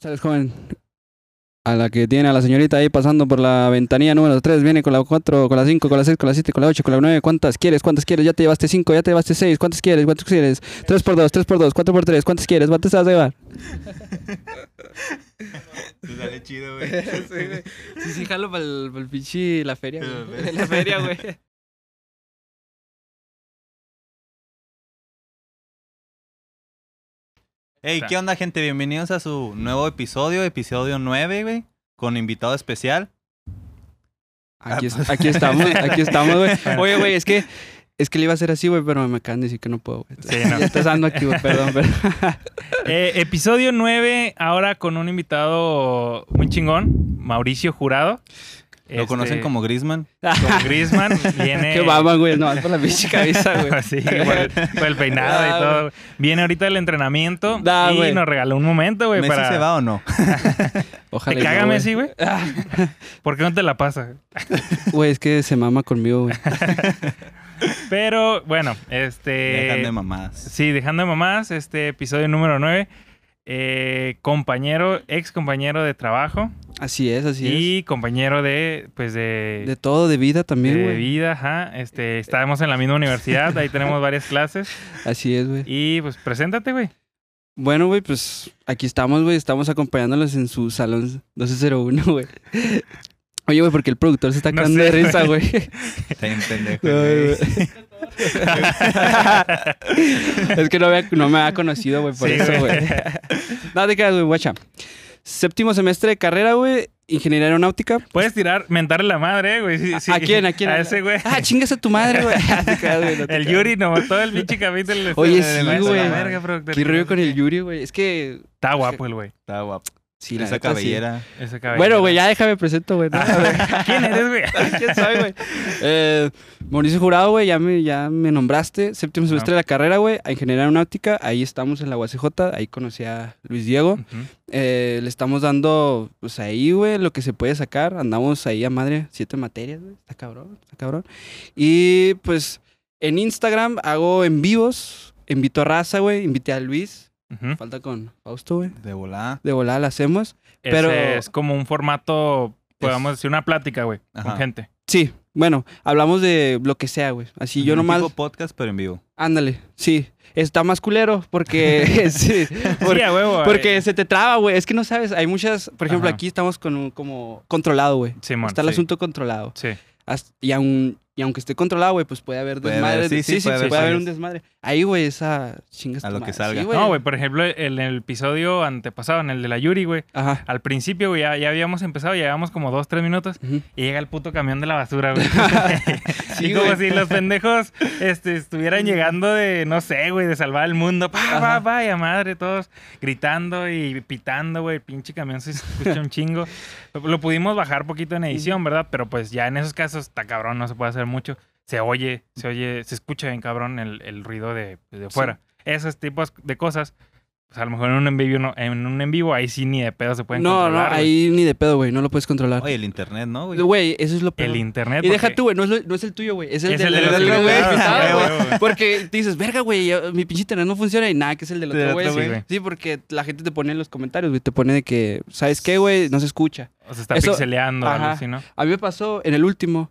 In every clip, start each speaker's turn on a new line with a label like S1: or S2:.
S1: Sales, joven. A la que tiene a la señorita ahí pasando por la ventanilla número 3, viene con la 4, con la 5, con la 6, con la 7, con la 8, con la 9. ¿Cuántas quieres? ¿Cuántas quieres? Ya te llevaste 5, ya te llevaste 6. ¿Cuántas quieres? ¿Cuántas quieres? 3 por 2, 3 por 2, 4 por 3. ¿Cuántas quieres? ¿Cuántas te vas a llevar?
S2: Te sale chido, güey.
S3: sí, güey. Sí, sí, jalo para el, pinche la feria, güey. La feria, güey.
S2: Hey, ¿qué onda, gente? Bienvenidos a su nuevo episodio, episodio 9, güey, con invitado especial.
S1: Aquí, es- aquí estamos, aquí estamos, güey. Oye, güey, es que, es que le iba a hacer así, güey, pero me acaban de decir que no puedo, güey. Entonces,
S4: Sí, no.
S1: Ya estás dando aquí, güey, perdón, pero.
S4: Eh, episodio 9, ahora con un invitado muy chingón, Mauricio Jurado.
S2: Lo
S3: Este
S2: conocen como Grisman.
S4: como Grisman. Viene...
S1: Qué baba, güey, no, es por la pinche cabeza, güey.
S4: Sí, igual, por el peinado
S1: Ah,
S4: y todo. Viene ahorita el entrenamiento
S1: Da,
S4: y
S1: güey.
S4: nos regaló un momento, güey,
S2: ¿Messi
S4: para...
S2: se va o no?
S1: Ojalá.
S4: ¿Te
S1: y no, güey.
S4: caga
S1: Ah.
S4: Messi, güey? ¿Por qué no te la pasa?
S1: Güey, es que se mama conmigo, güey.
S4: Pero, bueno, este...
S2: Dejan de mamadas.
S4: Sí, dejando de mamás, este episodio número 9. compañero, ex compañero de trabajo
S1: Así es, así
S4: y compañero de, pues de,
S1: es. De todo, de vida también,
S4: de
S1: güey.
S4: vida, ajá. Este, estábamos en la misma universidad, ahí tenemos varias clases.
S1: Así es, güey.
S4: Y pues preséntate, güey.
S1: Bueno, güey, pues aquí estamos, güey. Estamos acompañándolos en su salón 1201, güey. Oye, güey, porque el productor se está
S4: No
S1: cagando
S4: sé,
S1: de risa, güey.
S2: Está bien pendejo,
S1: Ay,
S2: güey.
S1: güey. es que no, había- no me ha conocido, güey, por
S4: Sí,
S1: eso, güey. No te creas, güey, guacha. Séptimo semestre de carrera, güey. Ingeniería aeronáutica.
S4: Puedes tirar, mentar la madre, güey. sí,
S1: ¿A-
S4: sí.
S1: ¿A quién? ¿A quién?
S4: A ese, güey.
S1: Ah, chingas a tu madre, güey. No te creas, güey, no te
S4: El
S1: creas.
S4: Yuri, no, todo el pinche capítulo. le está-
S1: Oye,
S4: le
S1: sí,
S4: va a hacer la
S1: güey.
S4: verga, productor.
S1: Qué rollo con el Yuri, güey. Es que.
S4: Está guapo el güey.
S2: Está guapo.
S1: Sí, la
S2: Esa
S1: neta, sí.
S2: cabellera.
S4: Ese cabello.
S1: Bueno, güey, ya déjame presento, güey. ¿no? A ver.
S4: ¿Quién eres, güey?
S1: ¿Quién sabe, güey? Eh, Mauricio Jurado, güey, ya me, ya me nombraste. Séptimo semestre de la carrera, güey, a Ingeniería Aeronáutica. Ahí estamos en la UACJ. Ahí conocí a Luis Diego.
S4: Ujú.
S1: Eh, le estamos dando, pues ahí, güey, lo que se puede sacar. Andamos ahí a madre, siete materias, güey. Está cabrón, está cabrón. Y pues en Instagram hago en vivos. Invito a Raza, güey. Invité a Luis.
S4: Ujú.
S1: Falta con Fausto, güey.
S2: De volada.
S1: De volada la hacemos. Pero-
S4: Pero es como un formato, podemos decir, una plática, güey,
S2: Ajá.
S4: con gente.
S1: Sí, bueno, hablamos de lo que sea, güey. Así yo
S2: Un
S1: nomás.
S2: Tipo podcast, pero en vivo.
S1: Ándale, sí. Está más culero porque, sí, por-
S4: Sí, a huevo.
S1: porque
S4: eh,
S1: se te traba, güey. Es que no sabes, hay muchas, por ejemplo,
S4: Ajá.
S1: aquí estamos con un- como controlado, güey.
S4: Simón,
S1: Está el
S2: sí.
S1: asunto controlado.
S4: sí.
S1: Hasta- y, aun- y aunque esté controlado, güey, pues puede haber
S2: Puede
S1: desmadre.
S2: haber- sí, sí, puede haber
S1: puede haber un
S2: fallas.
S1: desmadre. Ahí, güey, esa chingas
S2: A
S1: tu
S2: lo
S1: madre.
S2: que salga.
S1: Sí,
S4: No, güey, por ejemplo, en el episodio antepasado, en el de la Yuri, güey,
S1: Ajá.
S4: al principio, güey, ya, ya habíamos empezado, llevábamos como dos, tres minutos
S1: Ujú.
S4: y llega el puto camión de la basura, güey.
S1: Sí,
S4: y como
S1: güey.
S4: si los pendejos este, estuvieran llegando de, no sé, güey, de salvar el mundo. Pa,
S1: Ajá.
S4: pa, pa, y a madre, todos gritando y pitando, güey. Pinche camión se escucha un chingo. Lo pudimos bajar poquito en edición, ¿verdad? Pero pues ya en esos casos está cabrón, no se puede hacer mucho. Se oye, se oye, se escucha bien cabrón el, el ruido de, de fuera. Esos tipos de cosas, pues a lo mejor en un en vivo, no, en un en vivo ahí sí ni de pedo se pueden
S1: No, no,
S4: controlar, güey.
S1: ahí ni de pedo, güey. No lo puedes controlar.
S2: Oye, el internet, ¿no, güey?
S1: Güey, eso es lo peor.
S4: El internet.
S1: Y deja
S4: porque-
S1: tú, güey, no, es lo- no es el tuyo, güey. Es el
S4: ¿Eh? Es
S1: del
S4: el de
S1: del
S4: los
S1: otro güey.
S4: invitados,
S1: invitado,
S4: güey,
S1: güey.
S4: güey.
S1: Porque te dices, verga, güey, ya- mi pinche internet no funciona y nada, que es el del
S2: Del
S1: otro
S2: otro
S1: güey.
S4: güey.
S1: Sí, güey. Sí, porque la gente te pone en los comentarios, güey, te pone de que, ¿sabes qué, güey? No se escucha.
S4: O sea, está
S1: Eso-
S4: pixeleando o algo
S1: Ajá.
S4: así, ¿no?
S1: A mí me pasó en el último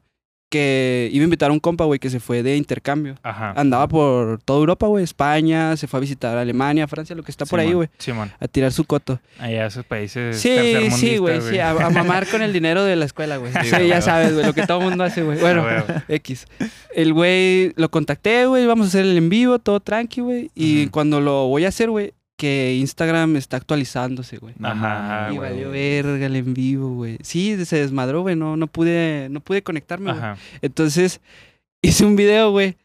S1: que iba a invitar a un compa, güey, que se fue de intercambio.
S4: Ajá.
S1: Andaba por toda Europa, güey, España, se fue a visitar Alemania, Francia, lo que está por ahí,
S4: Simón,
S1: güey,
S4: Simón.
S1: a tirar su coto.
S4: Allá esos países.
S1: Sí,
S4: tercermundistas,
S1: sí, güey, sí, a, a mamar con el dinero de la escuela, güey. Sí,
S2: Sí, güey.
S1: ya sabes, güey, lo que todo el mundo hace, güey. Bueno,
S4: Ah, güey.
S1: X. El güey, lo contacté, güey, vamos a hacer el en vivo, todo tranqui, güey. Y
S4: Ujú.
S1: cuando lo voy a hacer, güey, que Instagram está actualizándose, güey.
S2: No
S4: Ajá,
S2: mames,
S1: y
S4: Ah, güey.
S1: valió verga el en vivo, güey. Sí, se desmadró, güey, no, no pude, no pude conectarme, güey.
S4: Ajá.
S1: Entonces, hice un video, güey,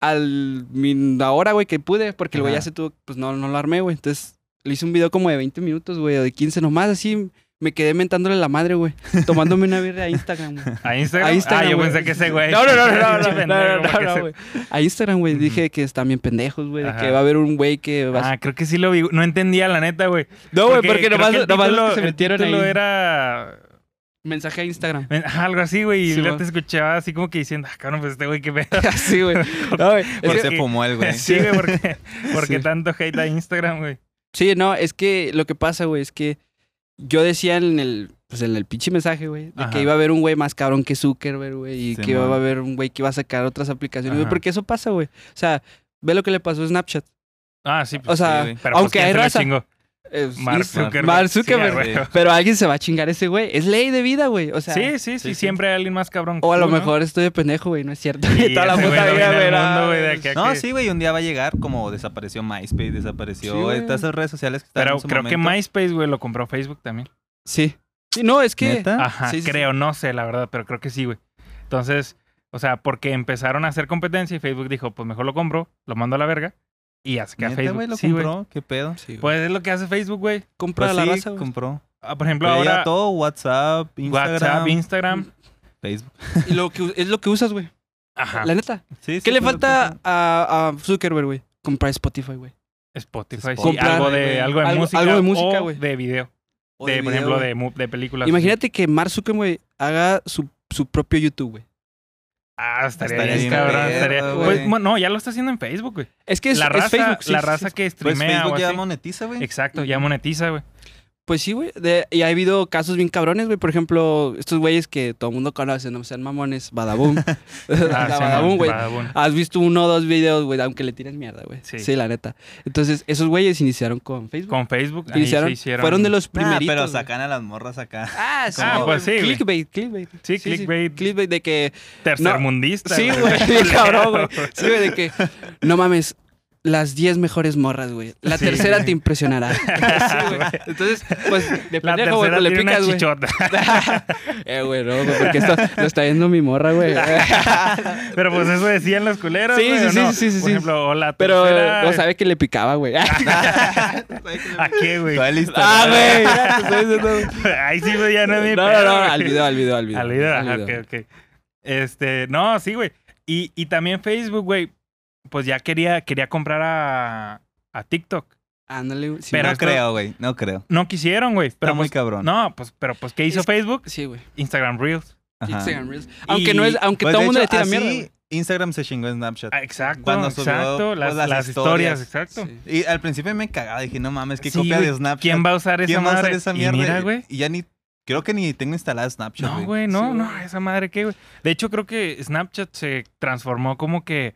S1: al min- la hora, güey, que pude, porque el güey ya
S4: Ajá.
S1: se tuvo, pues no, no lo armé, güey. Entonces, le hice un video como de 20 minutos, güey, o de 15 nomás, así... Me quedé mentándole la madre, güey. Tomándome una birra a Instagram, güey.
S4: ¿A Instagram?
S1: A Instagram,
S4: Ah, yo
S1: güey.
S4: pensé que ese güey.
S1: No, no, no, no, no,
S4: Pinche
S1: no,
S4: pendejo,
S1: no, no,
S4: porque
S1: no,
S4: se-
S1: güey. A Instagram, güey,
S4: Ujú.
S1: dije que están bien pendejos, güey, de que
S4: Ajá.
S1: va a haber un güey que va a...
S4: Ah, creo que sí lo vi. No entendía, la neta, güey.
S1: No, güey,
S4: creo
S1: porque
S4: que
S1: nomás,
S4: el
S1: nomás los que
S4: título-
S1: se metieron
S4: El
S1: ahí.
S4: título era.
S1: Mensaje a Instagram.
S4: Ajá, Algo así, güey. Y
S1: Sí,
S4: yo
S1: mo.
S4: te escuchaba así como que diciendo, ah, cabrón, pues este güey, qué pedo.
S1: Así, güey. No, güey, es
S2: Porque
S1: que-
S2: se fumó el güey.
S4: Sí, güey, porque, porque
S1: Sí.
S4: tanto hate a Instagram, güey.
S1: sí, no, es que lo que pasa, güey, es que yo decía en el, pues en el pinche mensaje, güey, de
S4: Ajá.
S1: que iba a haber un güey más cabrón que Zuckerberg, güey, y
S2: Sí,
S1: que iba
S2: man.
S1: a haber un güey que iba a sacar otras aplicaciones, güey,
S4: Ajá.
S1: porque eso pasa, güey. O sea, ve lo que le pasó a Snapchat.
S4: Ah, sí.
S1: O
S4: Pues,
S1: sea,
S2: güey.
S4: pero
S1: aunque
S4: pues,
S1: hay
S4: ¿quién se lo
S1: raza.
S4: chingó?
S1: eh,
S4: Mark
S1: sí,
S4: Zuckerberg.
S1: Mark
S4: Sí,
S1: Zuckerberg.
S4: a huevo.
S1: pero alguien se va a chingar ese güey. Es ley de vida, güey. O sea,
S4: Sí, sí, sí,
S2: sí.
S4: siempre hay alguien más cabrón. que
S1: o a lo
S4: tú, ¿no?
S1: mejor estoy de pendejo, güey, no es cierto.
S4: Y
S1: Toda la
S4: ese güey
S1: puta vida,
S4: domina el
S1: güey.
S4: mundo,
S1: no,
S4: güey, de aquí a
S2: No,
S4: que-
S2: sí, güey, un día va a llegar como desapareció MySpace, desapareció
S1: Sí, güey.
S2: estas esas redes sociales que están
S4: Pero
S2: en su
S4: creo que
S2: momento.
S4: MySpace, güey, lo compró Facebook también.
S1: Sí. Sí, No, es que.
S2: ¿Neta?
S4: Ajá,
S1: Ah, Sí, sí,
S4: creo, no sé, la verdad, pero creo que sí, güey. Entonces, o sea, porque empezaron a hacer competencia y Facebook dijo, pues mejor lo compro, lo mando a la verga y hace que a
S2: ¿Neta,
S4: Facebook.
S2: güey, lo
S4: sí, güey.
S2: compró? ¿Qué pedo?
S1: Sí, güey.
S4: Pues es lo que hace Facebook, güey.
S1: compra
S2: Pues
S1: la
S2: sí,
S1: raza, güey.
S2: compró.
S4: Ah, por ejemplo,
S2: Pero ya
S4: ahora
S2: todo WhatsApp, Instagram,
S4: WhatsApp, Instagram.
S2: Facebook.
S1: Y lo que, es lo que usas, güey.
S4: Ajá.
S1: La neta.
S2: Sí, sí,
S1: ¿Qué le
S2: pues,
S1: falta a, a Zuckerberg, güey? Comprar Spotify, güey.
S4: Spotify, sí,
S2: Comprar,
S4: algo de,
S1: güey.
S4: algo de
S1: Algo-
S4: música.
S1: algo de música,
S4: o
S1: güey.
S4: De video.
S1: O
S4: de, por
S1: video,
S4: ejemplo,
S1: güey.
S4: de, mu- de películas.
S1: Imagínate que Mark Zuckerberg haga su, su propio YouTube, güey.
S4: Ah, estaría,
S2: Estaría
S4: bien,
S2: bien
S4: cabrón.
S2: pedo,
S4: estaría-
S2: güey.
S4: Pues, bueno, no, ya lo está haciendo en Facebook, güey.
S1: Es que es,
S4: la
S1: es
S4: raza,
S1: Facebook. sí,
S4: la
S1: sí,
S4: raza
S1: sí.
S4: que
S2: Pues
S4: streamea
S2: Facebook
S4: o
S2: ya
S4: así.
S2: monetiza, güey.
S4: Exacto, ya monetiza, güey.
S1: Pues sí, güey. de- Y ha habido casos bien cabrones, güey. Por ejemplo, estos güeyes que todo el mundo conoce, no sean mamones. Badaboom.
S4: Ah,
S1: la
S4: sí,
S1: Badaboom,
S4: mon-
S1: güey.
S4: Badaboom.
S1: Has visto uno o dos videos, güey, aunque le tiren mierda, güey.
S4: Sí.
S1: Sí. la neta. Entonces, esos güeyes iniciaron con Facebook.
S4: Con Facebook. ahí
S1: iniciaron,
S4: se hicieron.
S1: fueron de los
S2: Nah,
S1: primeritos.
S2: Ah, pero
S1: güey.
S2: sacan a las morras acá.
S1: Ah, sí.
S4: Ah,
S1: güey.
S4: pues sí, güey.
S1: clickbait, clickbait.
S4: Sí, clickbait.
S1: Clickbait de que
S4: Tercermundista.
S1: Sí, güey, cabrón, güey. Sí, güey, de que no mames, las 10 mejores morras, güey. La
S4: Sí.
S1: tercera te impresionará. Sí, güey. Entonces, pues, de
S4: La
S1: pendejo, güey,
S4: tercera
S1: pues le
S4: tiene una
S1: picas, güey.
S4: chichota.
S1: Eh, güey, no, güey, porque esto lo está viendo mi morra, güey.
S4: Pero pues eso decían los culeros,
S1: Sí,
S4: güey,
S1: sí,
S4: ¿o
S1: sí,
S4: no?
S1: sí, sí,
S4: Por
S1: sí.
S4: ejemplo, o la
S1: Pero
S4: tercera...
S1: no sabe que le picaba, güey.
S4: ¿A qué, güey?
S2: Toda lista.
S1: Ah, güey. ya te estoy diciendo, güey.
S4: Ahí sí, güey, ya no es mi
S1: No, no,
S4: pedo,
S1: no,
S4: güey.
S1: al video, al video, al video.
S4: Al video,
S1: al
S4: ajá,
S1: video.
S4: ok, ok. Este, no, sí, güey. Y, y también Facebook, güey, pues ya quería, quería comprar a, a TikTok.
S1: Ándale, güey. Sí,
S4: Pero
S1: güey.
S2: no
S4: esto-
S2: creo, güey. No creo.
S4: No quisieron, güey.
S2: Está
S4: Pero
S2: muy
S4: pues,
S2: cabrón.
S4: No, pues, pero pues, ¿qué hizo
S1: Es-
S4: Facebook?
S1: Sí, güey.
S4: Instagram Reels.
S2: Ajá.
S1: Instagram Reels. Aunque
S4: Y-
S1: no es, aunque
S2: Pues,
S1: todo
S2: de
S1: el mundo le
S2: hecho,
S1: tira
S2: así
S1: mierda. güey.
S2: Instagram se chingó en Snapchat.
S4: Ah, exacto,
S2: Cuando subió,
S4: exacto.
S2: pues,
S4: las,
S2: las
S4: las historias,
S2: historias.
S4: exacto.
S1: Sí.
S2: Y al principio me cagaba. Dije, no mames, qué
S4: Sí,
S2: copia
S4: güey.
S2: de Snapchat.
S4: ¿Quién va a usar esa
S2: ¿Quién va a
S4: madre?
S2: usar esa
S4: Y
S2: mierda?
S4: mira, güey.
S2: Y ya ni. Creo que ni tengo instalada Snapchat,
S4: No, güey,
S1: Sí,
S4: no,
S1: güey.
S4: no, esa madre qué, güey. De hecho, creo que Snapchat se transformó como que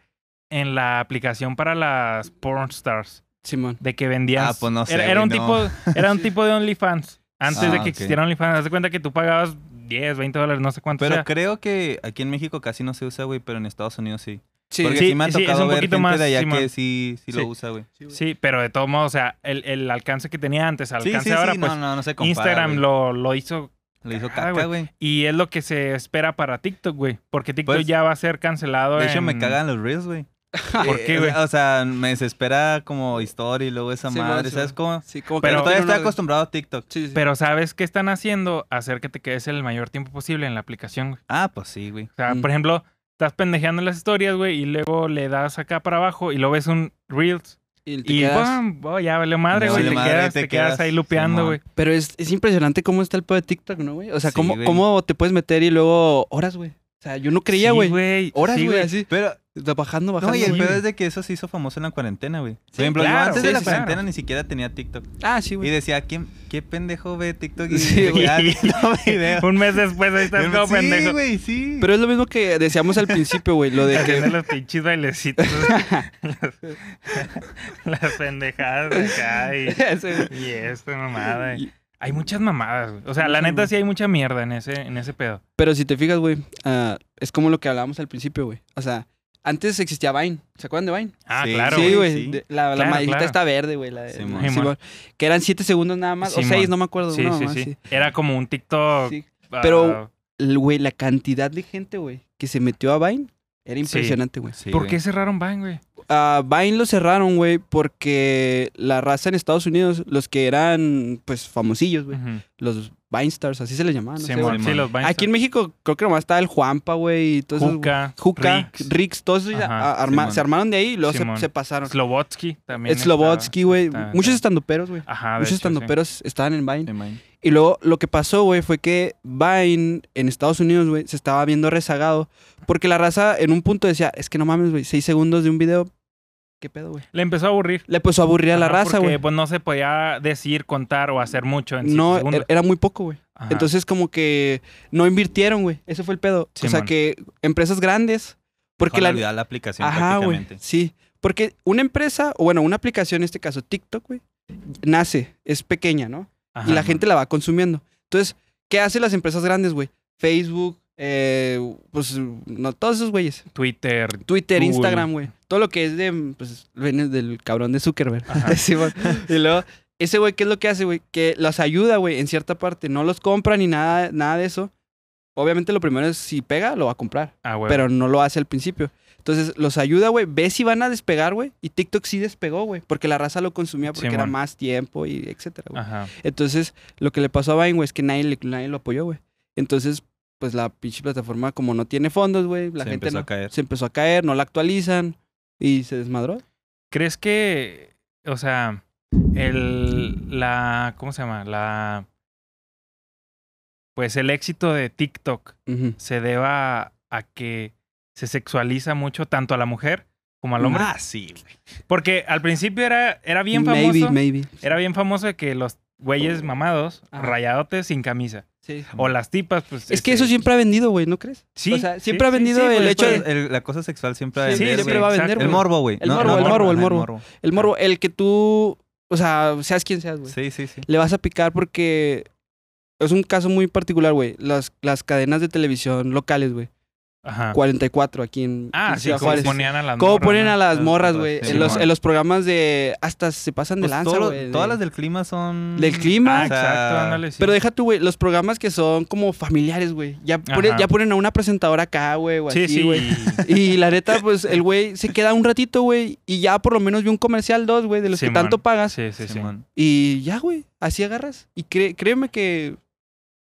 S4: en la aplicación para las porn stars.
S1: Simón.
S4: De que vendías.
S2: Ah, pues no sé,
S4: Era, era un,
S2: güey, no.
S4: tipo, era un tipo de OnlyFans. Antes
S2: Ah,
S4: de que
S2: ok.
S4: existiera OnlyFans, haz de cuenta que tú pagabas 10, 20 dólares, no sé cuánto.
S2: Pero
S4: sea.
S2: creo que aquí en México casi no se usa, güey, pero en Estados Unidos sí.
S1: Sí,
S2: Porque
S1: güey.
S2: sí,
S4: Sí,
S2: me ha
S4: sí, es
S2: tocado
S4: un
S2: ver
S4: poquito
S2: gente
S4: más,
S2: de allá
S4: Simón.
S2: que sí, sí,
S4: Sí.
S2: lo usa, güey.
S1: Sí, güey.
S4: Sí, pero de todos modos, o sea, el, el alcance que tenía antes, al
S2: Sí,
S4: alcance
S2: sí,
S4: ahora,
S2: sí,
S4: pues
S2: no, no, no se compara,
S4: Instagram
S2: güey.
S4: lo, Ah, lo hizo
S2: Le hizo
S4: Cagada,
S2: caca, güey.
S4: y es lo que se espera para TikTok, güey. Porque TikTok
S2: Pues,
S4: ya va a ser cancelado.
S2: De hecho, me
S4: en-
S2: cagan los reels, güey.
S4: ¿Por
S2: Eh,
S4: qué,
S2: o
S4: güey?
S2: sea, O sea, me desespera como historia y luego esa
S1: Sí,
S2: madre,
S1: güey, sí,
S2: ¿sabes
S1: güey.
S2: cómo?
S1: Sí, como que
S2: Pero
S1: no
S2: todavía
S1: tiene
S2: estoy
S1: una-
S2: acostumbrado a TikTok.
S1: Sí, sí.
S4: Pero ¿sabes qué están haciendo? Hacer que te quedes el mayor tiempo posible en la aplicación, güey.
S2: Ah, pues sí, güey.
S4: O sea,
S1: Mm.
S4: por ejemplo, estás pendejeando en las historias, güey, y luego le das acá para abajo y lo ves un Reels.
S1: Y te
S4: Y
S1: quedas-
S4: ¡pum! Oh, ya valió madre,
S1: Ya
S4: güey.
S1: valió
S4: Te,
S2: madre,
S4: quedas,
S2: te
S4: te quedas
S2: quedas,
S4: ahí lupeando,
S2: Simón.
S4: güey.
S1: Pero es, es impresionante cómo está el pedo de TikTok, ¿no, güey? O sea,
S2: Sí,
S1: cómo,
S2: güey.
S1: cómo te puedes meter y luego horas, güey. O sea, yo no creía,
S4: Sí,
S1: güey.
S4: Ahora
S1: horas,
S4: sí,
S1: güey,
S4: güey.
S1: así.
S2: Pero,
S1: Bajando,
S2: no,
S1: bajando.
S2: y el
S4: sí,
S2: peor
S4: güey.
S2: es de que eso se hizo famoso en la cuarentena, güey. Por
S1: Sí,
S2: ejemplo, yo
S4: claro,
S2: antes de
S4: sí,
S2: la
S4: sí, claro.
S2: cuarentena ni siquiera tenía TikTok.
S1: Ah, sí, güey.
S2: Y decía, ¿quién, ¿qué pendejo ve TikTok? Y "Ah,
S1: Sí,
S4: güey.
S2: ya viendo videos.
S4: Un mes después ahí estás como
S2: Sí,
S4: pendejo.
S2: güey, sí.
S1: Pero es lo mismo que decíamos al principio, güey. Lo de
S4: Haciendo
S1: que...
S4: los pinches bailecitos. las, las pendejadas de acá y,
S1: Ese-
S4: y esta mamada. y- Hay muchas mamadas, güey. O sea, la
S1: Mucha
S4: neta
S1: mamada.
S4: sí hay mucha mierda en ese, en ese pedo.
S1: Pero si te fijas, güey, ah, es como lo que hablábamos al principio, güey. O sea, antes existía Vine. ¿Se acuerdan de Vine?
S4: Ah,
S2: Sí,
S4: claro.
S1: sí,
S4: güey.
S1: güey.
S2: sí.
S1: de- La, la
S4: Claro,
S1: madrecita
S4: claro.
S1: está verde, güey. la de-
S2: Simón.
S1: Simón.
S4: Simón.
S1: Que eran siete segundos nada más. O
S4: Simón.
S1: seis, no me acuerdo.
S4: Sí,
S1: no,
S4: sí,
S1: más,
S4: sí, Era como un TikTok.
S1: Sí.
S4: ah,
S1: Pero- El- Güey, la cantidad de gente, güey, que se metió a Vine era impresionante, güey.
S2: Sí,
S4: ¿Por
S2: güey.
S4: qué cerraron Vine, güey?
S1: A Vine lo cerraron, güey, porque la raza en Estados Unidos, los que eran, pues, famosillos, güey,
S4: Ujú.
S1: los Vine Stars, así se les llamaban. no sé,
S4: Simón,
S1: güey.
S4: sí, los Vine.
S1: Aquí en México creo que nomás estaba el Juanpa, güey, y todos esos-
S4: Juca,
S1: Juca,
S4: Rix,
S1: Rix, todos esos ya
S4: Ajá,
S1: a- arma-
S2: Simón.
S1: se armaron de ahí y luego se,
S4: Simón.
S1: se pasaron.
S4: Slobotsky también. estaba.
S1: Slobotsky, güey,
S4: está-
S1: muchos
S4: está.
S1: estandoperos, güey.
S4: Ajá, de
S1: Muchos
S4: hecho, sí.
S1: estandoperos estaban en Vine.
S2: Sí, man.
S1: Y luego lo que pasó, güey, fue que Vine en Estados Unidos, güey, se estaba viendo rezagado. Porque la raza en un punto decía, es que no mames, güey, seis segundos de un video ¿Qué pedo, güey?
S4: Le empezó a aburrir.
S1: Le empezó a aburrir a la
S4: Ajá,
S1: raza,
S4: porque,
S1: güey.
S4: pues no se podía decir, contar o hacer mucho en cinco
S1: No,
S4: segundos.
S1: er- era muy poco, güey.
S4: Ajá.
S1: Entonces, como que no invirtieron, güey. Ese fue el pedo. o sea,
S4: Simón.
S1: que empresas grandes. Porque
S2: Porque la
S1: la.
S2: olvidar la aplicación
S1: Ajá, güey.
S2: prácticamente.
S1: Sí. Porque una empresa, o bueno, una aplicación, en este caso TikTok, güey, nace, es pequeña, ¿no?
S4: Ajá.
S1: y la gente la va consumiendo. Entonces, ¿qué hacen las empresas grandes, güey? Facebook, eh, pues, no, todos esos güeyes.
S4: Twitter.
S1: Twitter,
S4: Google.
S1: Instagram, güey. Todo lo que es de, pues, viene del cabrón de Zuckerberg. Simón. y luego, ese güey, ¿qué es lo que hace, güey? Que los ayuda, güey, en cierta parte. No los compra ni nada, nada de eso. Obviamente, lo primero es si pega, lo va a comprar.
S4: Ah, güey.
S1: Pero no lo hace al principio. Entonces, los ayuda, güey. Ve si van a despegar, güey. Y TikTok sí despegó, güey. Porque la raza lo consumía porque era
S4: Simón.
S1: más tiempo y etcétera,
S2: Ah.
S1: güey.
S4: Ajá.
S1: Entonces, lo que le pasó a Vine, güey, es que nadie, le- nadie lo apoyó, güey. Entonces, pues la pinche plataforma, como no tiene fondos, güey, la
S2: Se
S1: gente
S2: empezó
S1: no-
S2: a caer.
S1: se empezó a caer, no la actualizan y se desmadró.
S4: ¿Crees que, o sea, el, la, ¿cómo se llama? La, pues el éxito de TikTok
S1: Ujú.
S4: se deba a, que se sexualiza mucho tanto a la mujer como al hombre.
S2: Ah, sí, güey.
S4: Porque al principio era, era bien famoso.
S1: Maybe, maybe.
S4: Era bien famoso de que los güeyes mamados,
S1: Ajá.
S4: rayadotes sin camisa.
S1: Sí.
S4: O las tipas, pues.
S1: Es que eso siempre ha vendido, güey, ¿no crees?
S4: Sí,
S1: o sea,
S4: sí,
S1: siempre ha
S4: sí,
S1: vendido
S4: sí,
S1: el
S4: pues,
S1: hecho
S4: pues,
S1: de-
S2: El- la cosa sexual siempre va a
S4: Sí,
S1: Sí,
S2: vender,
S1: siempre
S2: güey.
S1: va a
S4: exacto.
S1: vender, güey.
S4: El
S2: El morbo, güey.
S1: El morbo, el morbo, el
S2: ajá,
S1: morbo. El morbo, el que tú, o sea, seas quien seas, güey.
S2: Sí, sí, sí.
S1: Le vas a picar porque es un caso muy particular, güey. Las, las cadenas de televisión locales, güey.
S4: pues, Ajá.
S1: 44 aquí en
S4: Ah,
S1: en
S4: sí,
S1: Ciudad
S4: como
S1: Juárez.
S4: ponían a las
S1: ¿Cómo
S4: morras,
S1: ponen
S4: ¿no?
S1: a las
S2: Las
S1: morras,
S2: morras,
S1: güey?
S2: sí,
S1: en, los,
S2: mon.
S1: en los programas de... Hasta se pasan
S2: Pues
S1: de lanza,
S2: todo-
S1: güey. de-
S2: todas las del clima son.
S1: Del clima.
S4: Ah,
S2: o sea,
S4: exacto, ándale, sí.
S1: Pero deja tú, güey, los programas que son como familiares, güey. Ya, pone-
S4: Ajá.
S1: ya ponen a una presentadora acá, güey, o
S4: Sí,
S1: así,
S4: sí.
S1: güey. Y la neta, pues, el güey se queda un ratito, güey, y ya por lo menos vio un comercial dos, güey, de los que
S4: Simón.
S1: tanto pagas.
S4: Sí, sí, sí.
S2: Simón.
S1: Y ya, güey, así agarras. Y cre- créeme que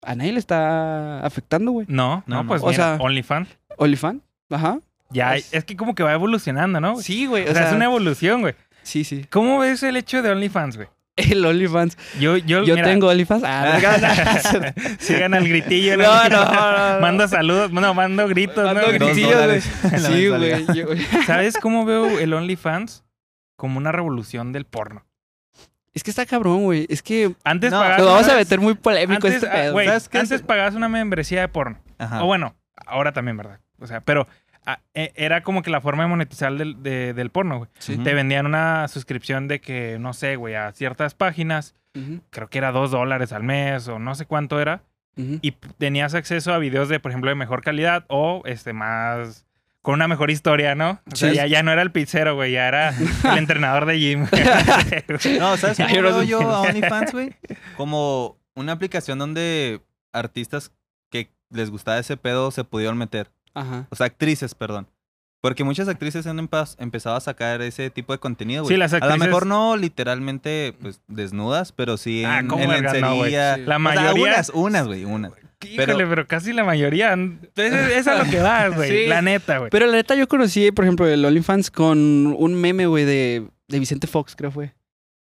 S1: a nadie le está afectando, güey.
S4: No, no,
S2: No, no.
S4: pues
S1: O
S4: mira,
S1: sea-
S4: OnlyFans.
S1: Olifan, ajá.
S4: Ya,
S1: Pues-
S4: es que como que va evolucionando, ¿no?
S1: Sí, güey,
S4: o sea, es una evolución, güey.
S1: Sí, sí.
S4: ¿Cómo ves el hecho de OnlyFans, güey?
S1: El Olifans.
S4: Yo, yo,
S1: Yo
S4: mira,
S1: tengo Olifans. Ah, no,
S4: Sigan al gritillo. ¿no?
S1: No, no, no, no.
S4: Mando saludos, no, mando gritos.
S1: Mando
S4: ¿no?
S1: gritos.
S2: Dos
S1: Sí,
S2: dólares en la
S1: Sí,
S2: mensualidad.
S1: güey. yo-
S4: ¿Sabes cómo veo el OnlyFans? Como una revolución del porno.
S1: Es que está cabrón, güey. Es que
S4: Antes
S2: No,
S4: pagabas
S1: lo vamos a
S4: una-
S1: meter muy polémico
S4: Ah, antes,
S1: este
S4: ah,
S1: pedo.
S4: güey,
S2: ¿Sabes qué? Ah.
S4: antes pagabas una membresía de porno.
S2: Ajá.
S4: O bueno, ahora también, ¿verdad? O sea, pero ah, e- era como que la forma de monetizar del, de- del porno, güey.
S1: Sí.
S2: Ujú.
S4: Te vendían una suscripción de que, no sé, güey, a ciertas páginas,
S1: Ujú,
S4: creo que era dos dólares al mes o no sé cuánto era,
S1: ujú.
S4: y p- tenías acceso a videos de, por ejemplo, de mejor calidad o este más... Con una mejor historia, ¿no? O sea,
S1: Sí.
S4: ya, ya no era el pizzero, güey, ya era el entrenador de gym. güey.
S2: No, ¿sabes
S4: Ya,
S2: cómo
S4: yo no
S2: veo
S4: sé.
S2: yo a OnlyFans, güey? Como una aplicación donde artistas que les gustaba ese pedo se pudieron meter.
S1: Ajá.
S2: O sea, actrices, perdón. Porque muchas actrices han empa- empezado a sacar ese tipo de contenido, güey.
S4: Sí, las
S2: A lo
S4: actrices-
S2: mejor no literalmente pues, desnudas, pero sí en,
S4: Ah, ¿cómo
S2: en
S4: vergas no, güey?
S2: lencería.
S1: Sí.
S4: La
S2: O sea,
S4: mayoría...
S2: unas, unas, güey, unas.
S4: Híjole,
S2: pero-
S4: pero, casi la mayoría. Es, es a lo que vas, güey.
S1: Sí.
S4: La neta, güey.
S1: Pero la neta, yo conocí, por ejemplo, el OnlyFans con un meme, güey, de, de Vicente Fox, creo fue.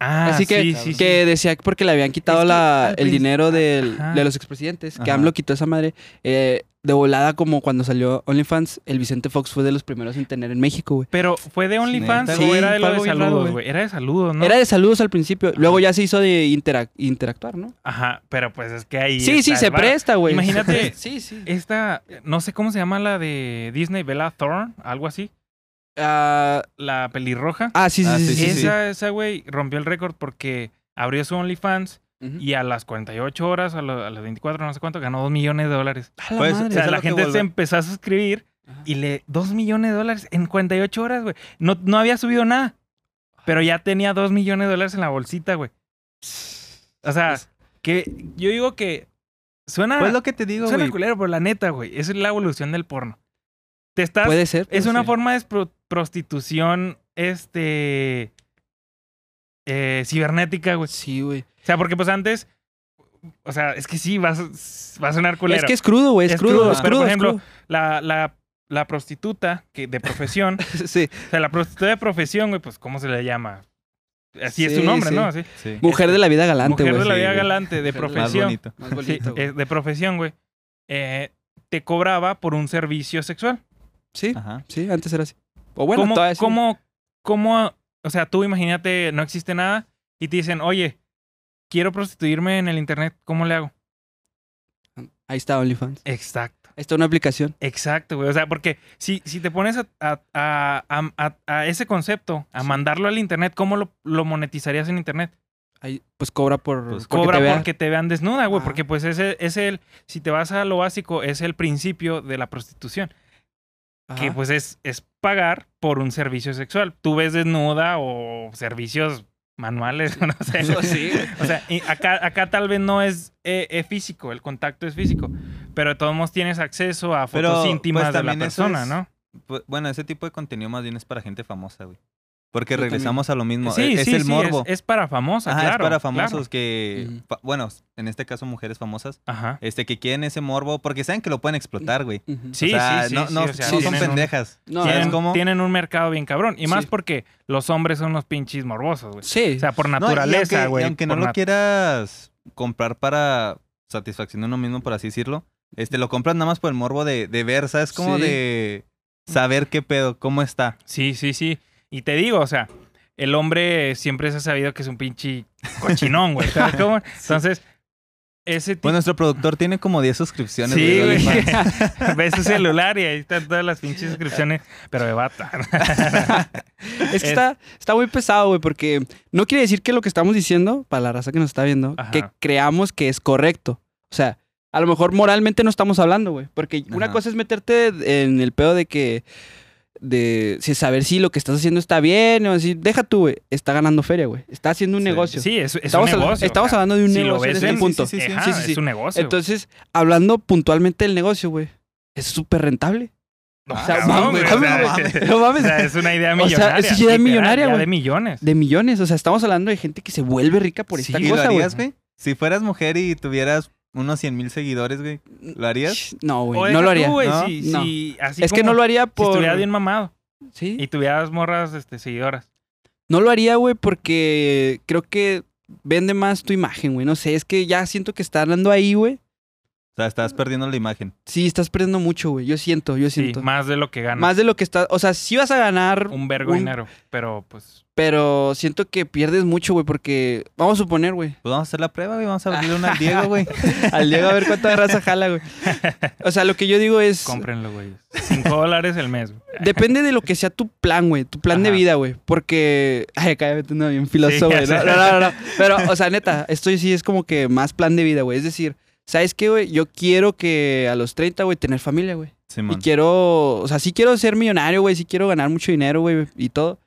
S4: Ah,
S1: Así que,
S4: sí, sí, sí.
S1: que decía que porque le habían quitado
S4: Es que
S1: la,
S4: al
S1: el
S4: princi-
S1: dinero del-
S4: Ajá.
S1: de los expresidentes, que
S2: Ajá.
S1: AMLO quitó esa madre. eh, de volada, como cuando salió OnlyFans, el Vicente Fox fue de los primeros en tener en México, güey.
S4: Pero fue de OnlyFans
S2: Neta,
S4: o
S1: güey.
S4: era de
S1: Sí, fue
S4: lo de
S1: algo bien raro,
S4: saludos,
S1: güey.
S4: güey. Era de saludos, ¿no?
S1: Era de saludos al principio, luego ya se hizo de interac- interactuar, ¿no?
S4: Ajá, pero pues es que ahí.
S1: Sí, sí,
S4: está
S1: se
S4: el varo.
S1: presta, güey.
S4: Imagínate-
S1: Se presta. Sí, sí.
S4: Esta, no sé cómo se llama la de Disney, Bella Thorne, algo así.
S1: Ah,
S4: La pelirroja.
S1: ah, sí, sí,
S2: Ah,
S1: sí,
S2: sí,
S1: sí, sí.
S4: esa, esa, güey, rompió el récord porque abrió su OnlyFans
S1: Ujú.
S4: y a las 48 horas, a, lo- a las 24, no sé cuánto, ganó 2 millones de dólares.
S1: A la
S2: Pues,
S1: madre.
S4: O sea,
S2: Eso es
S4: la
S2: lo que
S4: gente se
S2: vuelve.
S4: empezó a suscribir
S1: Ajá.
S4: y le. 2 millones de dólares en 48 horas, güey. No, no había subido nada. Pero ya tenía 2 millones de dólares en la bolsita, güey. O sea,
S1: Es-
S4: que yo digo que suena,
S2: Pues lo que te digo,
S4: Ah, suena
S2: güey.
S4: culero, pero la neta, güey, esa es la evolución del porno. Te estás
S1: Puede ser.
S4: es
S1: puede
S4: una
S1: ser.
S4: forma de pro- prostitución este eh, cibernética, güey.
S1: Sí, güey.
S4: O sea, porque pues antes o sea, es que sí va, a- va a sonar culero.
S1: Es que es crudo, güey. Es,
S4: Es
S1: crudo,
S4: crudo,
S1: es
S4: pero,
S1: crudo.
S4: por
S1: es
S4: ejemplo,
S1: crudo.
S4: la, la, la prostituta que de profesión,
S1: sí.
S4: o sea, la prostituta de profesión, güey, pues ¿cómo se le llama? Así es su
S1: Sí,
S4: nombre,
S1: sí.
S4: ¿no? Así.
S2: Sí.
S1: Mujer de la vida galante,
S4: Mujer
S1: güey.
S4: de la
S2: sí,
S4: vida
S2: güey.
S4: galante, de
S1: Mujer de la vida
S2: Más
S4: profesión.
S2: bonito.
S1: Más
S4: Sí,
S1: bonito, güey.
S4: eh, de profesión, güey. Eh, te cobraba por un servicio sexual.
S1: Sí,
S2: Ajá.
S1: sí, antes era así. O bueno,
S4: ¿Cómo,
S1: todavía sí.
S4: cómo cómo, o sea, tú imagínate, no existe nada y te dicen, oye, quiero prostituirme en el internet, ¿cómo le hago?
S1: Ahí está OnlyFans.
S4: Exacto.
S1: Ahí está una aplicación.
S4: Exacto, güey. O sea, porque si, si te pones a, a- a- a- a- a ese concepto, a mandarlo al internet, ¿cómo lo, lo monetizarías en internet?
S1: Ahí, pues cobra por.
S2: Pues
S1: porque
S4: Cobra
S1: te vea.
S4: porque te vean desnuda, güey.
S1: Ah.
S4: Porque pues ese es el, si te vas a lo básico, es el principio de la prostitución.
S1: Ajá.
S4: Que pues es, es pagar por un servicio sexual. Tú ves desnuda o servicios manuales, no sé.
S3: Eso sí.
S4: O sea, y acá, acá tal vez no es eh, eh, físico, el contacto es físico, pero de todos modos tienes acceso a
S2: Pero,
S4: fotos íntimas
S2: pues,
S4: de la
S2: también eso
S4: persona,
S2: es-
S4: ¿no?
S2: Pu- Pues, Bueno, ese tipo de contenido más bien es para gente famosa, güey. Porque
S1: Yo también.
S2: regresamos a lo mismo. e-,
S4: sí,
S2: es, es
S4: sí,
S2: el
S4: sí,
S2: morbo.
S4: Es, es para famosas,
S2: Ajá,
S4: claro.
S2: es para
S4: claro.
S2: famosos que,
S1: Ujú.
S2: fa- bueno, en este caso mujeres famosas,
S4: Ajá.
S2: este que quieren ese morbo porque saben que lo pueden explotar, güey.
S1: Ujú.
S4: Sí,
S2: o sea,
S4: sí, sí,
S2: no,
S4: sí,
S2: no,
S4: o sea,
S2: no son
S4: tienen un-
S2: pendejas.
S1: No,
S2: ¿Sabes
S4: Tienen,
S1: no.
S2: cómo?
S4: tienen un mercado bien cabrón. Y más
S1: Sí.
S4: porque los hombres son unos pinches morbosos, güey.
S1: Sí.
S4: pues. O sea, por
S2: No, y
S4: naturaleza,
S2: aunque-
S4: güey.
S2: Y aunque no
S4: por
S2: lo
S4: nat-
S2: quieras comprar para satisfacción de uno mismo, por así decirlo, este lo compras nada más por el morbo de, de ver, ¿sabes? Como
S1: Sí.
S2: de saber qué pedo, cómo está.
S4: Sí, sí, sí. Y te digo, o sea, el hombre siempre se ha sabido que es un pinche cochinón, güey. ¿sabes cómo? Entonces, ese tipo...
S2: Pues nuestro productor tiene como 10 suscripciones.
S4: Sí,
S2: de
S4: güey.
S2: OnlyFans.
S4: Ves su celular y ahí están todas las pinches suscripciones, pero de bata.
S1: Es que está, está muy pesado, güey, porque no quiere decir que lo que estamos diciendo, para la raza que nos está viendo,
S4: Ajá.
S1: que creamos que es correcto. O sea, a lo mejor moralmente no estamos hablando, güey. Porque una
S2: Ajá.
S1: cosa es meterte en el pedo de que. de si saber si lo que estás haciendo está bien o si. Deja tú, güey. Está ganando feria, güey. Está haciendo un
S2: Sí,
S1: negocio.
S4: Sí, es, es
S1: Estamos,
S4: un
S1: habla-
S4: negocio.
S1: estamos
S4: o sea,
S1: hablando de un
S4: si lo
S1: negocio en
S4: ves
S1: este
S4: en- sí,
S1: punto.
S2: sí, sí,
S4: ajá,
S1: sí, sí, sí.
S4: es un negocio.
S1: Entonces, hablando puntualmente del negocio, güey. Es súper rentable.
S4: No,
S2: o sea,
S4: cabrón,
S2: mames,
S4: güey,
S2: cabrón,
S4: o sea,
S2: mames.
S1: No
S4: o
S1: mames.
S4: sea, es una idea
S1: O sea, es
S4: millonaria.
S1: una idea
S4: literal,
S1: millonaria,
S4: ya
S1: güey.
S4: de millones.
S1: De millones. O sea, estamos hablando de gente que se vuelve rica por
S4: Sí,
S1: esta
S2: ¿Y lo
S1: cosa, güey.
S2: harías, güey? Si fueras mujer y tuvieras unos 100 mil seguidores, güey, ¿lo harías?
S1: Ch, No,
S4: O
S1: güey.
S4: deja
S1: No lo
S4: tú,
S1: haría.
S4: güey,
S2: ¿no?
S4: si-
S1: No.
S4: si- así
S1: Es que
S4: como
S1: no lo haría
S4: Si
S1: por.
S4: estuvieras bien mamado
S1: Sí.
S4: y tuvieras morras este, seguidoras.
S1: No lo haría, güey, porque creo que vende más tu imagen, güey. No sé, es que ya siento que está hablando ahí, güey.
S2: O sea, estás perdiendo la imagen.
S1: Sí, estás perdiendo mucho, güey. Yo siento, yo
S4: Sí,
S1: siento. más,
S4: más de lo que ganas.
S1: de lo que estás. O sea, sí vas a ganar,
S4: un vergo
S1: un-
S4: de dinero. Pero pues.
S1: pero siento que pierdes mucho, güey, porque. Vamos a suponer, güey.
S2: Pues vamos a hacer la prueba, güey. Vamos a abrir una al Diego, güey.
S1: Al Diego a ver cuánta raza jala, güey. O sea, lo que yo digo es.
S4: Cómprenlo, güey. 5 dólares el mes. güey.
S1: Depende de lo que sea tu plan, güey. Tu plan de
S4: Ajá.
S1: vida, güey. Porque. Ay, acá me tengo bien filósofo,
S4: Sí,
S1: güey.
S4: ya
S1: No,
S4: sé.
S1: no, no, no. Pero, o sea, neta, esto sí es como que más plan de vida, güey. Es decir, ¿sabes qué, güey? Yo quiero que a los 30, güey, tener familia, güey. Y
S2: Simón.
S1: quiero. O sea, sí quiero ser millonario, güey. Sí quiero ganar mucho dinero, güey. Y todo.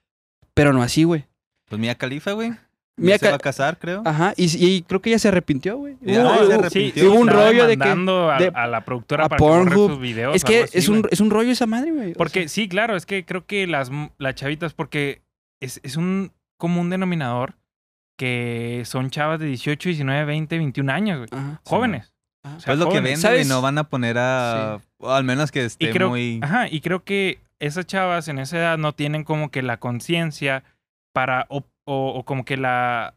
S1: Pero no así, güey.
S2: Pues Mía Califa, güey.
S1: Mira
S2: Mía se
S1: acá-
S2: va a casar, creo.
S4: Ah,
S1: Ajá. Y, y creo que ella se arrepintió, güey. Hubo-
S2: Ya, se
S1: hubo-
S2: arrepintió.
S4: Sí,
S2: sí,
S1: hubo un
S4: estaba
S1: rollo de que-
S4: demandando a,
S1: de-
S4: a la productora
S1: a
S4: para que borre
S1: Pornhub.
S4: sus videos.
S1: Es
S4: o algo
S1: que
S4: así,
S1: es un,
S4: güey.
S1: es un rollo esa madre, güey. O
S4: Porque
S1: sea,
S4: sí, claro, es que creo que las, m- las chavitas, porque es, es un común denominador que son chavas de 18, 19, 20, 21 años, güey.
S1: Ajá.
S4: Jóvenes.
S1: Ajá.
S4: O sea,
S2: Pues lo que
S4: jóvenes.
S2: venden, güey.
S1: ¿Sabes?
S2: No van a poner a. o al menos que esté
S4: Y creo,
S2: muy.
S4: ajá, y creo que esas chavas en esa edad no tienen como que la conciencia para, o, o- o como que la,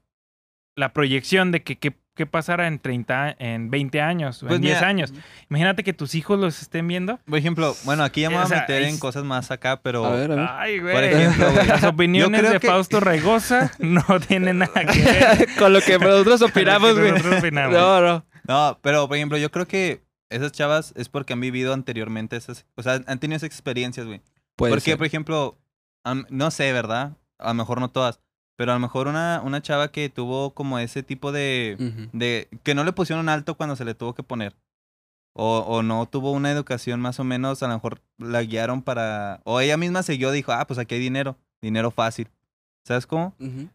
S4: la proyección de que qué qué pasara en 30, en 20 años, o
S2: Pues
S4: en 10
S2: mira,
S4: años. Imagínate que tus hijos los estén viendo.
S2: Por ejemplo, bueno, aquí ya me
S4: Eh, O
S2: voy a
S4: sea,
S2: meter
S4: es-
S2: en cosas más acá, pero.
S1: A ver, a ver.
S4: Ay, güey.
S2: Por ejemplo, güey.
S4: Las opiniones
S2: creo
S4: de
S2: que-
S4: Fausto Regosa no tienen nada que ver.
S1: Con lo que nosotros opinamos,
S4: Lo que
S1: güey.
S4: nosotros opinamos.
S1: No, no.
S2: No, pero por ejemplo, yo creo que esas chavas es porque han vivido anteriormente esas. O sea, han tenido esas experiencias, güey.
S1: Puede
S2: Porque,
S1: ser.
S2: por ejemplo, am- no sé, ¿verdad? A lo mejor no todas. Pero a lo mejor una, una chava que tuvo como ese tipo de.
S1: Ujú.
S2: de que no le pusieron alto cuando se le tuvo que poner. O, o no tuvo una educación más o menos, a lo mejor la guiaron para... O ella misma se guió, dijo, ah, pues aquí hay dinero, dinero fácil. ¿Sabes cómo?
S1: Ujú.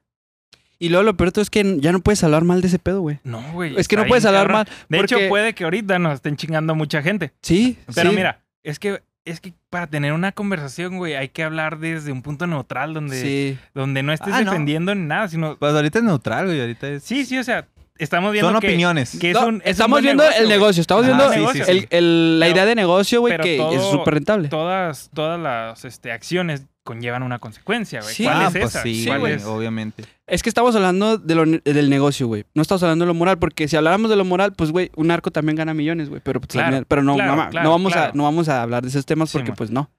S1: Y luego lo peor de todo es que ya no puedes hablar mal de ese pedo, güey.
S4: No, güey.
S1: Es que no
S4: está
S1: puedes
S4: bien
S1: hablar
S4: cabrón.
S1: mal.
S4: De
S1: porque-
S4: hecho, puede que ahorita nos estén chingando mucha gente.
S1: Sí,
S4: Pero
S1: sí.
S4: mira, es que, es que para tener una conversación, güey, hay que hablar desde un punto neutral donde,
S1: Sí.
S4: donde no estés
S2: Ah, no.
S4: defendiendo ni nada, sino...
S2: Pues ahorita es neutral, güey, ahorita es...
S4: Sí, sí, o sea, estamos viendo
S2: Son
S4: que,
S2: opiniones.
S4: que es
S1: No,
S4: un... es un
S1: estamos
S4: buen
S1: viendo el
S4: güey.
S1: negocio, estamos
S2: Ah,
S1: viendo
S2: sí, sí, sí.
S1: el- el- la
S4: Pero-
S1: idea de negocio, güey,
S4: pero
S1: que es
S4: todo-
S1: súper rentable.
S4: Todas, todas las este, acciones conllevan una consecuencia, güey.
S3: Sí.
S4: ¿Cuál
S2: ah,
S4: es
S2: pues
S4: esa?
S2: sí,
S4: ¿Cuál
S2: güey,
S4: es?
S2: obviamente.
S1: Es que estamos hablando de lo- del negocio, güey. No estamos hablando de lo moral, porque si habláramos de lo moral, pues, güey, un narco también gana millones, güey. Pero, pues,
S4: Claro,
S1: también- pero no,
S4: claro,
S1: no ma-
S4: claro,
S1: no, vamos
S4: claro.
S1: A, no vamos a hablar de esos temas
S4: Sí,
S1: porque,
S4: man.
S1: pues, no.
S2: No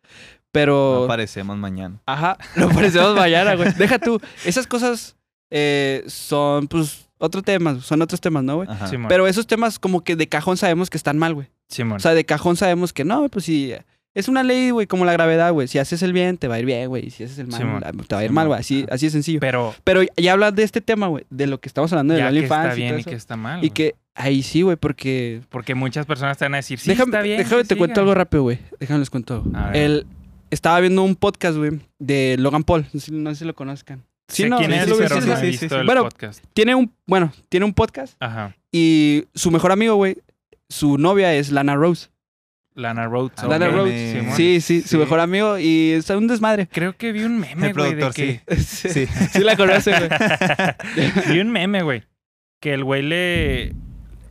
S1: Pero,
S2: aparecemos mañana.
S1: ajá, lo parecemos mañana, güey. Deja tú, esas cosas eh, son, pues, otro tema, son otros temas, ¿no, güey?
S2: Ajá.
S4: Simón,
S1: Pero esos temas como que de cajón sabemos que están mal, güey.
S4: Simón.
S1: O sea, de cajón sabemos que no, pues si es una ley, güey, como la gravedad, güey. Si haces el bien, te va a ir bien, güey. Si haces el mal,
S4: Simón.
S1: la- te va a ir
S2: Simón.
S1: mal, güey. Así, así es sencillo.
S4: pero
S1: Pero ya hablas de este tema, güey, de lo que estamos hablando de
S4: ya
S1: la
S4: que está
S1: infancia y,
S4: bien
S1: todo
S4: y
S1: eso.
S4: que está mal.
S1: Y
S4: güey.
S1: que ahí sí, güey, porque
S4: Porque muchas personas te van a decir, sí,
S1: déjame,
S4: está bien.
S1: déjame
S4: que
S1: te cuento
S4: sigan.
S1: algo rápido, güey. Déjame les cuento.
S4: A ver.
S1: El estaba viendo un podcast, güey, de Logan Paul, no sé, no sé si lo conozcan. Sí,
S4: sé
S1: no,
S4: quién
S1: sí,
S4: es,
S1: sí, lo vi,
S4: pero
S1: sí,
S4: no
S1: sí.
S4: he
S2: sí,
S4: visto
S2: sí.
S4: el
S1: Bueno,
S4: podcast.
S1: Tiene un, bueno, tiene un podcast
S4: Ajá.
S1: y su mejor amigo, güey, su novia es Lana Rose.
S4: Lana Rhodes.
S1: Lana
S4: ok.
S1: Rhodes,
S4: Simón.
S1: Sí, sí,
S2: Sí.
S1: su mejor amigo y es un desmadre.
S4: Creo que vi un meme,
S2: El
S4: güey, de
S2: productor,
S4: que...
S2: sí. Sí.
S1: Sí la conoce, güey.
S4: Vi un meme, güey. Que el güey le.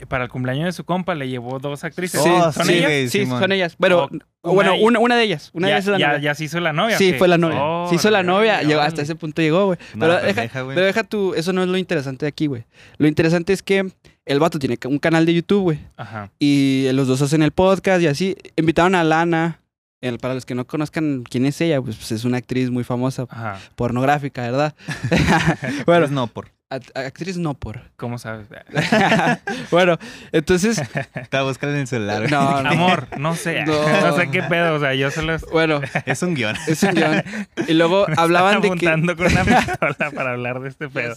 S4: Para el cumpleaños de su compa le llevó dos actrices.
S1: Sí,
S2: Oh,
S4: ¿Son
S2: sí,
S4: ellas?
S2: güey,
S1: Sí,
S2: Simón.
S1: son ellas. Pero,
S4: O-
S1: o bueno,
S4: Oh, una-
S1: una, una de ellas. Una
S4: ya,
S1: de ellas es la
S4: ya-
S1: novia.
S4: ya se hizo la novia.
S1: Sí,
S4: ok.
S1: fue la novia.
S4: Oh,
S1: se hizo la novia, llegó
S4: órale. pues
S1: hasta ese punto llegó, güey.
S2: No,
S1: Pero deja-
S2: pendeja, güey.
S1: Pero deja tú, eso no es lo interesante de aquí, güey. Lo interesante es que el vato tiene un canal de YouTube, güey.
S4: Ajá.
S1: Y los dos hacen el podcast y así. Invitaron a Lana. El- para los que no conozcan quién es ella, pues, pues, es una actriz muy famosa,
S4: Ajá.
S1: pornográfica, ¿verdad? bueno,
S2: Pues no, por.
S1: act- actriz no por.
S4: ¿Cómo sabes?
S1: bueno, entonces,
S2: Te va a buscar en el celular. güey.
S1: no, no.
S4: Amor, no sé. No.
S1: No.
S4: sé qué pedo. O sea, yo se los.
S1: Bueno,
S2: Es un guión.
S1: es un guión. Y luego hablaban de que.
S4: apuntando con una pistola para hablar de este pedo.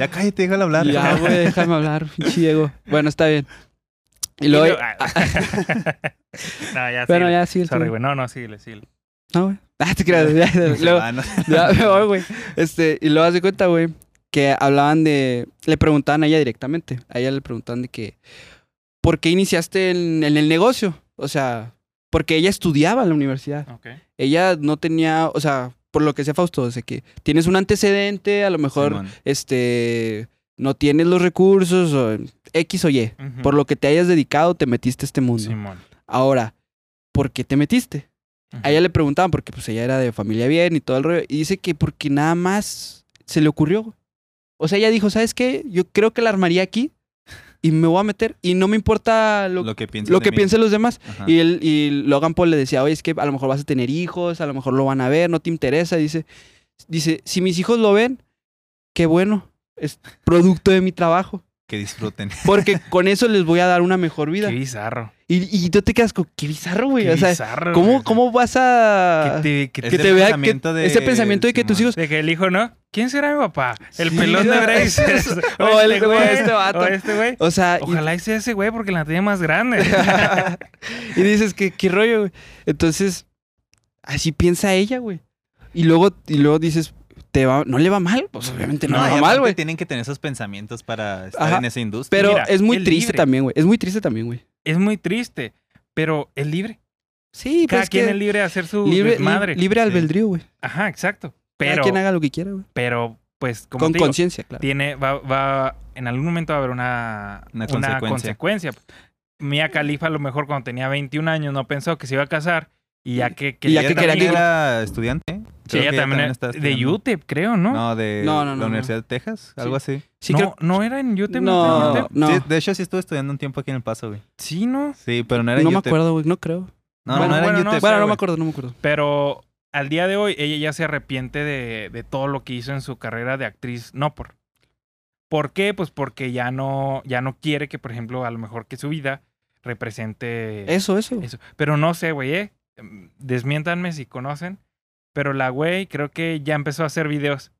S2: Ya cállate, déjalo hablar.
S1: Ya, güey, déjame hablar, pinche Diego. Bueno, está bien. Y
S4: no,
S1: luego.
S4: ya
S1: bueno,
S4: síguele.
S1: ya sí. el
S4: ah, Sorry,
S1: tuyo.
S4: güey. No, no, síguele, síguele.
S1: No, güey. Ah, te creas. Ya, ya,
S2: Se
S1: luego-
S2: va, no-
S1: ya me voy, güey. Este, y luego haz de cuenta, güey, que hablaban de. Le preguntaban a ella directamente. A ella le preguntaban de que. ¿Por qué iniciaste en, en el negocio? O sea, porque ella estudiaba en la universidad.
S4: Ok.
S1: Ella no tenía. O sea, por lo que sea Fausto, o sea, que tienes un antecedente, a lo mejor,
S2: Simón.
S1: este. No tienes los recursos, o X o Y.
S4: Ujú.
S1: Por lo que te hayas dedicado, te metiste a este mundo.
S4: Simón.
S1: Ahora, ¿por qué te metiste? A ella le preguntaban porque pues ella era de familia bien y todo el rollo. Y dice que porque nada más se le ocurrió. O sea, ella dijo, ¿sabes qué? Yo creo que la armaría aquí y me voy a meter y no me importa lo,
S2: Lo que piensen.
S1: lo
S2: de
S1: que
S2: mí.
S1: piensen los demás.
S2: Ajá.
S1: Y, él, y Logan Paul le decía, oye, es que a lo mejor vas a tener hijos, a lo mejor lo van a ver, no te interesa. Dice, dice si mis hijos lo ven, qué bueno, es producto de mi trabajo.
S2: Que disfruten.
S1: Porque con eso les voy a dar una mejor vida.
S4: Qué bizarro.
S1: Y, y tú te quedas con qué bizarro, güey.
S4: Qué
S1: O sea,
S4: bizarro.
S1: ¿cómo,
S4: güey.
S1: cómo vas
S4: Que
S1: a.
S4: te- que
S1: Que
S2: Ese
S1: te vea que,
S2: pensamiento de-
S1: ese pensamiento de que tus
S2: Simón.
S1: hijos.
S4: De que el hijo, ¿no? ¿Quién será mi papá? El
S1: Sí,
S4: pelón de
S1: no,
S4: Grace.
S1: eso- o el- o este vato.
S4: O este güey.
S1: O sea, y-
S4: Ojalá y sea ese güey porque la tiene más grande.
S1: y, dices que qué rollo, güey. Entonces, así piensa ella, güey. Y luego, y luego dices, te va, no le va mal. Pues obviamente no,
S2: No,
S1: le
S2: y
S1: va
S2: aparte
S1: mal, güey.
S2: Tienen que tener esos pensamientos para estar
S1: Ajá.
S2: en esa industria.
S1: Pero
S4: mira,
S1: es muy
S4: él
S1: triste
S4: libre.
S1: también, güey. Es muy triste también, güey.
S4: es muy triste, pero es libre.
S1: Sí, pero
S4: Cada
S1: es
S4: quien
S1: que
S4: es libre de hacer su
S1: libre, li-
S4: madre.
S1: libre albedrío, güey.
S4: Ajá, exacto.
S1: Cada
S4: Pero,
S1: quien haga lo que quiera, güey.
S4: pero pues, como
S1: Con
S4: te digo,
S1: conciencia, claro.
S4: tiene, va, va, en algún momento va a haber una,
S2: Una
S4: una,
S2: consecuencia.
S4: consecuencia. Mia Khalifa, a lo mejor cuando tenía 21 años, no pensó que se iba a casar y ya que,
S1: Y ya
S4: ella
S1: que quería
S4: también
S1: que-
S4: era-
S2: era estudiante.
S4: sí,
S2: Creo
S4: ella
S2: que
S4: también era
S2: está
S4: de
S2: estudiando.
S4: UTEP, creo, ¿no?
S2: No, de
S1: No, no, no,
S2: la
S1: no.
S2: Universidad de Texas, algo así.
S1: Sí,
S4: no,
S1: creo-
S4: no era en UTEP.
S1: No,
S4: tenía UTEP.
S1: no.
S2: Sí, de hecho, sí estuve estudiando un tiempo aquí en El Paso, güey.
S4: Sí, ¿no?
S2: Sí, pero no era
S1: no
S2: en
S1: me
S2: UTEP.
S1: acuerdo, güey. No creo.
S2: No,
S4: Bueno,
S2: no era
S4: bueno,
S2: en
S4: no
S2: UTEP.
S4: sé.
S1: Bueno, no
S4: güey.
S1: me acuerdo, no me acuerdo.
S4: Pero al día de hoy ella ya se arrepiente de, de todo lo que hizo en su carrera de actriz, no por. ¿Por qué? Pues porque ya no, ya no quiere que, por ejemplo, a lo mejor que su vida represente
S1: Eso, eso.
S4: eso. Pero no sé, güey, eh. Mm, Desmiéntanme si conocen. Pero la güey creo que ya empezó a hacer videos.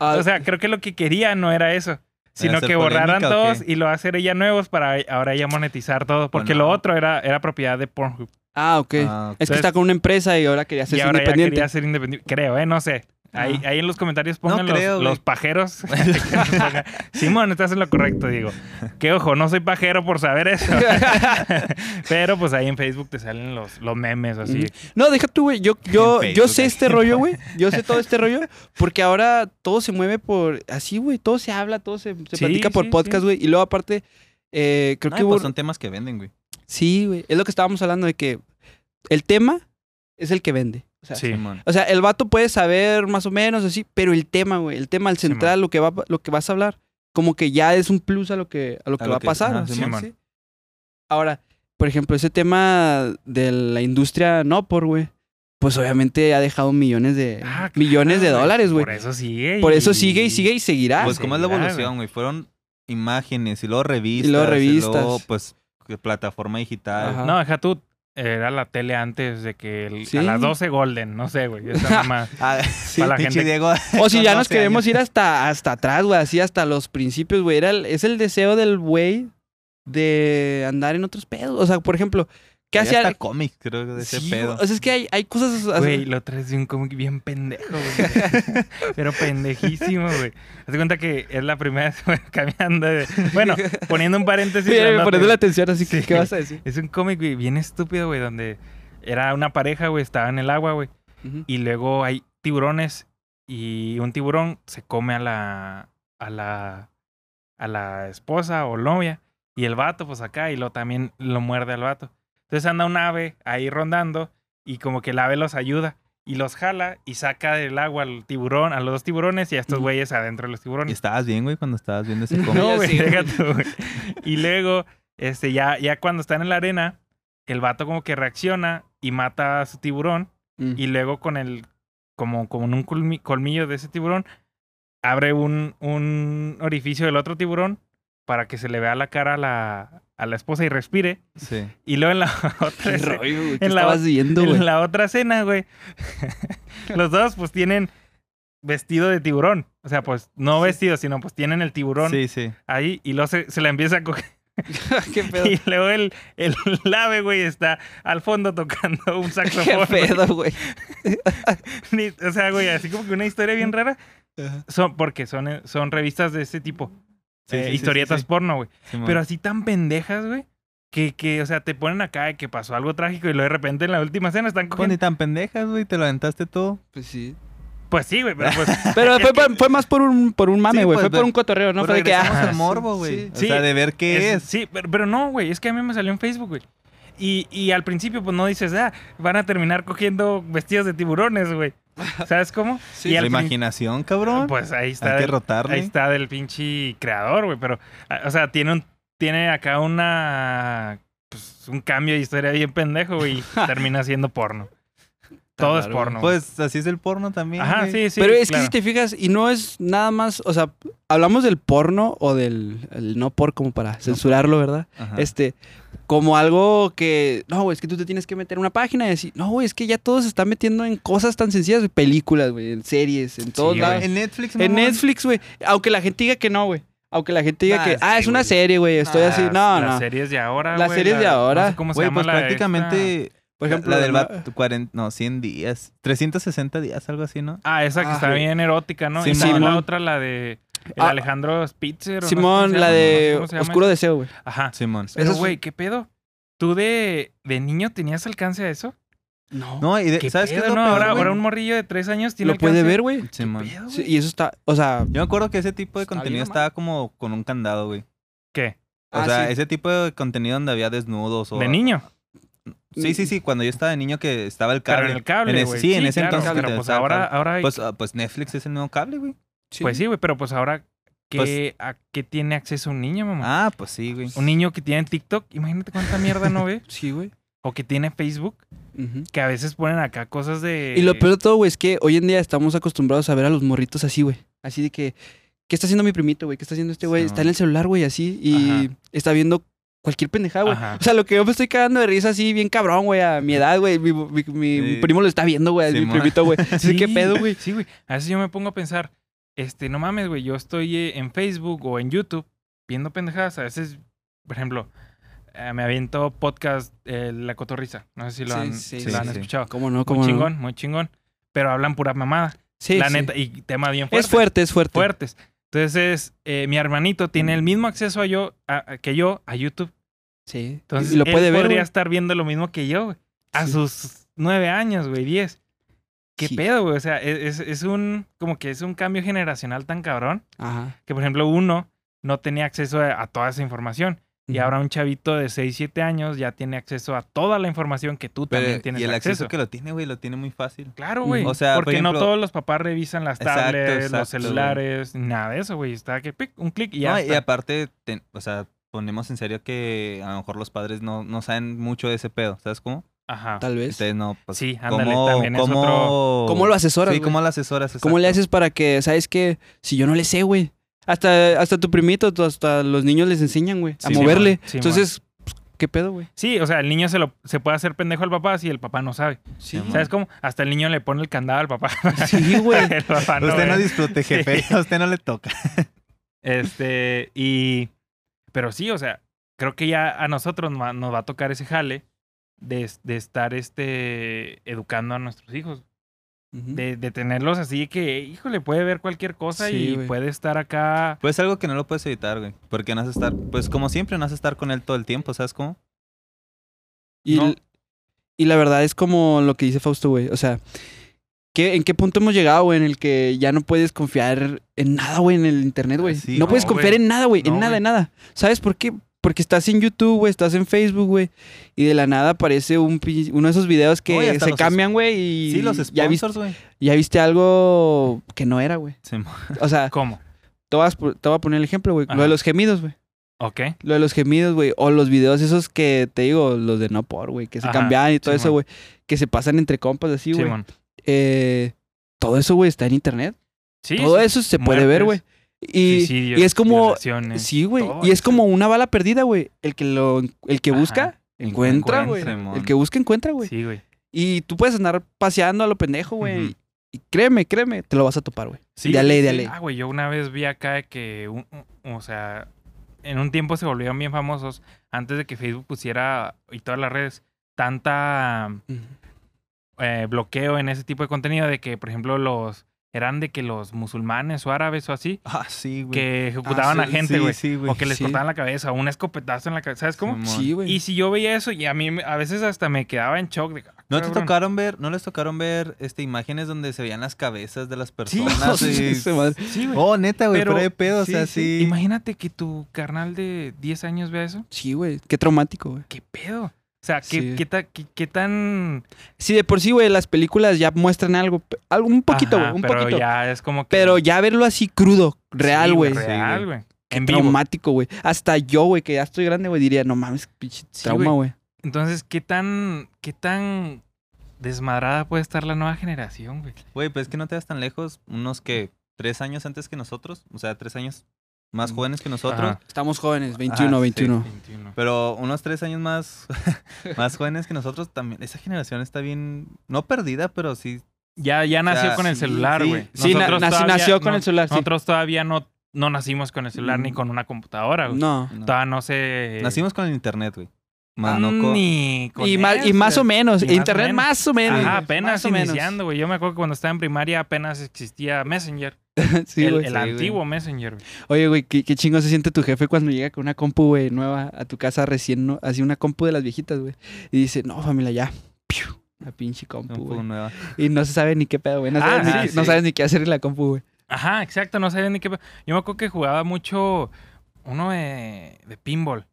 S1: Ah,
S4: O sea, creo que lo que quería no era eso. Sino
S2: Ah, hacer
S4: que borraran
S2: polémica o
S4: todos
S2: qué?
S4: y lo va a hacer ella nuevos para ahora ella monetizar todo. Porque
S2: Bueno.
S4: lo otro era, era propiedad de Pornhub.
S1: ah, ok.
S2: Ah, ok.
S1: Es que
S4: Entonces-
S1: está con una empresa y ahora quería
S4: y
S1: hacerse
S4: ahora ya
S1: independiente. Ah.
S4: quería ser independiente. Creo, ¿eh? No sé. Ahí, ahí en los comentarios pongan los-
S2: creo,
S4: los,
S2: güey.
S4: pajeros. que nos pongan. Simón, estás en lo correcto, digo. Que ojo, no soy pajero por saber eso. Pero pues ahí en Facebook te salen los, los memes así.
S1: No, deja tú, güey. Yo, yo,
S2: Bien
S1: yo
S2: Facebook,
S1: sé
S2: ahí.
S1: este rollo, güey. Yo sé todo este rollo. Porque ahora todo se mueve por así, güey. Todo se habla, todo se, se
S4: Sí,
S1: platica por
S4: sí,
S1: podcast,
S4: sí.
S1: güey. Y luego, aparte, eh, creo
S2: Ay,
S1: que
S2: pues
S1: hubo-
S2: son temas que venden, güey.
S1: Sí, güey. Es lo que estábamos hablando de que el tema es el que vende. O sea,
S4: Sí.
S2: Simón.
S1: o sea, el vato puede saber más o menos así, pero el tema, güey, el tema al central, lo que va lo que vas a hablar, como que ya es un plus a lo que a lo que
S2: lo
S1: va
S2: que-
S1: a pasar,
S2: ajá,
S1: ¿sí?
S4: Simón.
S1: Sí. Ahora, por ejemplo, ese tema de la industria no por, güey, pues obviamente ha dejado millones de
S4: Ah,
S1: Mm, millones de
S4: claro,
S1: dólares, güey.
S4: Por eso sigue.
S1: Por eso sigue y sigue y
S4: Ah,
S1: seguirá.
S2: Pues como es la
S4: seguirá, güey.
S2: evolución, güey. Fueron imágenes y luego revistas.
S1: revistas.
S2: luego, pues, que plataforma digital.
S1: Ajá.
S4: No, deja tú. Era la tele antes de que el-
S1: Sí.
S4: a las 12 Golden, no sé, güey. Esa mamá.
S2: Ah,
S4: Para la
S2: pinche
S4: gente-
S2: Diego.
S1: O si ya nos
S2: con 12 años.
S1: queremos ir hasta, hasta atrás, güey, así hasta los principios, güey. Era el- es el deseo del güey de andar en otros pedos. O sea, por ejemplo, ¿qué
S2: Había hasta
S1: hacía?
S2: cómics, creo, de ese
S1: Sí,
S2: pedo.
S1: güey, O sea, es que hay, hay cosas. así-
S4: Güey, lo traes de un cómic bien pendejo, güey. Pero pendejísimo, güey. Hazte cuenta que es la primera vez güey, cambiando de... Bueno, poniendo un paréntesis.
S1: Mira,
S4: grandote,
S1: me poniendo la atención, así que,
S4: Sí.
S1: ¿qué vas a decir?
S4: Es un cómic, güey, bien estúpido, güey, donde era una pareja, güey, estaba en el agua, güey. Y luego hay tiburones y un tiburón se come a la... a la... a la esposa o novia. Y el vato, pues acá, y lo también lo muerde al vato. Entonces anda un ave ahí rondando y como que el ave los ayuda y los jala y saca del agua al tiburón, a los dos tiburones y a estos
S1: Ujú.
S4: güeyes adentro de los
S2: ¿Y
S4: tiburones.
S2: estabas bien, güey, cuando estabas viendo ese cómic?
S4: Mm. No,
S3: Ya
S4: güey,
S3: sí, güey.
S4: deja tú, güey. Y luego, este, ya, ya cuando están en la arena, el vato como que reacciona y mata a su tiburón
S1: Mm.
S4: y luego con el, como, como en un colmi- colmillo de ese tiburón, abre un, un orificio del otro tiburón para que se le vea la cara a la, a la esposa y respire.
S2: Sí.
S4: Y luego en la otra...
S1: Qué rollo, güey. ¿Qué
S4: en la-
S1: estabas viendo, güey?
S4: En la otra escena, güey. los dos, pues, tienen vestido de tiburón. O sea, pues, no
S1: Sí.
S4: vestido, sino pues tienen el tiburón
S2: Sí, sí.
S4: ahí y luego se, se la empieza a coger.
S1: ¿Qué pedo?
S4: Y luego el, el ave, güey, está al fondo tocando un
S1: ¿Qué
S4: saxofón. güey.
S1: pedo, güey?
S4: Ni- o sea, güey, así como que una historia bien rara. Son, porque son, eh, son revistas de este tipo.
S2: Sí,
S4: eh,
S2: sí, sí,
S4: historietas
S2: sí, sí.
S4: porno, güey.
S2: Simón.
S4: Pero así tan pendejas, güey. Que, que, o sea, te ponen acá de que pasó algo trágico y luego de repente en la última escena están
S2: Pues ni
S4: cogiendo.
S2: tan pendejas, güey, te lo aventaste todo.
S1: Pues sí.
S4: Pues sí, güey, pero pues
S1: Pero fue, por- fue más por un, por un mame,
S2: Sí,
S1: güey.
S2: pues,
S1: fue por
S2: pero-
S1: un cotorreo, ¿no?
S2: Pero
S1: Fue de que,
S2: regresamos
S1: ah,
S2: al
S1: sí,
S2: morbo, güey.
S1: sí.
S2: O
S4: Sí.
S2: sea, de ver qué es.
S4: Sí, pero, pero no, güey. Es que a mí me salió en Facebook, güey. Y, y al principio, pues no dices, ah, van a terminar cogiendo vestidos de tiburones, güey. ¿Sabes cómo?
S1: Sí.
S4: y
S2: La
S4: al prin-
S2: imaginación, cabrón.
S4: Pues ahí está.
S2: Hay que
S4: del-
S2: rotarle.
S4: ahí está del pinche creador, güey. Pero, ah, o sea, tiene un, tiene acá una. Pues un cambio de historia bien pendejo, güey. y termina siendo porno. Todo es
S1: raro,
S4: porno. güey.
S2: Pues así es el porno también.
S4: Ajá,
S2: güey.
S4: sí, sí.
S1: Pero es
S4: claro.
S1: que si te fijas, y no es nada más, o sea, hablamos del porno o del el no por como para censurarlo, ¿verdad?
S2: Ajá.
S1: Este, como algo que, no, güey, es que tú te tienes que meter en una página y decir, no, güey, es que ya todos se están metiendo en cosas tan sencillas, güey, películas, güey, en series, en todos
S4: Sí,
S1: lados.
S2: En Netflix,
S1: En
S2: mamón.
S1: Netflix, güey, aunque la gente diga que no, güey. Aunque la gente diga
S2: Nah,
S1: que, ah,
S2: sí,
S1: es una
S2: güey.
S1: serie, güey, estoy
S4: Ah,
S2: Nah,
S1: así.
S2: sí,
S1: No,
S4: Las
S1: no.
S4: series de ahora,
S1: Las
S4: güey,
S1: series de
S4: no sé
S1: ahora.
S4: cómo se
S2: Güey,
S4: llama
S2: pues
S4: la de esta.
S2: prácticamente.
S1: Por ejemplo,
S2: la del
S1: la-
S2: vato, 40, no, 100 días. 360 días, algo así, ¿no?
S4: Ah, esa que
S1: Ah,
S4: está
S1: güey.
S4: bien erótica, ¿no? y
S2: Simón.
S4: también la
S1: Simón.
S4: otra, la de el
S1: Ah,
S4: Alejandro Spitzer. o no sé cómo
S1: Simón,
S4: se
S1: la
S4: llama, no sé
S1: de
S4: cómo se llama.
S1: Oscuro Deseo, güey.
S4: Ajá.
S2: Simón.
S1: Esa
S4: Pero,
S1: es-
S4: güey, ¿qué pedo? ¿Tú de, de niño tenías alcance a eso?
S1: No.
S2: No, y de-
S4: ¿Qué
S2: ¿sabes
S4: pedo,
S2: qué es lo
S4: no?
S2: peor,
S4: ahora,
S2: güey?
S4: ahora un morrillo de tres años tiene
S1: Lo puede
S4: alcance.
S1: ver, güey.
S2: Simón.
S4: ¿Qué pedo,
S1: Sí,
S4: güey?
S1: y eso está, o sea,
S2: Yo me acuerdo que ese tipo de
S1: Está
S2: contenido
S1: bien,
S2: estaba como con un candado, güey.
S4: ¿Qué?
S2: O
S1: Ah,
S2: sea,
S1: sí.
S2: ese tipo de contenido donde había desnudos o...
S4: ¿De niño?
S2: Sí, sí, sí. Cuando yo estaba de niño que estaba el cable.
S4: Pero en el cable,
S2: En
S4: güey.
S2: ese- sí, en ese
S4: claro,
S2: entonces que
S4: Pero
S2: te
S4: pues
S2: usaba
S4: ahora,
S2: cable.
S4: ahora hay-
S2: Pues, ah, pues Netflix es el nuevo cable, güey.
S4: pues sí, güey, pero pues ahora, ¿qué,
S2: Pues-
S4: ¿a qué tiene acceso un niño, mamá?
S2: Ah, pues sí, güey.
S4: Mm. Un niño que tiene TikTok, imagínate cuánta mierda no ve.
S1: Sí, güey.
S4: O que tiene Facebook,
S1: Ujú.
S4: que a veces ponen acá cosas de...
S1: Y lo peor de todo, güey, es que hoy en día estamos acostumbrados a ver a los morritos así, güey. Así de que, ¿qué está haciendo mi primito, güey? ¿Qué está haciendo este güey?
S2: Sí,
S1: está
S2: man.
S1: en el celular, güey, así. Y
S4: Ajá.
S1: está viendo cualquier pendejada, güey.
S4: Ajá.
S1: O sea, lo que yo me estoy cagando de risa así, bien cabrón, güey, a mi edad, güey. Mi, mi- mi
S2: Sí.
S1: primo lo está viendo, güey, es
S2: Sí,
S1: mi
S2: man.
S1: primito, güey. Así que, pedo, güey.
S4: Sí, güey. A veces yo me pongo a pensar, este, no mames, güey, yo estoy eh, en Facebook o en YouTube viendo pendejadas. A veces, por ejemplo, eh, me aviento podcast eh, La Cotorrisa. No sé si lo
S1: Sí,
S4: han,
S1: sí,
S4: si
S2: sí,
S4: lo han
S2: sí.
S4: escuchado.
S1: ¿Cómo no? ¿Cómo
S4: Muy
S1: no?
S4: chingón, muy chingón. Pero hablan pura mamada.
S1: Sí,
S4: la
S1: sí.
S4: neta, y tema bien fuerte.
S1: Es fuerte, es fuerte.
S4: Fuertes. Entonces, eh, mi hermanito tiene el mismo acceso a yo, a- a- que yo a YouTube.
S1: Sí.
S4: Entonces,
S1: y lo
S4: él
S1: puede ver,
S4: podría
S1: güey.
S4: estar viendo lo mismo que yo, güey. A
S1: Sí.
S4: sus nueve años, güey, diez. ¿Qué
S1: Sí.
S4: pedo, güey? O sea, e-, es, es- es un... Como que es un cambio generacional tan cabrón
S1: Ajá.
S4: que, por ejemplo, uno no tenía acceso a, a toda esa información. Y ahora un chavito de 6, 7 años ya tiene acceso a toda la información que tú
S2: Pero,
S4: también tienes
S2: y el acceso
S4: acceso.
S2: que lo tiene, güey, lo tiene muy fácil.
S4: Claro, güey.
S2: O sea, por
S4: porque no
S2: ejemplo-
S4: todos los papás revisan las
S2: Exacto,
S4: tablets,
S2: exacto,
S4: los celulares, nada de eso, güey. Está que pic, un clic y ya
S2: No, y
S4: está.
S2: aparte, ten- o sea, ponemos en serio que a lo mejor los padres no, no saben mucho de ese pedo, ¿sabes cómo?
S4: Ajá.
S1: Tal vez.
S2: Ustedes no, pues,
S4: Sí,
S2: ¿cómo,
S4: ándale, también es
S2: cómo,
S4: otro.
S1: ¿Cómo lo asesoras?
S2: Sí,
S1: güey?
S2: ¿cómo lo asesoras?
S1: ¿Cómo le
S2: Exacto.
S1: haces para que, sabes que, si yo no le sé, güey? Hasta, hasta tu primito, tu- hasta los niños les enseñan, güey, a
S4: Sí,
S1: moverle.
S4: Simón, Simón.
S1: Entonces, pues, ¿qué pedo, güey?
S4: Sí, o sea, el niño se, lo, se puede hacer pendejo al papá si el papá no sabe.
S1: Sí,
S2: Simón.
S4: ¿Sabes cómo? Hasta el niño le pone el candado al papá.
S1: sí, güey. Pues
S4: El papá Ah, no eh.
S2: Usted no
S4: ve.
S2: disfrute, jefe. A usted no le toca.
S4: Este, y. Pero sí, o sea, creo que ya a nosotros nos va, nos va a tocar ese jale de, de estar este, educando a nuestros hijos.
S1: Ujú.
S4: De, de tenerlos así que, híjole, puede ver cualquier cosa
S1: Sí,
S4: y
S1: güey.
S4: puede estar acá.
S2: Pues algo que no lo puedes evitar, güey. Porque no has de estar, pues como siempre, no has de estar con él todo el tiempo, ¿sabes cómo?
S1: Y,
S4: No.
S1: l- y la verdad es como lo que dice Fausto, güey. O sea, ¿qué, ¿en qué punto hemos llegado, güey? En el que ya no puedes confiar en nada, güey, en el internet, güey.
S2: Sí,
S1: no,
S4: no,
S1: puedes confiar
S4: güey.
S1: en nada, güey.
S4: No,
S1: en nada,
S4: güey.
S1: en nada. ¿Sabes por qué? Porque estás en YouTube, güey, estás en Facebook, güey. Y de la nada aparece un, pi- uno de esos videos que
S2: Oye, hasta
S1: se
S2: los
S1: cambian,
S2: es-
S1: güey. Y
S2: sí, los
S1: ya viste,
S2: sponsors, güey.
S1: ya viste algo que no era, güey.
S2: Sí, mo-
S1: O sea,
S4: ¿Cómo?
S1: te vas por- te voy a poner el ejemplo, güey. Lo
S4: Ajá.
S1: de los gemidos, güey.
S4: Ok.
S1: Lo de los gemidos, güey. O los videos esos que te digo, los de no por, güey. Que se
S4: Ajá,
S1: cambiaban y todo eso,
S4: Simón.
S1: güey. Que se pasan entre compas así, güey.
S4: Simón.
S1: Eh, todo eso, güey, está en internet.
S4: Sí,
S1: todo
S4: sí,
S1: eso se puede ver, güey.
S4: muertes,
S1: Y,
S4: suicidios,
S1: y es como.
S4: violaciones.
S1: Sí, güey.
S4: todo
S1: Y es
S4: eso.
S1: como una bala perdida, güey. El que lo, el que
S4: Ajá,
S1: busca, encuentra, güey.
S2: encuentra, mon.
S1: El que busca, encuentra, güey.
S4: Sí, güey.
S1: Y tú puedes andar paseando a lo pendejo, güey.
S4: Ujú.
S1: Y créeme, créeme, te lo vas a topar, güey.
S4: Sí,
S1: de a
S4: sí,
S1: ley, de a
S4: sí.
S1: ley.
S4: Ah, güey, yo una vez vi acá que, un- un- o sea, en un tiempo se volvieron bien famosos antes de que Facebook pusiera y todas las redes tanta eh, bloqueo en ese tipo de contenido de que, por ejemplo, los eran de que los musulmanes o árabes o así
S2: Ah, sí, güey.
S4: que ejecutaban
S2: Ah,
S4: a
S2: sí,
S4: gente,
S2: sí,
S4: güey.
S2: Sí, güey.
S4: o que les
S1: sí.
S4: cortaban la cabeza, o un escopetazo en la cabeza, ¿sabes cómo?
S2: Simón.
S1: Sí, güey.
S4: Y si yo veía eso, y a mí me- a veces hasta me quedaba en shock. De, ah,
S2: ¿No te
S4: cabrón.
S2: tocaron ver, no les tocaron ver este imágenes donde se veían las cabezas de las
S1: Sí,
S2: personas? y-
S1: esa madre.
S4: Sí, güey.
S2: Oh, neta, güey, pero,
S4: Pero-
S2: de pedo,
S4: Sí,
S2: o sea,
S4: sí.
S2: sí.
S4: Imagínate que tu carnal de 10 años vea eso.
S1: Sí, güey. Qué traumático, güey.
S4: ¿Qué pedo? O sea, ¿qué,
S1: Sí.
S4: qué, ta- qué- qué tan...
S1: Sí, de por sí, güey, las películas ya muestran algo. pe- algo un poquito,
S4: Ajá,
S1: güey. Un
S4: pero
S1: poquito.
S4: ya es como que...
S1: Pero ya verlo así crudo, real,
S4: Sí,
S1: güey.
S4: Real, güey.
S1: Qué
S4: en vivo.
S1: traumático, güey. Hasta yo, güey, que ya estoy grande, güey, diría, no mames, pinche
S4: Sí,
S1: trauma, güey.
S4: Entonces, ¿qué tan... ¿Qué tan desmadrada puede estar la nueva generación, güey?
S2: Güey, pues es que no te vas tan lejos, unos que tres años antes que nosotros, o sea, tres años más
S1: Mm.
S2: jóvenes que nosotros,
S4: Ajá.
S1: Estamos jóvenes, 21,
S2: Ah, sí.
S1: 21.
S4: 21.
S2: pero unos tres años más, más jóvenes que nosotros también. Esa generación está bien, no perdida, pero sí.
S4: Ya, ya nació
S2: Ya,
S4: con el
S2: sí,
S4: celular,
S2: sí.
S4: güey.
S1: Sí, na-
S4: Nosotros
S1: nací-
S4: todavía
S1: nació con
S4: no-
S1: el celular, sí.
S4: Nosotros todavía no, no nacimos con el celular ni
S1: Mm.
S4: con una computadora, güey.
S1: No.
S2: no.
S4: Todavía no se...
S2: Nacimos con el internet, güey. Más no con-
S4: Ah, Ni con
S1: Y, ma- y
S4: eso.
S1: más o menos,
S4: Y más o
S1: internet
S4: menos.
S1: más o menos.
S4: Ajá,
S1: güey,
S4: apenas
S1: más o menos.
S4: iniciando, güey. Yo me acuerdo que cuando estaba en primaria apenas existía Messenger.
S1: Sí,
S4: el
S1: güey.
S4: el
S2: Sí, güey.
S4: antiguo Messenger. güey.
S1: Oye, güey, ¿qué, qué chingo se siente tu jefe cuando llega con una compu, güey, nueva a tu casa recién, ¿no? así una compu de las viejitas, güey. Y dice, no, familia, ya. Piu, La pinche
S2: no
S1: compu,
S2: fue
S1: güey.
S2: nueva.
S1: Y no se sabe ni qué pedo, güey. No,
S4: Ah,
S1: sabes, ni,
S4: sí,
S1: qué- no
S2: sí.
S1: sabes ni qué hacer en la compu, güey.
S4: Ajá, exacto. No sabía ni qué. pe- Yo me acuerdo que jugaba mucho uno de, de pinball.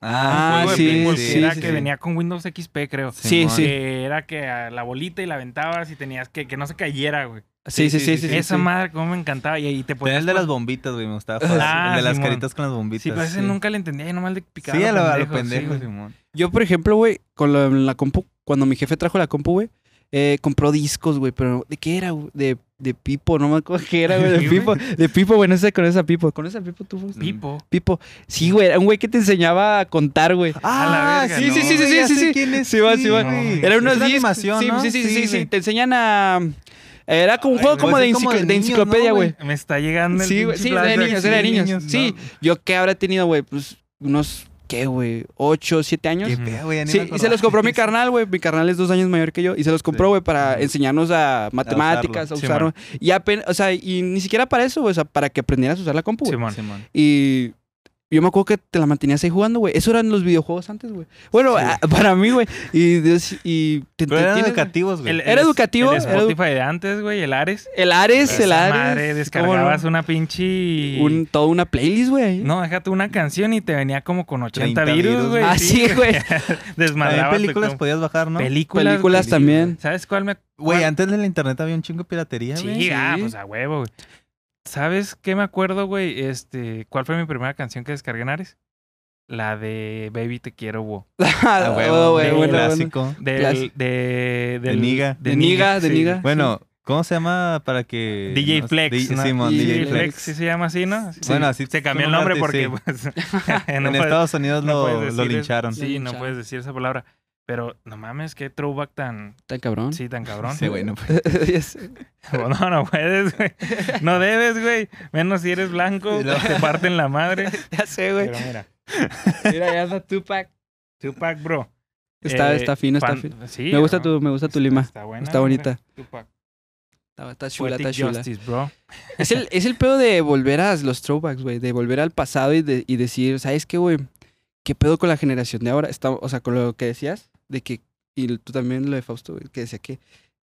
S1: Ah,
S4: Un juego de
S1: sí,
S4: pinball que
S1: sí,
S4: era
S1: sí,
S4: que
S1: sí.
S4: venía con Windows XP, creo.
S1: Sí,
S2: Simón.
S1: sí.
S4: Que era que a la bolita y la aventabas y tenías que que no se cayera, güey.
S1: Sí, sí, sí, sí. sí,
S4: Esa
S1: sí.
S4: madre cómo me encantaba. Y ahí te
S2: Tenía
S4: ponías.
S2: el de
S4: pues,
S2: las bombitas, güey, me gustaba jugar.
S4: Ah,
S2: el de las
S4: Simón.
S2: caritas con las bombitas.
S4: Sí, pero ese
S1: sí.
S4: nunca le entendía. Yo nomás le picaba.
S2: Sí, a
S4: lo
S2: la- a los
S4: pendejo, sí,
S2: pendejos,
S4: güey.
S2: Simón.
S1: Yo, por ejemplo, güey, con la, la compu, cuando mi jefe trajo la compu, güey, eh, compró discos, güey, pero ¿de qué era, güey? De, de Pipo, no me acuerdo qué era, güey, de
S4: Sí, güey.
S1: Pipo, de Pipo, güey, no sé, con esa Pipo, con esa Pipo tú, güey?
S4: Pues, Pipo.
S1: Pipo, sí, güey, era un güey que te enseñaba a contar, güey.
S4: la verga,
S2: Ah, sí,
S4: no.
S2: sí, sí, sí,
S1: Ya
S2: sí,
S1: sé
S2: sí,
S1: quién
S2: sí.
S1: es,
S2: Sí, va, sí, va.
S1: sí,
S4: güey.
S2: Era
S1: Era unos
S2: una
S1: discos.
S2: animación,
S1: sí,
S2: ¿no?
S1: sí, sí, sí, sí,
S2: güey.
S1: te enseñan a... Era como un
S4: Ay,
S1: juego
S4: güey,
S1: como de,
S2: es como
S1: enciclo-
S2: de
S1: de
S2: niños, ¿no,
S1: enciclopedia,
S2: güey?
S1: güey.
S4: Me está llegando el
S1: Sí, güey,
S4: pinche
S1: sí, era de
S4: flashback,
S1: niños, era de niños. Sí,
S4: No.
S1: yo qué habrá tenido, güey, pues unos, ¿qué, güey? ¿Ocho, siete años?
S2: Qué pedo, güey, ya ni me
S1: Sí, y se los
S2: acordaba.
S1: compró mi carnal, güey. Mi carnal es dos años mayor que yo. Y se los compró,
S2: Sí.
S1: güey, para
S2: Ujú.
S1: enseñarnos a matemáticas, a
S4: Sí,
S1: usar. y apenas, o sea, y ni siquiera para eso, güey. O sea, para que aprendieras a usar la compu, güey.
S4: Simón.
S2: Simón.
S1: Y Yo me acuerdo que te la mantenías ahí jugando, güey. Eso eran los videojuegos antes, güey. Bueno, a- para mí, güey. Y, Dios- y te
S2: Pero eran
S1: entretienes, güey.
S2: educativos, güey.
S1: ¿Era educativo?
S4: pues, El
S1: Era edu-
S4: Spotify de antes, güey, el Ares.
S1: El Ares, el
S4: Esa
S1: Ares.
S4: Madre, descargabas una pinche.
S1: ¿cómo no? Un- toda una playlist, güey.
S4: No, déjate una canción y te venía como con 80
S2: 30
S4: virus,
S2: virus,
S4: güey.
S1: ah, sí, güey.
S2: También
S4: Desmadraba.
S2: películas podías bajar, ¿no?
S4: películas.
S1: Películas
S2: películas.
S1: también.
S4: ¿Sabes cuál me.
S2: Güey,
S4: cuál-
S2: antes de la internet había un chingo de piratería, güey.
S4: Sí, ah,
S1: sí.
S4: pues a huevo, güey. ¿Sabes qué me acuerdo, güey? Este, ¿cuál fue mi primera canción que descargué en Ares? La de Baby Te Quiero, bo.
S2: Ah,
S1: Ah,
S2: güey,
S1: güey,
S4: de
S1: güey, bueno, bueno.
S2: clásico.
S4: Del,
S1: Clas-
S4: de, del-
S2: De Niga.
S1: De Niga, de
S4: sí.
S1: Niga.
S2: Bueno, ¿cómo se llama para que.
S4: DJ
S2: Eh, no sé,
S4: Flex.
S2: di-
S4: ¿no?
S2: Simón,
S1: DJ
S2: DJ Flex.
S1: Flex.
S4: sí se llama así, ¿no?
S1: Sí.
S2: Bueno, así
S4: Se cambió
S2: tú
S4: el nombre
S2: nombraste,
S4: porque
S2: sí.
S4: pues,
S2: En
S4: no puedes-
S2: Estados Unidos
S4: no
S2: lo,
S4: puedes
S2: lo
S4: decir-
S2: lincharon.
S4: Sí, no
S3: Lincharon.
S4: puedes decir esa palabra. Pero no mames, qué throwback tan.
S1: Tan cabrón.
S4: Sí, tan cabrón.
S2: Sí, güey, no puede-
S1: Ya sé.
S4: No, no puedes, güey. No debes, güey. Menos si eres blanco,
S2: Y luego-
S4: te parten la madre.
S1: ya sé, güey.
S4: Pero mira,
S3: Mira, ya está Tupac.
S4: Tupac, bro.
S1: Está,
S4: Eh,
S1: está fino, está
S4: fan-
S1: fino.
S4: Sí,
S1: Me gusta
S4: bro.
S1: tu, me gusta tu lima.
S4: Está buena.
S1: Está
S4: mira.
S1: bonita.
S4: Tupac.
S1: Está, está chula,
S4: Poetic
S1: está chula.
S4: Justice, bro.
S1: Es el, es el pedo de volver a los throwbacks, güey. De volver al pasado y, de- y decir, ¿sabes qué, güey? ¿Qué pedo con la generación de ahora? Está, o sea, con lo que decías, de que. Y tú también lo de Fausto, güey, que decía que.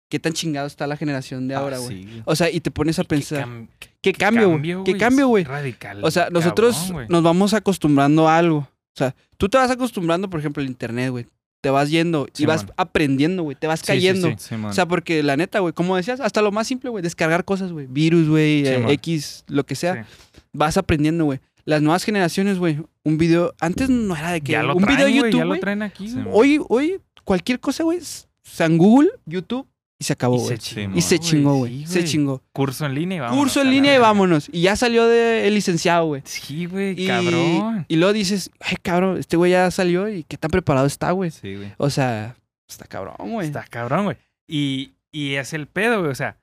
S1: ¿Qué tan chingado está la generación de ahora,
S2: Ah,
S1: güey?
S2: sí.
S1: O sea, y te pones a
S4: Qué
S1: pensar.
S4: cam-
S1: ¿Qué, cambio, güey? ¿Qué
S4: es
S1: cambio, güey?
S4: Radical.
S1: O sea,
S4: cabrón,
S1: nosotros
S4: güey.
S1: nos vamos acostumbrando a algo. O sea, tú te vas acostumbrando, por ejemplo, al internet, güey. Te vas yendo y vas
S4: Simón.
S1: aprendiendo, güey. Te vas
S4: Sí, sí,
S1: cayendo.
S4: sí.
S2: Simón.
S1: O sea, porque la neta, güey, como decías, hasta lo más simple, güey, descargar cosas, güey. Virus, güey,
S4: Sí,
S1: eh,
S4: man.
S1: X, lo que sea. Vas aprendiendo, güey. Las nuevas generaciones, güey. Un video. Antes no era de que.
S4: Ya lo
S1: un
S4: traen,
S1: video de
S4: güey,
S1: YouTube,
S4: Ya lo
S1: güey.
S4: traen aquí.
S2: Sí,
S4: güey.
S1: Hoy, hoy, cualquier cosa, güey. s- San Google, YouTube y se acabó,
S4: Y
S1: oh, güey.
S4: se
S2: Sí,
S4: chingó.
S1: Y se chingó,
S4: sí,
S1: güey. Se chingó.
S4: Curso en línea y vámonos.
S1: Curso
S4: a
S1: en
S4: la
S1: línea y
S4: verga.
S1: vámonos. Y ya salió de el licenciado, güey.
S4: Sí, güey,
S1: Y,
S4: cabrón.
S1: y luego dices, ay, cabrón, este güey ya salió y qué tan preparado está, güey.
S2: Sí, güey.
S1: O sea, está cabrón, güey.
S4: Está cabrón, güey. Y, y es el pedo, güey. O sea,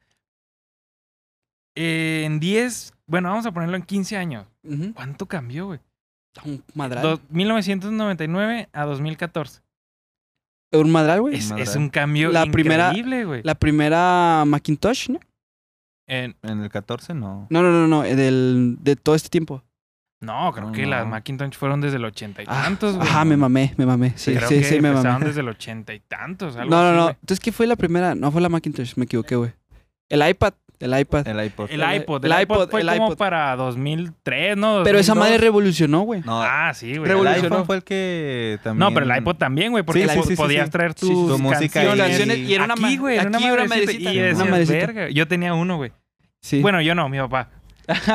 S4: eh, en 10, bueno, vamos a ponerlo en 15 años.
S1: Ujú.
S4: ¿Cuánto cambió, güey?
S1: Está Un madral.
S4: Do- 1999 a 2014.
S1: Un madral, güey.
S4: Es,
S2: Madre.
S4: es un cambio
S1: La primera-
S4: increíble, güey.
S1: La primera Macintosh, ¿no?
S4: En-
S2: En el 14 no.
S1: No, no, no, no, eh, del, de todo este tiempo.
S4: no, creo
S2: No,
S4: que
S2: no.
S4: las Macintosh fueron desde el 80 y
S1: Ah,
S4: tantos, güey.
S1: Ajá, me mamé, me mamé. Sí,
S4: creo
S1: sí,
S4: que
S1: sí, me
S4: empezaron
S1: mamé.
S4: desde el 80 y tantos.
S1: No,
S4: algo
S1: no,
S4: así,
S1: no.
S4: güey.
S1: Entonces, ¿qué fue la primera? No fue la Macintosh, me equivoqué, güey. El iPad, el iPad.
S2: El iPod.
S1: El
S4: El iPod. El,
S1: iPod,
S4: iPod fue
S1: el
S4: como
S1: iPod.
S4: para 2003, ¿no?
S1: Pero esa madre
S4: 2002.
S1: revolucionó, güey.
S2: No,
S4: Ah, sí, güey.
S2: el
S1: revolucionó.
S2: iPhone fue el que también.
S4: No, pero el iPod también, güey, porque
S2: Sí, sí,
S4: po-
S2: sí, sí,
S4: podías
S2: sí.
S4: traer tus
S1: Sí, sí,
S2: sí. Tu música
S4: canciones.
S2: y-
S1: Canciones, y era una
S4: aquí, güey, era
S1: aquí era
S4: una
S1: una
S4: madrecita. Y
S1: madrecita.
S4: decías,
S1: Una madrecita.
S4: verga. Yo tenía uno, güey.
S1: Sí.
S4: Bueno, yo no, mi papá.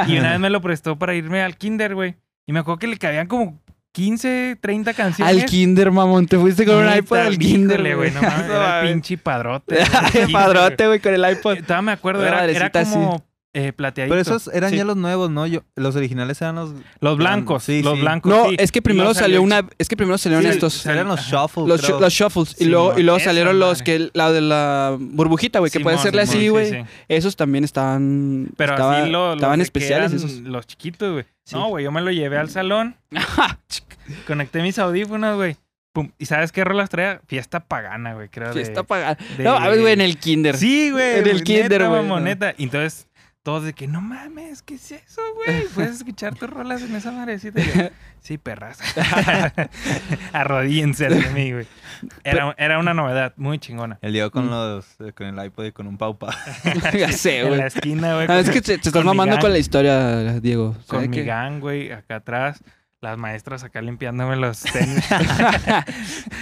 S4: Y una vez me lo prestó para irme al kinder, güey. Y me acuerdo que le cabían como 15, 30 canciones.
S1: al kinder, mamón. Te fuiste con un
S4: Neta,
S1: iPod al kinder,
S4: híjole,
S1: güey.
S4: No mames, era el
S1: mames.
S4: pinche padrote. güey, del
S1: Ay,
S4: kinder,
S1: Padrote, pues. güey, con el iPod.
S4: güey. Todavía me acuerdo,
S1: Una
S4: era, era
S1: madrecita así.
S4: como eh, plateadito.
S2: Pero esos eran
S1: Sí.
S2: ya los nuevos, ¿no? Yo, los originales eran los.
S4: Los blancos,
S2: Sí,
S4: los
S2: sí.
S4: blancos.
S1: No,
S4: sí.
S1: es que
S4: Y
S1: primero
S4: luego
S1: salió
S4: el
S1: una. Es que primero salieron
S4: Sí,
S1: estos.
S2: Eran los shuffle.
S1: Los,
S2: creo.
S1: shu- los shuffles. y
S4: Simón,
S1: luego, y luego
S4: esa
S1: salieron los
S4: madre.
S1: que. La de la burbujita, güey. Que puede
S4: Simón,
S1: hacerle
S4: Simón,
S1: así,
S4: sí,
S1: güey.
S4: sí.
S1: Esos también estaban.
S4: Pero
S1: estaba-
S4: así lo,
S1: estaban
S4: los de que
S1: especiales
S4: eran
S1: esos.
S4: Los chiquitos, güey.
S1: Sí.
S4: No, güey, yo me lo llevé al salón. Conecté mis audífonos, güey. Pum. ¿Y sabes qué rolas traía? Fiesta pagana, güey, creo. de-
S1: Fiesta pagada.
S4: de-
S1: No, a ver, güey, en el kinder.
S4: Sí, güey.
S1: En el
S4: güey,
S1: kinder,
S4: neta,
S1: güey,
S4: mamón,
S1: no.
S4: neta. Y entonces, todos de que, no mames, ¿qué es eso, güey? Puedes escuchar tus rolas en esa madrecita. Y yo, sí, perras. Arrodíense ante mí, güey. Era, era una novedad muy chingona.
S2: El Diego con
S1: Mm.
S2: los. eh, Con el iPod y con un paupa.
S1: ya sé,
S4: En
S1: Eh, güey.
S4: la esquina, güey.
S1: Ah, es que te, te estás
S4: con mi
S1: mamando
S4: gang.
S1: con la historia, Diego. O sea,
S4: con mi
S1: que-
S4: gang, güey, acá atrás. Las maestras acá limpiándome los tenis.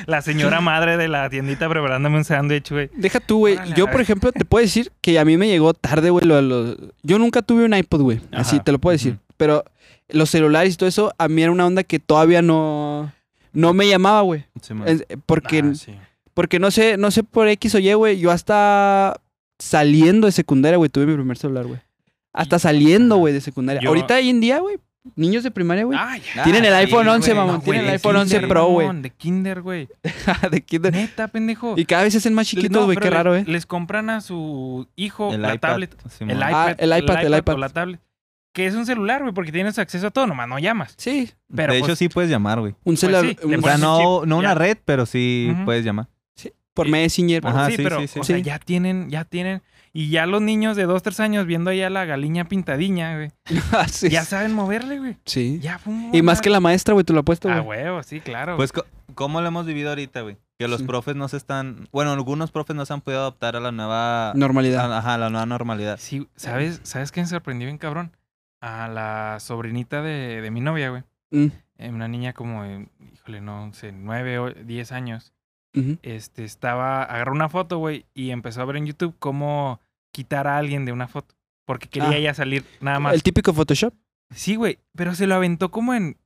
S4: la señora madre de la tiendita preparándome un sándwich, güey.
S1: Deja tú, güey.
S4: Órale, a
S1: Yo,
S4: ver.
S1: por ejemplo, te puedo decir que a mí me llegó tarde, güey. lo de los- Yo nunca tuve un iPod, güey. Así
S4: Ajá,
S1: te lo puedo decir. Pero los celulares y todo eso, a mí era una onda que todavía no. No me llamaba, güey.
S2: Simón.
S1: Es- Porque
S4: Ah, sí.
S1: Porque no sé, no sé por X o Y, güey. Yo hasta saliendo de secundaria, güey, tuve mi primer celular, güey. Hasta
S4: Y-
S1: saliendo,
S4: ajá.
S1: güey, de secundaria.
S4: ah, Yo-
S1: Ahorita hoy en día, güey, niños de primaria, güey.
S4: Ay, ay,
S1: Tienen el iPhone
S2: Ah, sí,
S1: 11,
S2: güey,
S1: mamón.
S2: no,
S1: tienen
S2: güey,
S1: el
S2: de
S1: iPhone 11
S4: Kinder,
S1: Pro, güey.
S4: mamón, De Kinder, güey.
S1: de kinder.
S4: Neta, pendejo.
S1: Y cada vez se hacen más chiquitos,
S4: Ah. No,
S1: güey.
S4: pero
S1: Qué
S4: les-
S1: raro, eh.
S4: Les compran a su hijo
S2: El
S4: la
S2: iPad.
S4: tablet.
S2: Simón.
S4: El iPad,
S1: Ah, el iPad, el
S4: o
S1: iPad.
S4: la tablet. Que es un celular, güey, porque tienes acceso a todo, nomás no llamas.
S1: Sí.
S4: Pero,
S2: de hecho,
S4: pues-
S2: sí puedes llamar, güey.
S1: Un celular
S4: sí, le
S1: un-
S2: O sea,
S4: pones un
S2: no,
S4: chip,
S2: no
S4: ya.
S2: una red, pero sí
S4: Ujú.
S2: puedes llamar.
S1: por Messenger. por-
S2: Ajá,
S4: sí,
S2: sí,
S4: pero
S2: sí, sí.
S4: o sea,
S1: Sí.
S4: ya tienen, ya tienen. Y ya los niños de 2, 3 años viendo ahí a la galiña pintadiña, güey.
S1: Ah, sí.
S4: Ya saben moverle, güey.
S1: Sí.
S4: Ya, pum,
S1: Y más
S4: ya.
S1: que la maestra, güey, te lo apuesto,
S4: Ah,
S1: güey.
S4: huevo, sí, claro.
S2: Pues, co- ¿cómo lo hemos vivido ahorita, güey? Que los
S1: Sí.
S2: profes no se están... Bueno, algunos profes no se han podido adaptar a la nueva...
S4: Ah,
S1: Normalidad.
S2: a- Ajá, a la nueva normalidad.
S4: Sí, ¿sabes, ¿sabes quién sorprendió bien cabrón? A la sobrinita de, de mi novia, güey.
S1: Mm,
S4: Eh, Una niña como, de, híjole, no sé, nueve o diez años.
S1: ujú.
S4: Este, estaba, agarró una foto, güey, y empezó a ver en YouTube cómo quitar a alguien de una foto. Porque quería
S1: Ah.
S4: ella salir nada más.
S1: El típico Photoshop.
S4: Sí, güey, pero se lo aventó como en...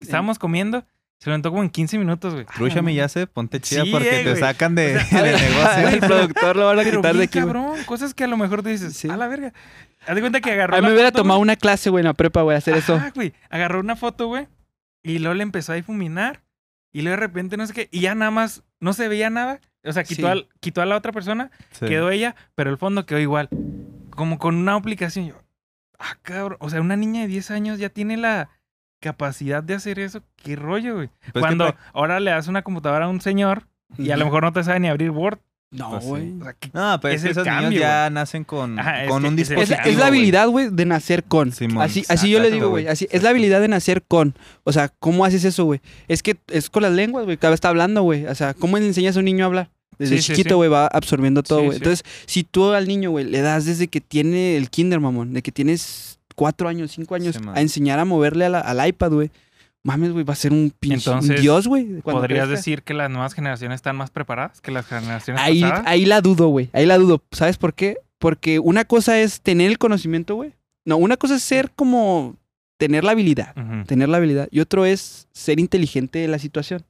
S4: Estábamos comiendo, se lo aventó como en 15 minutos,
S1: Ah,
S4: güey.
S2: Trúchame, ya sé, ponte chida
S4: Ah, Sí,
S2: porque
S4: eh,
S2: te
S4: güey.
S2: sacan de,
S4: O sea,
S2: del negocio.
S1: El productor lo van a
S4: Pero
S1: quitar de
S4: bien
S1: aquí, güey.
S4: cabrón, cosas que a lo mejor te dices,
S1: Sí.
S4: a la verga. Haz de cuenta que agarró
S1: A mí
S4: la
S1: me hubiera
S4: foto,
S1: tomado
S4: güey.
S1: una clase, güey, en la prepa, güey, hacer eso.
S4: Ajá, güey. Agarró una foto, güey, y luego le empezó a difuminar, y luego de repente no sé qué, y ya nada más no se veía nada. O sea, quitó,
S1: Sí.
S4: al- quitó a la otra persona,
S2: Sí.
S4: quedó ella, pero el fondo quedó igual. Como con una aplicación. Yo, ah, cabrón. O sea, una niña de 10 años ya tiene la capacidad de hacer eso. Qué rollo, güey.
S2: Pues es que
S4: Cuando
S2: pa-
S4: ahora le das una computadora a un señor y a lo mejor no te sabe ni abrir Word.
S1: No,
S2: Pues sí.
S1: güey.
S4: O sea, que-
S2: No, pero
S4: es
S2: es que
S4: el
S2: esos
S4: cambio,
S2: niños ya nacen con,
S4: Ajá, es
S2: con
S4: que
S2: un
S4: es
S1: Es
S4: el-
S1: la,
S2: dispositivo.
S1: es la
S2: güey.
S1: habilidad, güey, de nacer con.
S2: Simón,
S1: así, así yo le
S2: exacto,
S1: digo, güey.
S2: güey.
S1: Así, es la habilidad de nacer con. O sea, ¿cómo haces eso, güey? Es que es con las lenguas, güey. Cada vez está hablando, güey. O sea, ¿cómo le enseñas a un niño a hablar? Desde
S4: Sí, sí, sí.
S1: chiquito, güey, va absorbiendo todo,
S4: Sí,
S1: güey.
S4: sí.
S1: Entonces, si tú al niño, güey, le das desde que tiene el kinder, mamón, de que tienes cuatro años, cinco años,
S2: Sí, man.
S1: a enseñar a moverle a la- al iPad, güey. Mames, güey, va a ser un pinche un
S4: Entonces,
S1: dios, güey. cuando
S4: ¿Podrías
S1: crezca.
S4: decir que las nuevas generaciones están más preparadas que las generaciones
S1: Ahí,
S4: pasadas?
S1: ahí la dudo, güey. Ahí la dudo. ¿Sabes por qué? Porque una cosa es tener el conocimiento, güey. No, una cosa es ser como tener la habilidad.
S4: Ujú,
S1: Tener la habilidad. Y otro es ser inteligente de la situación.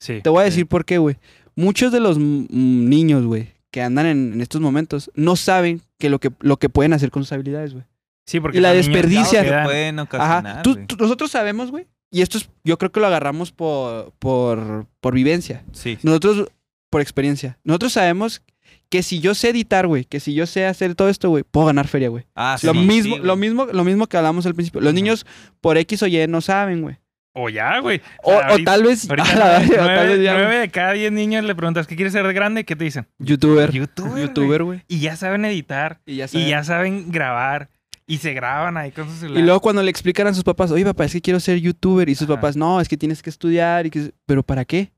S4: Sí.
S1: Te voy a
S2: Sí.
S1: decir por qué, güey. Muchos de los mm, niños, güey, que andan en, en estos momentos, no saben que lo que, lo que pueden hacer con sus habilidades, güey.
S4: Sí, porque
S1: y la
S4: son niños
S1: desperdicia.
S4: que
S2: Que
S4: dan-
S2: pueden
S1: Ajá.
S2: ocasionar,
S1: Tú-
S2: güey.
S1: tú- nosotros sabemos, güey. Y esto es, yo creo que lo agarramos por, por, por vivencia.
S2: Sí.
S1: Nosotros, por experiencia, nosotros sabemos que si yo sé editar, güey, que si yo sé hacer todo esto, güey, puedo ganar feria, güey.
S2: Ah,
S1: lo,
S2: sí,
S1: mismo,
S2: sí,
S1: lo,
S2: güey.
S1: mismo, lo mismo que hablamos al principio. Los
S4: Ajá.
S1: niños por X o Y no saben, güey.
S4: O ya, güey.
S1: O,
S4: sea,
S1: o
S4: ahorita-
S1: tal vez...
S4: Ahorita
S1: a la verga, o tal
S4: nueve,
S1: vez ya-
S4: nueve de cada diez niños le preguntas qué quieres ser de grande, ¿qué te dicen?
S1: Youtuber.
S4: Youtuber. güey.
S1: Youtuber, güey.
S4: Y ya saben editar,
S1: Y ya saben.
S4: y ya saben grabar, y se graban ahí con su celular.
S1: Y luego cuando le explican a sus papás, oye papá, es que quiero ser youtuber. Y sus
S4: Ajá.
S1: papás, no, es que tienes que estudiar. y que... Pero ¿para qué?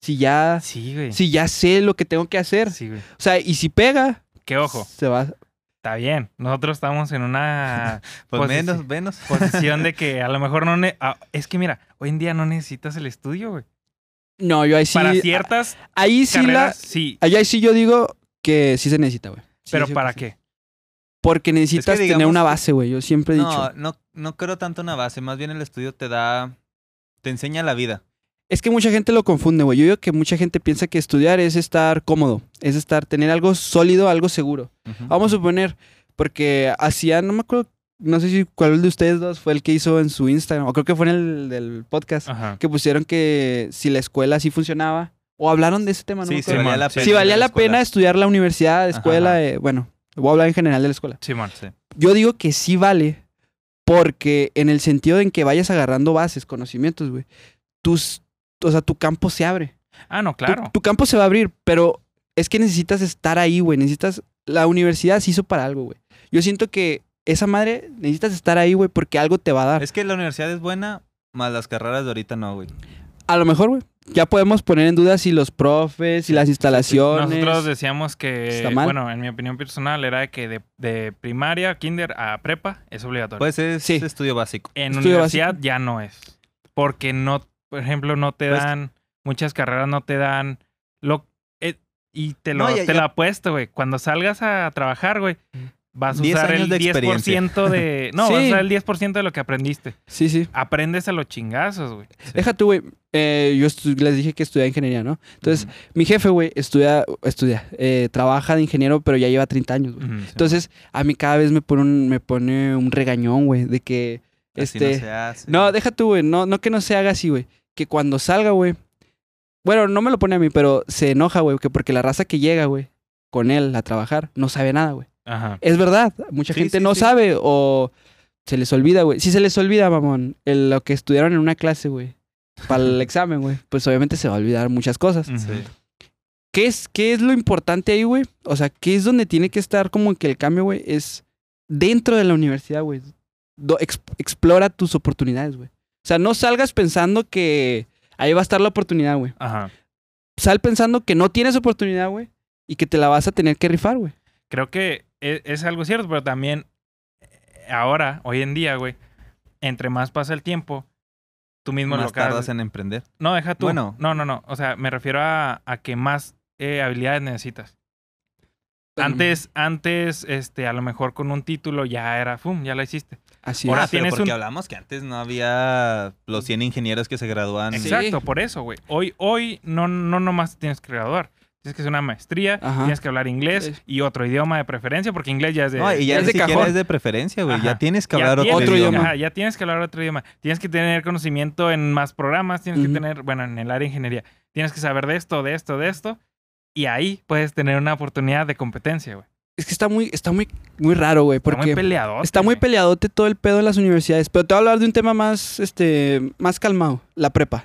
S1: Si ya,
S4: Sí, güey.
S1: si ya sé lo que tengo que hacer.
S4: Sí, güey.
S1: O sea, y si pega,
S4: Que ojo,
S1: se va.
S4: está bien. Nosotros estamos en una
S2: Pues,
S4: Pues sí,
S2: menos,
S4: sí.
S2: menos.
S4: posición de que a lo mejor no... ne- ah, es que mira, hoy en día no necesitas el estudio, güey.
S1: No, yo ahí sí.
S4: Para ciertas
S1: Ahí sí la,
S4: carreras, sí.
S1: Allá sí yo digo que sí se necesita, güey. Sí,
S4: Pero
S1: sí,
S4: ¿para
S1: sí.
S4: qué?
S1: Porque necesitas
S2: Es que
S1: tener
S2: digamos
S1: una
S2: que-
S1: base, güey. Yo siempre he dicho.
S2: No, no, no creo tanto una base. Más bien el estudio te da... Te enseña la vida.
S1: Es que mucha gente lo confunde, güey. Yo digo que mucha gente piensa que estudiar es estar cómodo, es estar, tener algo sólido, algo seguro.
S2: Ujú.
S1: Vamos a suponer, porque hacía, no me acuerdo, no sé si cuál de ustedes dos fue el que hizo en su Instagram, o creo que fue en el del
S2: Ah.
S1: podcast,
S4: Ajá.
S1: que pusieron que si la escuela sí funcionaba, o hablaron de ese tema, no me
S2: sí, sí,
S1: acuerdo.
S4: man.
S2: valía la
S4: Sí,
S2: pena.
S1: si valía la
S2: escuela.
S1: pena estudiar la universidad,
S2: Ajá,
S1: escuela,
S2: ajá.
S1: eh, bueno, voy a hablar en general de la escuela.
S4: Simón.
S2: Sí.
S1: Yo digo que sí vale, porque en el sentido en que vayas agarrando bases, conocimientos, güey, tus, o sea, tu campo se abre.
S4: Ah, no,
S1: Tu-
S4: claro.
S1: Tu, campo se va a abrir, pero es que necesitas estar ahí, güey. Necesitas, la universidad se hizo para algo, güey. Yo siento que esa madre, necesitas estar ahí, güey, porque algo te va a dar.
S2: Es que la universidad es buena, más las carreras de ahorita no, güey.
S1: A lo mejor, güey, ya podemos poner en duda si los profes, si las instalaciones.
S4: Nosotros decíamos que,
S1: Está mal.
S4: bueno, en mi opinión personal era que de, de primaria, kinder a prepa es obligatorio.
S2: Pues es
S1: Sí.
S2: estudio básico.
S4: en
S1: estudio
S4: universidad
S1: básico.
S4: ya no es. Porque no, por ejemplo, no te
S2: Pues-
S4: dan, muchas carreras no te dan lo eh, y te lo,
S2: No, ya-
S4: te
S2: ya-
S4: lo apuesto, güey. Cuando salgas a trabajar, güey, vas a
S2: 10
S4: usar el
S2: años de
S4: 10% de. No,
S1: Sí.
S4: vas a usar el 10% de lo que aprendiste.
S1: Sí, sí.
S4: Aprendes a los chingazos, güey.
S1: Deja tú, güey. eh, yo estu- les dije que estudié ingeniería, ¿no? Entonces, mi jefe, güey, estudia, estudia, eh, trabaja de ingeniero, pero ya lleva 30 años, güey.
S2: Mm,
S4: Ujú.
S1: Entonces, a mí cada vez me pone un, me pone un regañón, güey, de que
S2: Así
S1: este
S2: no se hace.
S1: no, deja tú, güey, no no que no se haga así, güey, que cuando salga, güey. Bueno, no me lo pone a mí, pero se enoja, güey, que porque la raza que llega, güey, con él a trabajar no sabe nada, güey.
S4: Ajá.
S1: Es verdad, mucha
S2: Sí,
S1: gente
S2: sí,
S1: no
S2: sí.
S1: sabe o se les olvida, güey. Si se les olvida, mamón, el- lo que estudiaron en una clase, güey, para el examen, güey, pues obviamente se va a olvidar muchas cosas.
S4: Ujú.
S2: Sí.
S1: ¿Qué es, ¿Qué es lo importante ahí, güey? O sea, ¿qué es donde tiene que estar como que el cambio, güey? Es dentro de la universidad, güey. Do- ex- explora tus oportunidades, güey. O sea, no salgas pensando que ahí va a estar la oportunidad, güey.
S4: Ajá.
S1: Sal pensando que no tienes oportunidad, güey. Y que te la vas a tener que rifar, güey.
S4: Creo que e- es, algo cierto, pero también eh, ahora, hoy en día, güey, entre más pasa el tiempo, tú mismo lo
S2: Más
S4: acabas-
S2: tardas en emprender.
S4: No, deja tú.
S2: Bueno.
S4: No, no, no. O sea, me refiero a, a que más eh, habilidades necesitas. Antes, antes, este, a lo mejor con un título ya era, ¡fum! Ya la hiciste.
S1: Así
S4: ahora
S2: Ah, pero
S4: tienes
S2: porque
S4: un-
S2: hablamos que antes no había los 100 ingenieros que se gradúan.
S1: Sí.
S4: Exacto, por eso, güey. Hoy, hoy no, no nomás tienes que graduar. Tienes que hacer una maestría,
S1: Ajá.
S4: tienes que hablar inglés
S1: Sí.
S4: y otro idioma de preferencia, porque inglés ya es de...
S2: No, y ya
S1: Es
S2: ni
S1: de
S2: siquiera
S1: cajón.
S2: es de preferencia, güey.
S4: Ajá.
S2: Ya tienes que
S4: Ya
S2: hablar
S4: tienes-
S1: Otro idioma.
S4: Ajá, ya tienes que hablar otro idioma. Tienes que tener conocimiento en más programas, tienes
S1: Ujú.
S4: que tener, bueno, en el área de ingeniería, tienes que saber de esto, de esto, de esto. Y ahí puedes tener una oportunidad de competencia, güey.
S1: Es que está muy, está muy, muy raro, güey.
S4: Está
S1: Porque
S4: muy peleado.
S1: está muy peleadote todo el pedo en las universidades. Pero te voy a hablar de un tema más, este, más calmado. La prepa.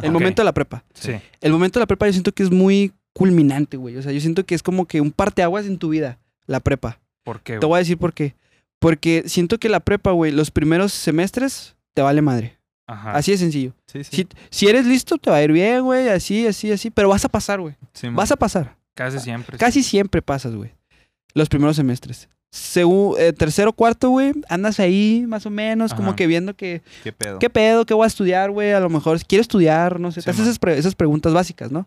S1: El
S4: ok.
S1: momento de la prepa.
S4: Sí.
S1: El momento de la prepa yo siento que es muy culminante, güey. O sea, yo siento que es como que un parteaguas en tu vida, la prepa.
S4: ¿Por qué,
S1: Te
S4: güey?
S1: voy a decir por qué. Porque siento que la prepa, güey, los primeros semestres te vale madre.
S4: Ajá.
S1: Así de sencillo.
S2: Sí, sí.
S1: Si, si eres listo, te va a ir bien, güey. Así, así, así. Pero vas a pasar, güey.
S2: Sí,
S1: Vas a pasar.
S4: Casi siempre.
S1: Casi siempre pasas, güey. Los primeros semestres. Segu- eh, tercero, cuarto, güey, andas ahí más o menos, como
S4: Ajá.
S1: que viendo que,
S2: ¿Qué pedo?
S1: ¿qué pedo? ¿Qué voy a estudiar, güey? A lo mejor quiero estudiar, no sé.
S2: Sí,
S1: te haces
S2: man.
S1: esas, pre- esas preguntas básicas, ¿no?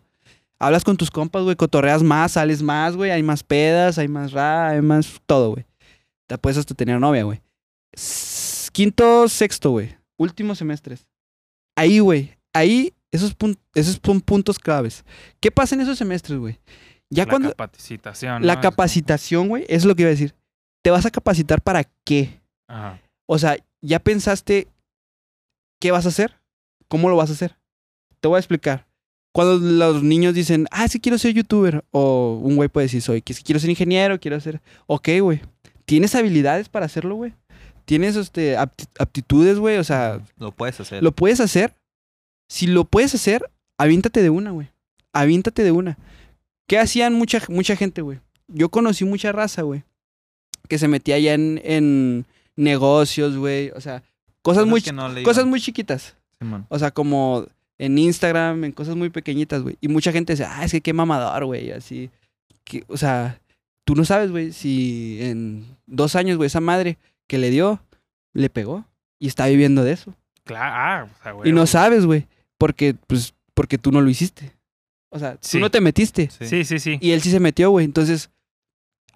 S1: Hablas con tus compas, güey, cotorreas más, sales más, güey, hay más pedas, hay más ra, hay más todo, güey. Te puedes hasta tener novia, güey. S- Quinto, sexto, güey. Últimos semestres. Ahí, güey. Ahí, esos, pun- esos son puntos claves. ¿Qué pasa en esos semestres, güey? Ya
S4: la
S1: cuando.
S4: capacitación.
S1: La
S4: ¿no?
S1: capacitación, güey, es lo que iba a decir. ¿Te vas a capacitar para qué?
S4: Ajá.
S1: O sea, ¿ya pensaste qué vas a hacer? ¿Cómo lo vas a hacer? Te voy a explicar. Cuando los niños dicen, ah, es que quiero ser youtuber, o un güey puede decir, soy, que es que quiero ser ingeniero, quiero ser... Ok, güey. ¿Tienes habilidades para hacerlo, güey? ¿Tienes este, apti- aptitudes, güey? O sea,
S2: Lo puedes hacer.
S1: ¿Lo puedes hacer? Si lo puedes hacer, aviéntate de una, güey. Aviéntate de una. ¿Qué hacían mucha, mucha gente, güey? Yo conocí mucha raza, güey. Que se metía ya en, en negocios, güey. O sea, cosas, muy,
S2: que no le
S1: cosas
S2: iban.
S1: muy chiquitas.
S2: Simón.
S1: O sea, como en Instagram, en cosas muy pequeñitas, güey. Y mucha gente dice, ah, es que qué mamador, güey. Así. Que, o sea, tú no sabes, güey, si en dos años, güey, esa madre que le dio, le pegó. Y está viviendo de eso.
S4: Claro. Ah, o sea, güey.
S1: Y no sabes, güey. Porque, pues, porque tú no lo hiciste. O sea,
S4: Sí.
S1: tú no te metiste.
S2: Sí.
S4: Sí, sí, sí.
S1: Y él sí se metió, güey. Entonces,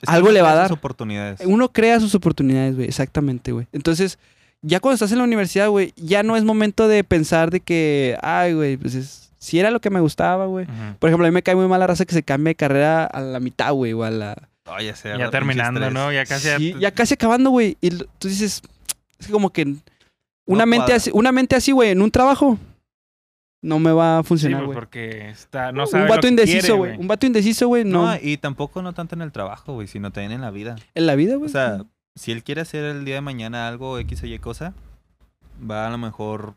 S2: Es que
S1: algo
S2: no
S1: le va a
S2: creas
S1: dar.
S2: sus oportunidades.
S1: uno crea sus oportunidades, güey. Exactamente, güey. Entonces, ya cuando estás en la universidad, güey, ya no es momento de pensar de que, ay, güey, pues es- si era lo que me gustaba, güey.
S4: Ujú.
S1: Por ejemplo, a mí me cae muy mal la raza que se cambia de carrera a la mitad, güey, o a la...
S2: Oh, ya sé,
S4: Ya
S2: pinche
S4: terminando,
S2: estrés.
S4: ¿no? Ya casi.
S1: Sí, ya casi acabando, güey. Y l- tú dices, es que como que una, mente,
S2: cuadra.
S1: así, una mente así, güey, en un trabajo, no me va a
S4: Sí,
S1: funcionar,
S4: pues,
S1: güey.
S4: porque está, no sabe
S1: un
S4: lo
S1: vato
S4: que
S1: indeciso,
S4: quiere,
S1: güey. Un vato indeciso, güey, no.
S2: No, y tampoco no tanto en el trabajo, güey, sino también en la vida.
S1: en la vida,
S2: O
S1: güey.
S2: sea, si él quiere hacer el día de mañana algo X o Y cosa, va a lo mejor.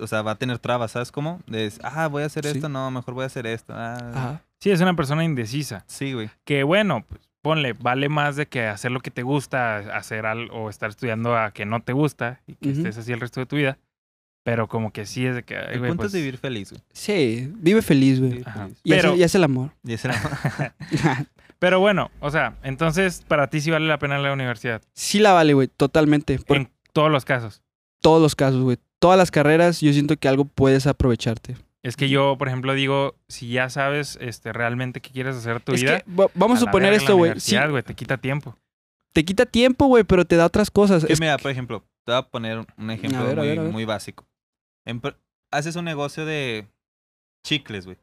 S2: O sea, va a tener trabas, ¿sabes cómo? De, ah, voy a hacer
S1: Sí.
S2: esto, no, mejor voy a hacer esto. ah.
S1: Ajá.
S4: Sí, es una persona indecisa.
S2: Sí, güey.
S4: que bueno, pues ponle, vale más de que hacer lo que te gusta, hacer algo o estar estudiando a que no te gusta y que
S1: Ujú.
S4: estés así el resto de tu vida, pero como que sí es de que... ay,
S2: El
S4: güey,
S2: punto
S4: pues,
S2: es vivir feliz, güey.
S1: Sí, vive feliz, güey.
S2: Vivir
S4: Ajá.
S2: feliz.
S1: Y,
S4: Pero-
S1: hace, y hace el amor.
S2: Y ese era-
S4: Pero bueno, o sea, entonces para ti sí vale la pena la universidad,
S1: sí la vale, güey, totalmente. Por
S4: en todos los casos.
S1: todos los casos, güey. Todas las carreras, yo siento que algo puedes aprovecharte.
S4: Es que yo, por ejemplo, digo, si ya sabes este, realmente qué quieres hacer tu
S1: Es
S4: vida...
S1: que, va- vamos a
S4: la
S1: suponer
S4: verga la
S1: esto, güey. Sí,
S4: universidad, güey, te quita tiempo.
S1: te quita tiempo, güey, pero te da otras cosas.
S2: Que
S1: Es-
S2: mira, por ejemplo, te voy a poner un ejemplo
S1: ver, a
S2: muy,
S1: ver, a ver.
S2: muy básico. Empre- haces un negocio de chicles, güey.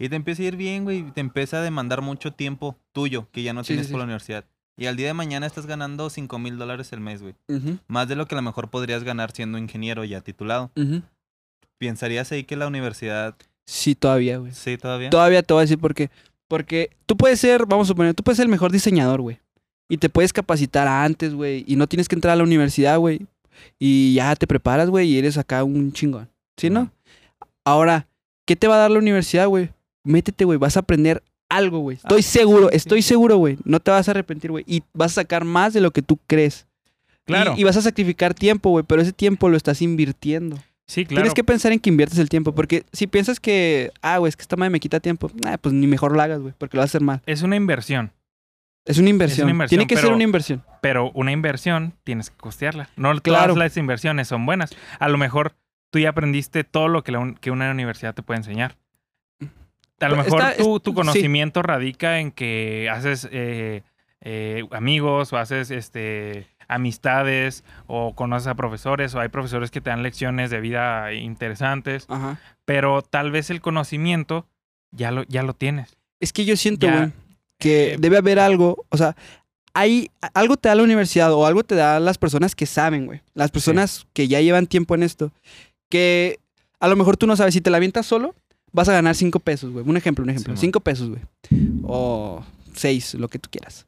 S2: Y te empieza a ir bien, güey. y Te empieza a demandar mucho tiempo tuyo que ya no
S1: Sí,
S2: tienes
S1: sí,
S2: por
S1: sí.
S2: la universidad. Y al día de mañana estás ganando 5 mil dólares el mes, güey.
S1: Ujú,
S2: Más de lo que a lo mejor podrías ganar siendo ingeniero ya titulado.
S1: ujú.
S2: ¿Pensarías ahí que la universidad
S1: Sí, todavía, güey.
S2: sí todavía?
S1: Todavía te voy a decir por qué. Porque tú puedes ser, vamos a suponer, tú puedes ser el mejor diseñador, güey. Y te puedes capacitar antes, güey. Y no tienes que entrar a la universidad, güey. Y ya te preparas, güey, y eres acá un chingón. ¿Sí, no? Ahora, ¿qué te va a dar la universidad, güey? métete, güey, vas a aprender algo, güey. Estoy seguro, estoy seguro, güey. No te vas a arrepentir, güey. Y vas a sacar más de lo que tú crees.
S4: Claro.
S1: Y, y vas a sacrificar tiempo, güey, pero ese tiempo lo estás invirtiendo.
S4: Sí, claro.
S1: Tienes que pensar en que inviertes el tiempo, porque si piensas que, ah, güey, es que esta madre me quita tiempo, nah, pues ni mejor lo hagas, güey, porque lo vas a hacer mal.
S4: Es una inversión,
S1: Es una inversión.
S4: inversión,
S1: Tiene que ser
S4: pero-
S1: una inversión.
S4: pero una inversión tienes que costearla. No
S1: Claro.
S4: todas las inversiones son buenas. A lo mejor tú ya aprendiste todo lo que, la un- que una universidad te puede enseñar. A
S1: Pero
S4: lo mejor
S1: está-
S4: tu,
S1: es-
S4: tu
S1: sí.
S4: conocimiento radica en que haces eh, eh, amigos o haces este amistades o conoces a profesores o hay profesores que te dan lecciones de vida interesantes,
S1: Ajá.
S4: pero tal vez el conocimiento ya lo, ya lo tienes.
S1: Es que yo siento,
S4: Ya.
S1: güey, que
S4: Eh,
S1: debe haber algo, o sea, hay algo te da la universidad o algo te da las personas que saben, güey. Las personas que ya llevan tiempo en esto, que a lo mejor tú no sabes, si te la avientas solo, vas a ganar cinco pesos, güey. Un ejemplo, un ejemplo.
S2: Simón.
S1: cinco pesos, güey. O seis, lo que tú quieras.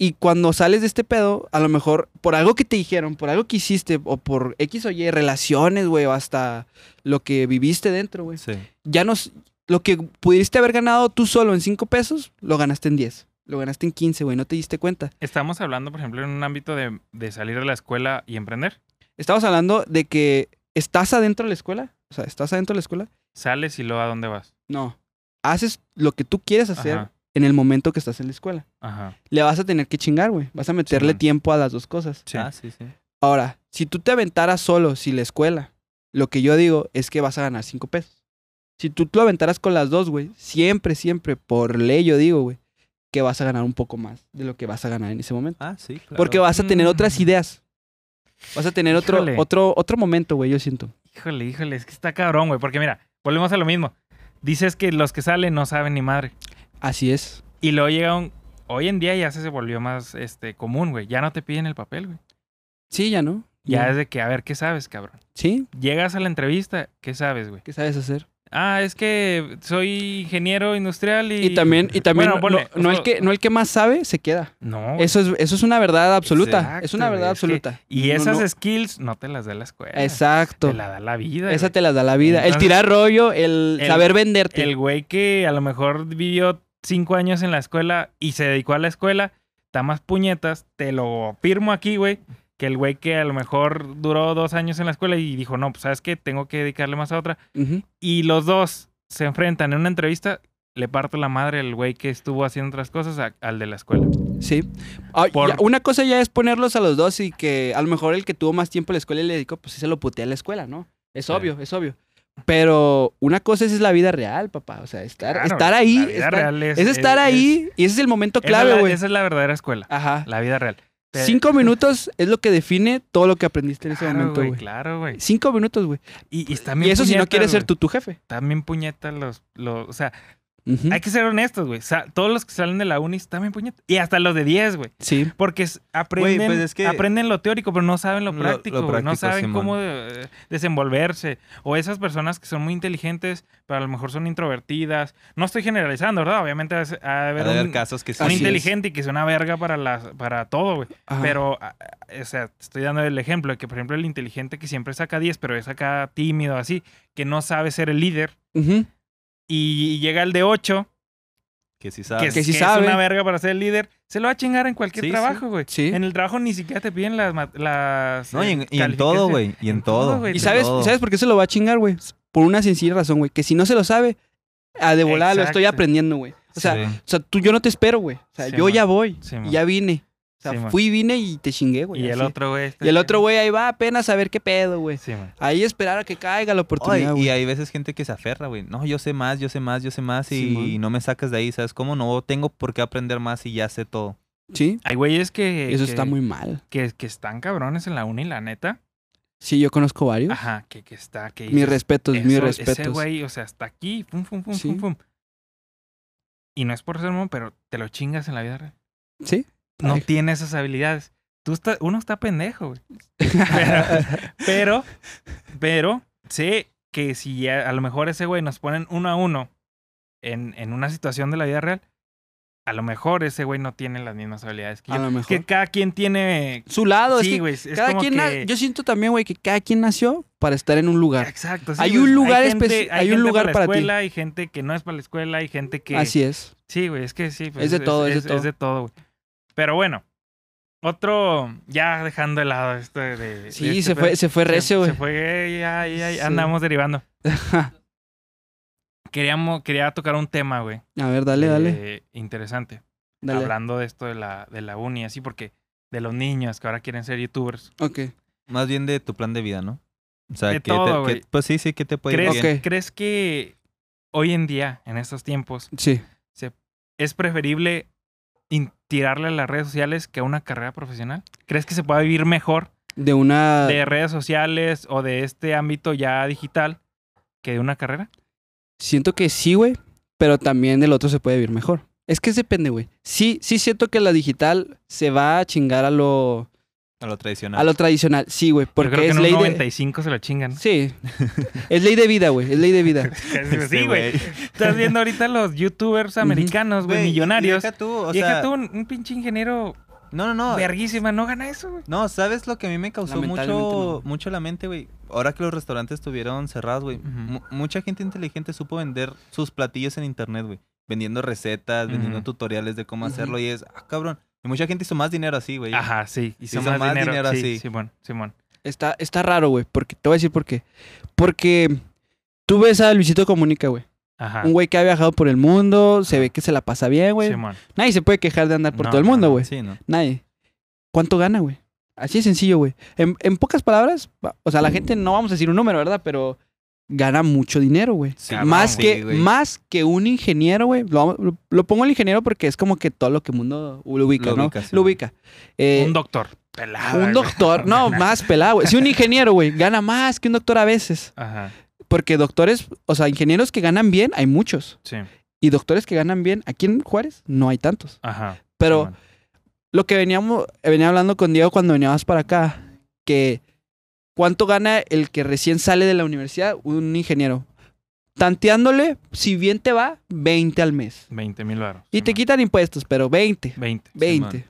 S1: Y cuando sales de este pedo, a lo mejor por algo que te dijeron, por algo que hiciste, o por X o Y, relaciones, güey, o hasta lo que viviste dentro, güey
S2: Sí.
S1: ya nos. Lo que pudiste haber ganado tú solo en 5 pesos, lo ganaste en 10. Lo ganaste en 15, güey. No te diste cuenta.
S4: Estamos hablando, por ejemplo, en un ámbito de, de salir de la escuela y emprender.
S1: Estamos hablando de que estás adentro de la escuela. O sea, ¿estás adentro de la escuela?
S4: Sales y luego a dónde vas.
S1: No. Haces lo que tú quieres hacer
S4: Ajá,
S1: en el momento que estás en la escuela.
S4: ajá.
S1: Le vas a tener que chingar, güey. Vas a meterle
S4: man.
S1: tiempo a las dos cosas.
S4: Sí.
S2: Ah, sí, sí.
S1: Ahora, si tú te aventaras solo, sin la escuela, lo que yo digo es que vas a ganar 5 pesos. Si tú te lo aventaras con las dos, güey, siempre, siempre, por ley yo digo, güey, que vas a ganar un poco más de lo que vas a ganar en ese momento.
S2: Ah, sí, claro.
S1: Porque vas a tener otras
S4: Mm.
S1: ideas. Vas a tener otro,
S4: Híjole.
S1: otro, otro momento, güey, yo siento.
S4: Híjole, híjole, es que está cabrón, güey. Porque mira, volvemos a lo mismo. Dices que los que salen no saben ni madre.
S1: Así es.
S4: Y luego llega un. Hoy en día ya se, se volvió más este, común, güey. Ya no te piden el papel, güey.
S1: Sí, ya no.
S4: Ya es de que, a ver, ¿qué sabes, cabrón?
S1: Sí,
S4: Llegas a la entrevista, ¿qué sabes, güey?
S1: ¿qué sabes hacer?
S4: Ah, es que soy ingeniero industrial y.
S1: Y también, y también
S4: Bueno,
S1: no-
S4: ponle,
S1: no, no el
S4: o-
S1: que, no el que más sabe se queda.
S4: No. güey.
S1: Eso es, eso es una verdad absoluta.
S4: Exacto,
S1: es una
S4: güey,
S1: verdad
S4: es que-
S1: absoluta.
S4: Y
S1: No,
S4: esas
S1: no.
S4: skills no te las da la escuela.
S1: Exacto.
S4: Te la da la vida.
S1: Esa
S4: güey.
S1: te las da la vida. el
S4: Entonces,
S1: tirar rollo, el,
S4: el-
S1: saber venderte.
S4: El güey que a lo mejor vivió cinco años en la escuela y se dedicó a la escuela, está más puñetas, te lo firmo aquí, güey, que el güey que a lo mejor duró dos años en la escuela y dijo, no, pues sabes qué, tengo que dedicarle más a otra.
S1: Ujú.
S4: Y los dos se enfrentan en una entrevista, le parto la madre al güey que estuvo haciendo otras cosas a- al de la escuela.
S1: Sí. Ah,
S4: Por-
S1: ya, una cosa ya es ponerlos a los dos y que a lo mejor el que tuvo más tiempo en la escuela y le dedicó, pues sí se lo putea a la escuela, ¿no? Es
S4: Sí.
S1: obvio, es obvio. Pero una cosa es, es la vida real, papá. O sea, estar,
S4: Claro,
S1: estar
S4: la
S1: ahí.
S4: vida
S1: estar-
S4: real es-
S1: es, estar
S4: es-
S1: ahí y ese es el momento
S4: Esa es la-
S1: clave, güey.
S4: Esa es la verdadera escuela,
S1: Ajá.
S4: la vida real. Te-
S1: Cinco minutos es lo que define todo lo que aprendiste en ese
S4: Claro,
S1: momento,
S4: güey,
S1: güey.
S4: Claro, güey.
S1: Cinco minutos, güey.
S4: Y, y está
S1: Y
S4: bien
S1: eso si no
S4: puñetas,
S1: quieres ser
S4: güey.
S1: tú tu jefe.
S4: También puñetas los, los... O sea,
S1: Ujú.
S4: Hay que ser honestos, güey. Sa- todos los que salen de la uni están bien puñetas. Y hasta los de 10, güey.
S1: Sí.
S4: Porque s- aprenden,
S2: pues es que-
S4: aprenden lo teórico, pero no saben lo
S2: Lo-
S4: práctico.
S2: lo
S4: güey. no
S2: práctico,
S4: saben
S2: Simón.
S4: cómo eh, desenvolverse. O esas personas que son muy inteligentes, pero a lo mejor son introvertidas. No estoy generalizando, ¿verdad? Obviamente ha de ser- ha de
S2: Ha
S4: haber
S2: de haber
S4: un,
S2: casos que sí.
S4: un
S1: Así es.
S4: inteligente y que es una verga para, las, para todo, güey.
S1: Ajá.
S4: Pero, a- a- o sea, te estoy dando el ejemplo de que, por ejemplo, el inteligente que siempre saca 10, pero es acá tímido, así, que no sabe ser el líder.
S1: Ujú.
S4: Y llega el de 8
S2: Que sí
S4: que,
S2: sabes.
S1: Que sí
S4: que
S1: sabe.
S4: es una verga para ser líder, se lo va a chingar en cualquier
S2: Sí,
S4: trabajo, güey.
S1: Sí.
S4: En el trabajo ni siquiera te piden las... ma- las
S2: No, y en,
S4: eh,
S2: y en todo,
S4: calificaciones.
S2: güey. Y en todo.
S4: güey.
S1: ¿Y
S4: de
S1: sabes,
S2: todo.
S1: sabes por qué se lo va a chingar, güey? Por una sencilla razón, güey. Que si no se lo sabe, a de volada lo estoy
S4: Exacto.
S1: aprendiendo, güey. O sea,
S2: Sí.
S1: o sea, tú, yo no te espero, güey. O sea,
S4: Sí,
S1: yo
S4: man.
S1: ya voy.
S4: Sí,
S1: y
S4: man.
S1: ya vine. O sea,
S4: Sí, man.
S1: fui, vine y te chingué, güey.
S4: Y el
S1: así.
S4: otro, güey. está
S1: Y el otro,
S4: acá.
S1: güey, ahí va apenas a ver qué pedo, güey.
S4: Sí, man.
S1: Ahí esperar a que caiga la oportunidad,
S2: Ay,
S1: güey.
S2: y hay veces gente que se aferra, güey. No, yo sé más, yo sé más, yo sé más y
S1: Simón.
S2: no me sacas de ahí, ¿sabes cómo? No tengo por qué aprender más y ya sé todo.
S1: Sí.
S4: Hay güeyes que...
S1: Eso
S4: que-
S1: está muy mal.
S4: Que, que están cabrones en la uni, la neta.
S1: Sí, yo conozco varios.
S4: Ajá, que, que está... Que
S1: mis
S4: dices,
S1: respetos, mis
S4: eso-
S1: respetos.
S4: Ese güey, o sea, hasta aquí, pum, pum, pum,
S1: Sí.
S4: pum, pum. Y no es por ser mono, pero te lo chingas en la vida real.
S1: Sí.
S4: No
S1: Ay.
S4: tiene esas habilidades. Tú está, uno está pendejo, güey. Pero, pero, pero sé que si a, a lo mejor ese güey nos ponen uno a uno en, en una situación de la vida real, a lo mejor ese güey no tiene las mismas habilidades que
S1: A
S4: yo.
S1: lo
S4: Es que
S1: mejor.
S4: cada quien tiene.
S1: Su lado, es
S4: Sí,
S1: que
S4: güey. Es
S1: cada
S4: como
S1: quien
S4: que-
S1: na- Yo siento también, güey, que cada quien nació para estar en un lugar.
S4: Exacto.
S1: Hay
S4: güey.
S1: un lugar
S4: gente-
S1: especi- hay un
S4: gente
S1: lugar para
S4: para
S1: ti.
S4: la escuela, Hay gente que no es para la escuela, hay gente que.
S1: Así es.
S4: Sí, güey, es que sí. pues,
S1: Es de todo, es de todo.
S4: Es de todo, güey. Pero bueno, otro, ya dejando de lado esto de... de-
S1: Sí,
S4: este
S1: se,
S4: pedo.
S1: fue, se fue recio, güey.
S4: Se fue, eh, ya, ya,
S1: Sí.
S4: ya, andamos derivando. Queríamos, quería tocar un tema, güey.
S1: A ver, dale, dale.
S4: eh, interesante.
S1: dale.
S4: Hablando de esto de la, de la uni, así porque de los niños que ahora quieren ser youtubers.
S1: Ok.
S2: Más bien de tu plan de vida, ¿no? O sea,
S4: De
S2: que, te-
S4: todo,
S2: que-
S4: güey.
S2: pues sí, sí, que te puede ir
S4: ¿Crees,
S2: bien.
S1: Ok.
S4: ¿Crees que hoy en día, en estos tiempos,
S1: Sí.
S4: es preferible in- tirarle a las redes sociales que a una carrera profesional? ¿Crees que se pueda vivir mejor
S1: De una.
S4: de redes sociales o de este ámbito ya digital que de una carrera?
S1: Siento que sí, güey. Pero también del otro se puede vivir mejor. Es que depende, güey. Sí, sí siento que la digital se va a chingar a lo,
S2: A lo tradicional.
S1: a lo tradicional. Sí, güey. Porque
S4: Porque creo que
S1: es
S4: en un
S1: ley
S4: 95 se lo chingan.
S1: de. Sí. es ley de vida, güey. Es ley de vida. Este,
S4: Sí, güey.
S2: Este,
S4: Estás viendo ahorita los youtubers americanos, güey, millonarios.
S2: Y deja tú, o
S4: y deja
S2: sea,
S4: tú un, un pinche ingeniero
S2: No, no, no.
S4: verguísima, no gana eso, güey.
S2: No, ¿sabes lo que a mí me causó
S1: Lamentablemente
S2: mucho,
S1: no.
S2: mucho la mente, güey? Ahora que los restaurantes estuvieron cerrados, güey.
S4: Ujú.
S2: mu- Mucha gente inteligente supo vender sus platillos en internet, güey. Vendiendo recetas, vendiendo
S4: Ujú.
S2: tutoriales de cómo
S1: Ujú.
S2: hacerlo. Y es, ah, cabrón. Y mucha gente hizo más dinero así, güey.
S4: Ajá, sí. Hizo,
S2: Hizo
S4: más,
S2: más
S4: dinero,
S2: dinero
S4: sí,
S2: así.
S4: Simón, Simón.
S1: Está, está raro, güey. Porque te voy a decir por qué. Porque tú ves a Luisito Comunica, güey.
S4: Ajá.
S1: Un güey que ha viajado por el mundo. Se ve que se la pasa bien, güey.
S4: Ah. Simón.
S1: Nadie se puede quejar de andar por
S4: No,
S1: todo el
S4: no,
S1: mundo,
S4: no,
S1: güey.
S2: Sí, ¿no?
S1: Nadie. ¿Cuánto gana, güey? Así de sencillo, güey. En, en pocas palabras, va- o
S2: Mm.
S1: sea, la gente no vamos a decir un número, ¿verdad? Pero gana mucho dinero, güey.
S2: Sí,
S1: más,
S2: Ah, sí,
S1: que,
S2: güey.
S1: más que un ingeniero, güey. Lo, lo- lo pongo el ingeniero porque es como que todo lo que el mundo lo ubica,
S2: Lo
S1: ¿no?
S2: ubica, sí.
S1: Lo ubica. Eh,
S4: un doctor. Pelado.
S1: un doctor, no, más pelado, güey. Si un ingeniero, güey, gana más que un doctor a veces.
S4: Ajá,
S1: Porque doctores, o sea, ingenieros que ganan bien, hay muchos.
S4: sí.
S1: Y doctores que ganan bien, aquí en Juárez, no hay tantos.
S4: Ajá.
S1: Pero
S4: Simón.
S1: lo que veníamos, venía hablando con Diego cuando veníamos para acá, que cuánto gana el que recién sale de la universidad, un ingeniero. Tanteándole, si bien te va, 20 al mes.
S4: 20 mil baros.
S1: Y te quitan impuestos, pero 20.
S4: 20.
S1: 20.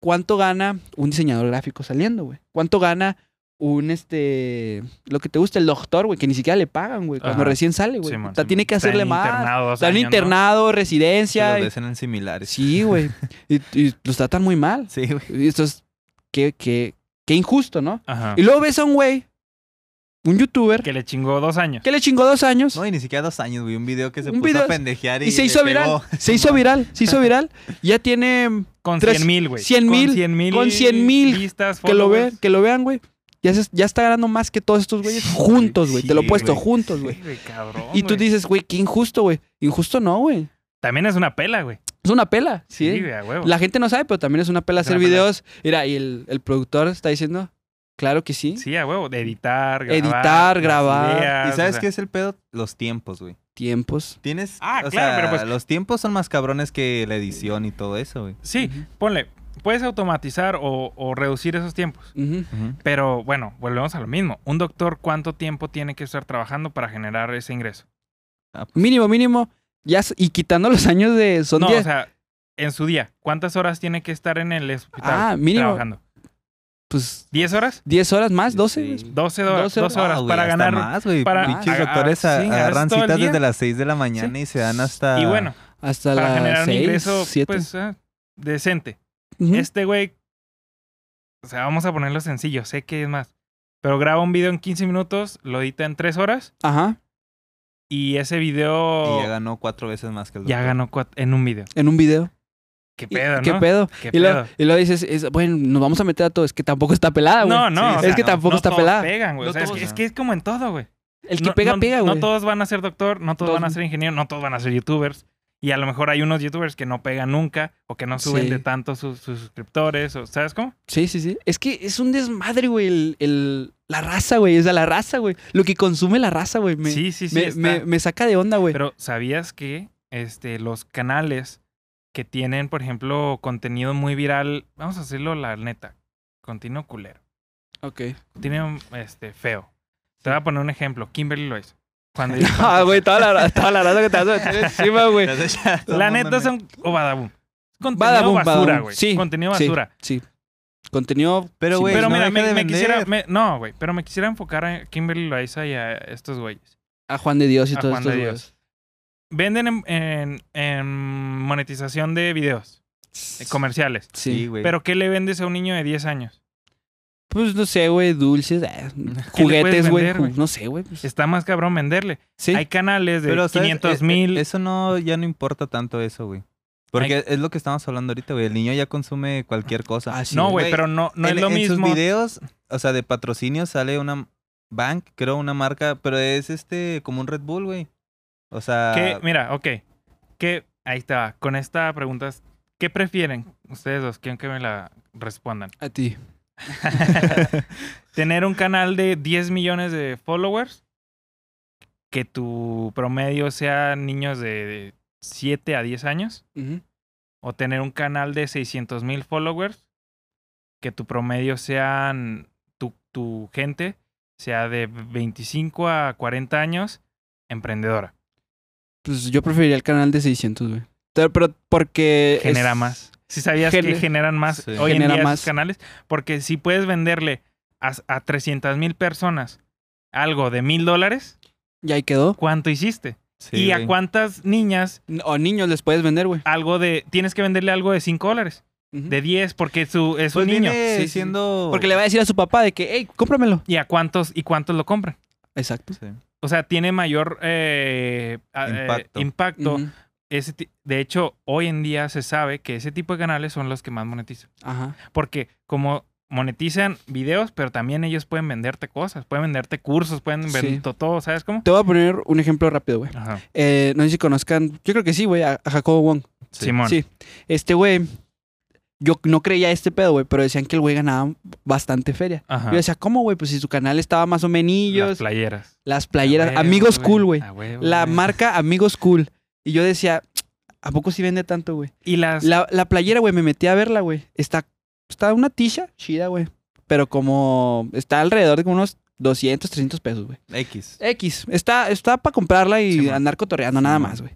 S1: ¿Cuánto gana un diseñador gráfico saliendo, güey? ¿Cuánto gana un, este, lo que te gusta, el doctor, güey, que ni siquiera le pagan, güey, cuando
S4: Ajá.
S1: recién sale, güey?
S4: Simón,
S1: Puta,
S4: Simón.
S1: tiene que
S4: Está en
S1: hacerle más.
S4: Internado, dos
S1: Está en
S4: años, ¿no?
S1: internado,
S2: Que los
S1: residencia. y-
S2: desen en similares.
S1: Sí, güey. y, y los tratan muy mal.
S2: Sí, güey.
S1: Y esto es. Qué, qué, qué injusto, ¿no?
S4: Ajá.
S2: Ah.
S1: Y luego ves a un güey, un youtuber,
S4: Que le chingó dos años.
S1: que le chingó dos años
S2: No, y ni siquiera dos años, güey. Un video que se
S1: Un
S2: puso
S1: video-
S2: a pendejear y.
S1: y se
S2: le
S1: hizo viral.
S2: pegó.
S1: Se hizo viral, se hizo viral. Ya tiene.
S4: Con
S1: Tres-
S4: 100 mil, güey.
S1: 100 mil,
S4: Con 100 mil.
S1: con 100 mil,
S4: Vistas,
S1: Que lo,
S4: followers.
S1: vean, que lo vean, güey. Ya, se- ya está ganando más que todos estos güeyes
S2: Sí,
S1: juntos, güey.
S2: sí,
S1: Te lo he puesto
S2: güey.
S1: juntos, güey.
S4: Sí, güey, cabrón,
S1: Y tú
S4: güey.
S1: dices, güey, qué injusto, güey. Injusto no, güey.
S4: También es una pela, güey.
S1: Es una pela, ¿sí?
S4: güey, a huevo.
S1: La gente no sabe, pero también es una pela
S4: Es
S1: hacer
S4: una pela.
S1: videos. Mira, y el, el productor está diciendo, claro que sí.
S4: Sí, a huevo. De editar, grabar.
S1: Editar,
S4: las
S1: grabar.
S4: ideas,
S2: ¿Y
S4: o
S2: sabes
S4: sea,
S2: qué es el pedo? Los tiempos, güey.
S1: Tiempos.
S2: Tienes.
S4: Ah,
S2: o
S4: claro,
S2: sea,
S4: pero pues-
S2: Los tiempos son más cabrones que la edición y todo eso, güey.
S4: Sí, ponle. Puedes automatizar o, o reducir esos tiempos.
S1: Ujú.
S2: Ujú.
S4: Pero bueno, volvemos a lo mismo. Un doctor, ¿cuánto tiempo tiene que estar trabajando para generar ese ingreso?
S1: Mínimo, mínimo. Ya, s- y quitando los años de. Son
S4: no,
S1: 10.
S4: o sea, en su día, ¿cuántas horas tiene que estar en el hospital
S1: ah, mínimo.
S4: trabajando?
S1: Pues
S4: ¿10 horas?
S1: 10 horas más, 12.
S2: Sí.
S1: güey.
S4: 12 horas.
S1: 12
S4: 12
S1: horas.
S4: horas
S2: Ah, güey,
S4: para
S2: hasta
S4: ganar.
S2: más, güey.
S4: para-
S2: Pinches
S4: Ah, ah,
S2: doctores a-
S4: sí,
S2: agarran
S4: agarras todo el
S2: citas
S4: día.
S2: desde las 6 de la mañana y se dan hasta.
S4: Y bueno,
S1: Hasta
S4: para
S1: las
S4: generar un
S1: 6,
S4: ingreso
S1: 7.
S4: pues ah, decente.
S1: Ujú.
S4: Este güey, o sea, vamos a ponerlo sencillo, sé que es más, pero graba un video en 15 minutos, lo edita en 3 horas
S1: Ajá.
S4: y ese
S2: Y
S4: video
S2: ya ganó cuatro veces más que el
S4: ya
S2: doctor.
S4: ganó cuat- en un video.
S1: En un video.
S4: ¿Qué
S1: Y-
S4: pedo,
S1: ¿Qué
S4: no?
S1: pedo?
S4: ¿Qué
S1: Y luego,
S4: pedo?
S1: y luego dices, es- bueno, nos vamos a meter a todo. Es que tampoco está pelada, güey.
S4: No, no,
S2: Sí,
S4: o
S2: sí,
S4: sea,
S1: es que
S2: no,
S1: tampoco
S4: no
S1: está
S4: todos
S1: pelada.
S4: pegan, güey.
S1: No
S4: o sea, es,
S1: todos-
S4: que, es que es como en todo, güey.
S1: El que
S4: No-
S1: pega,
S4: no-
S1: pega, güey.
S4: No todos van a ser doctor, no todos
S1: Todos-
S4: van a ser ingeniero, no todos van a ser youtubers. Y a lo mejor hay unos youtubers que no pegan nunca o que no suben
S1: Sí.
S4: de tanto sus, sus suscriptores, o, ¿sabes cómo?
S1: Sí, sí, sí. Es que es un desmadre, güey. el- el- la raza, güey. Es de la raza, güey. Lo que consume la raza, güey. Me,
S4: sí, sí, sí.
S1: me,
S4: está.
S1: me- me saca de onda, güey.
S4: Pero ¿sabías que este, los canales que tienen, por ejemplo, contenido muy viral, vamos a decirlo la neta, contenido culero,
S1: Ok.
S4: contenido este, feo. Te voy a poner un ejemplo, Kimberly lo hizo. Cuando
S1: Ah, güey, toda la, toda la raza que te vas a meter encima, güey.
S2: Las de- a todo
S4: la
S2: el mundo
S4: neta
S2: en-
S4: son. O Badabun. Contenido
S1: Badabun,
S4: basura,
S1: Badabun.
S4: güey.
S1: Sí,
S4: Contenido
S1: sí.
S4: basura.
S1: Sí. Contenido.
S2: Pero,
S1: sin
S2: güey,
S4: Pero
S2: no
S4: mira,
S2: deja
S4: me,
S2: de
S4: me quisiera.
S2: vender.
S4: me- no, güey. Pero me quisiera enfocar a Kimberly Loaiza y a estos güeyes.
S1: A Juan de Dios y
S4: A
S1: todos
S4: Juan
S1: estos
S4: de
S1: güeyes.
S4: Venden en, en- en monetización de videos eh, comerciales.
S1: Sí.
S2: Sí, güey.
S4: Pero ¿qué le vendes a un niño de 10 años?
S1: Pues no sé, güey, dulces, eh, juguetes, güey.
S4: vender,
S1: ju-
S4: güey?
S1: No sé, güey. pues,
S4: Está más cabrón venderle.
S1: sí.
S4: Hay canales de
S2: Pero, ¿sabes?
S4: 500
S2: Eh,
S4: mil.
S2: eh, Eso no, ya no importa tanto eso, güey. Porque es lo que estamos hablando ahorita, güey. El niño ya consume cualquier cosa.
S1: Ah, sí,
S4: no, güey,
S2: güey.
S4: pero no, no
S2: En-
S4: es lo
S2: en
S4: mismo.
S2: sus videos, o sea, de patrocinio sale una Bank, creo, una marca, pero es este, como un Red Bull, güey. O sea,
S4: Que, mira, ok. Que, ahí está. Con esta pregunta, es, ¿qué prefieren ustedes dos? Quiero que me la respondan.
S1: A ti.
S4: ¿Tener un canal de 10 millones de followers? Que tu promedio sea niños de 7 a 10 años.
S1: Ujú.
S4: O tener un canal de 600 mil followers. Que tu promedio sean tu, tu gente sea de 25 a 40 años emprendedora.
S1: Pues yo preferiría el canal de 600, güey. Te- Pero porque. es-
S4: genera más. Si sabías que
S1: Gene-
S4: generan más
S2: Sí.
S4: hoy
S1: Genera
S4: en día
S1: más.
S4: esos canales, porque si puedes venderle a, a 300 mil personas algo de mil dólares,
S1: Y ahí quedó.
S4: ¿cuánto hiciste?
S2: sí,
S4: y a
S2: güey.
S4: cuántas niñas
S1: O niños les puedes vender, güey.
S4: algo de tienes que venderle algo de 5 dólares,
S1: Ujú.
S4: de 10, porque su, es
S2: Pues
S4: un niño.
S2: viene
S1: Sí, sí.
S2: siendo...
S1: Porque le va a decir a su papá de que, hey, cómpramelo.
S4: ¿Y a cuántos y cuántos lo compran?
S1: Exacto.
S2: Sí.
S4: O sea, tiene mayor eh, a- eh,
S2: Impacto.
S4: impacto.
S1: Ujú.
S4: Ese ti- de hecho, hoy en día se sabe que ese tipo de canales son los que más monetizan.
S1: Ajá.
S4: Porque como monetizan videos, pero también ellos pueden venderte cosas, pueden venderte cursos, pueden venderte
S1: Sí.
S4: todo, ¿sabes cómo?
S1: Te voy a poner un ejemplo rápido, güey.
S4: Ajá.
S1: Eh, no sé si conozcan, yo creo que sí, güey, a, a Jacobo Wong.
S2: Sí.
S4: Simón.
S1: Sí. Este güey, yo no creía este pedo, güey, pero decían que el güey ganaba bastante feria.
S4: Ajá.
S1: Yo decía, ¿cómo, güey? Pues si su canal estaba más o
S4: Las
S1: menillos, las,
S4: playeras.
S1: playeras,
S4: A huevo,
S1: Amigos Cool, güey.
S4: A huevo,
S1: La
S4: güey.
S1: marca Amigos Cool. Y yo decía, ¿a poco sí vende tanto, güey?
S4: Y las...
S1: La, la playera, güey, me metí a verla, güey. Está, está una tisha chida, güey. Pero como está alrededor de como unos 200, 300 pesos, güey.
S2: X.
S4: Eh,
S1: X. Está, está para comprarla y
S4: Sí, man.
S1: andar cotorreando
S2: Sí,
S1: nada
S2: man.
S1: más, güey.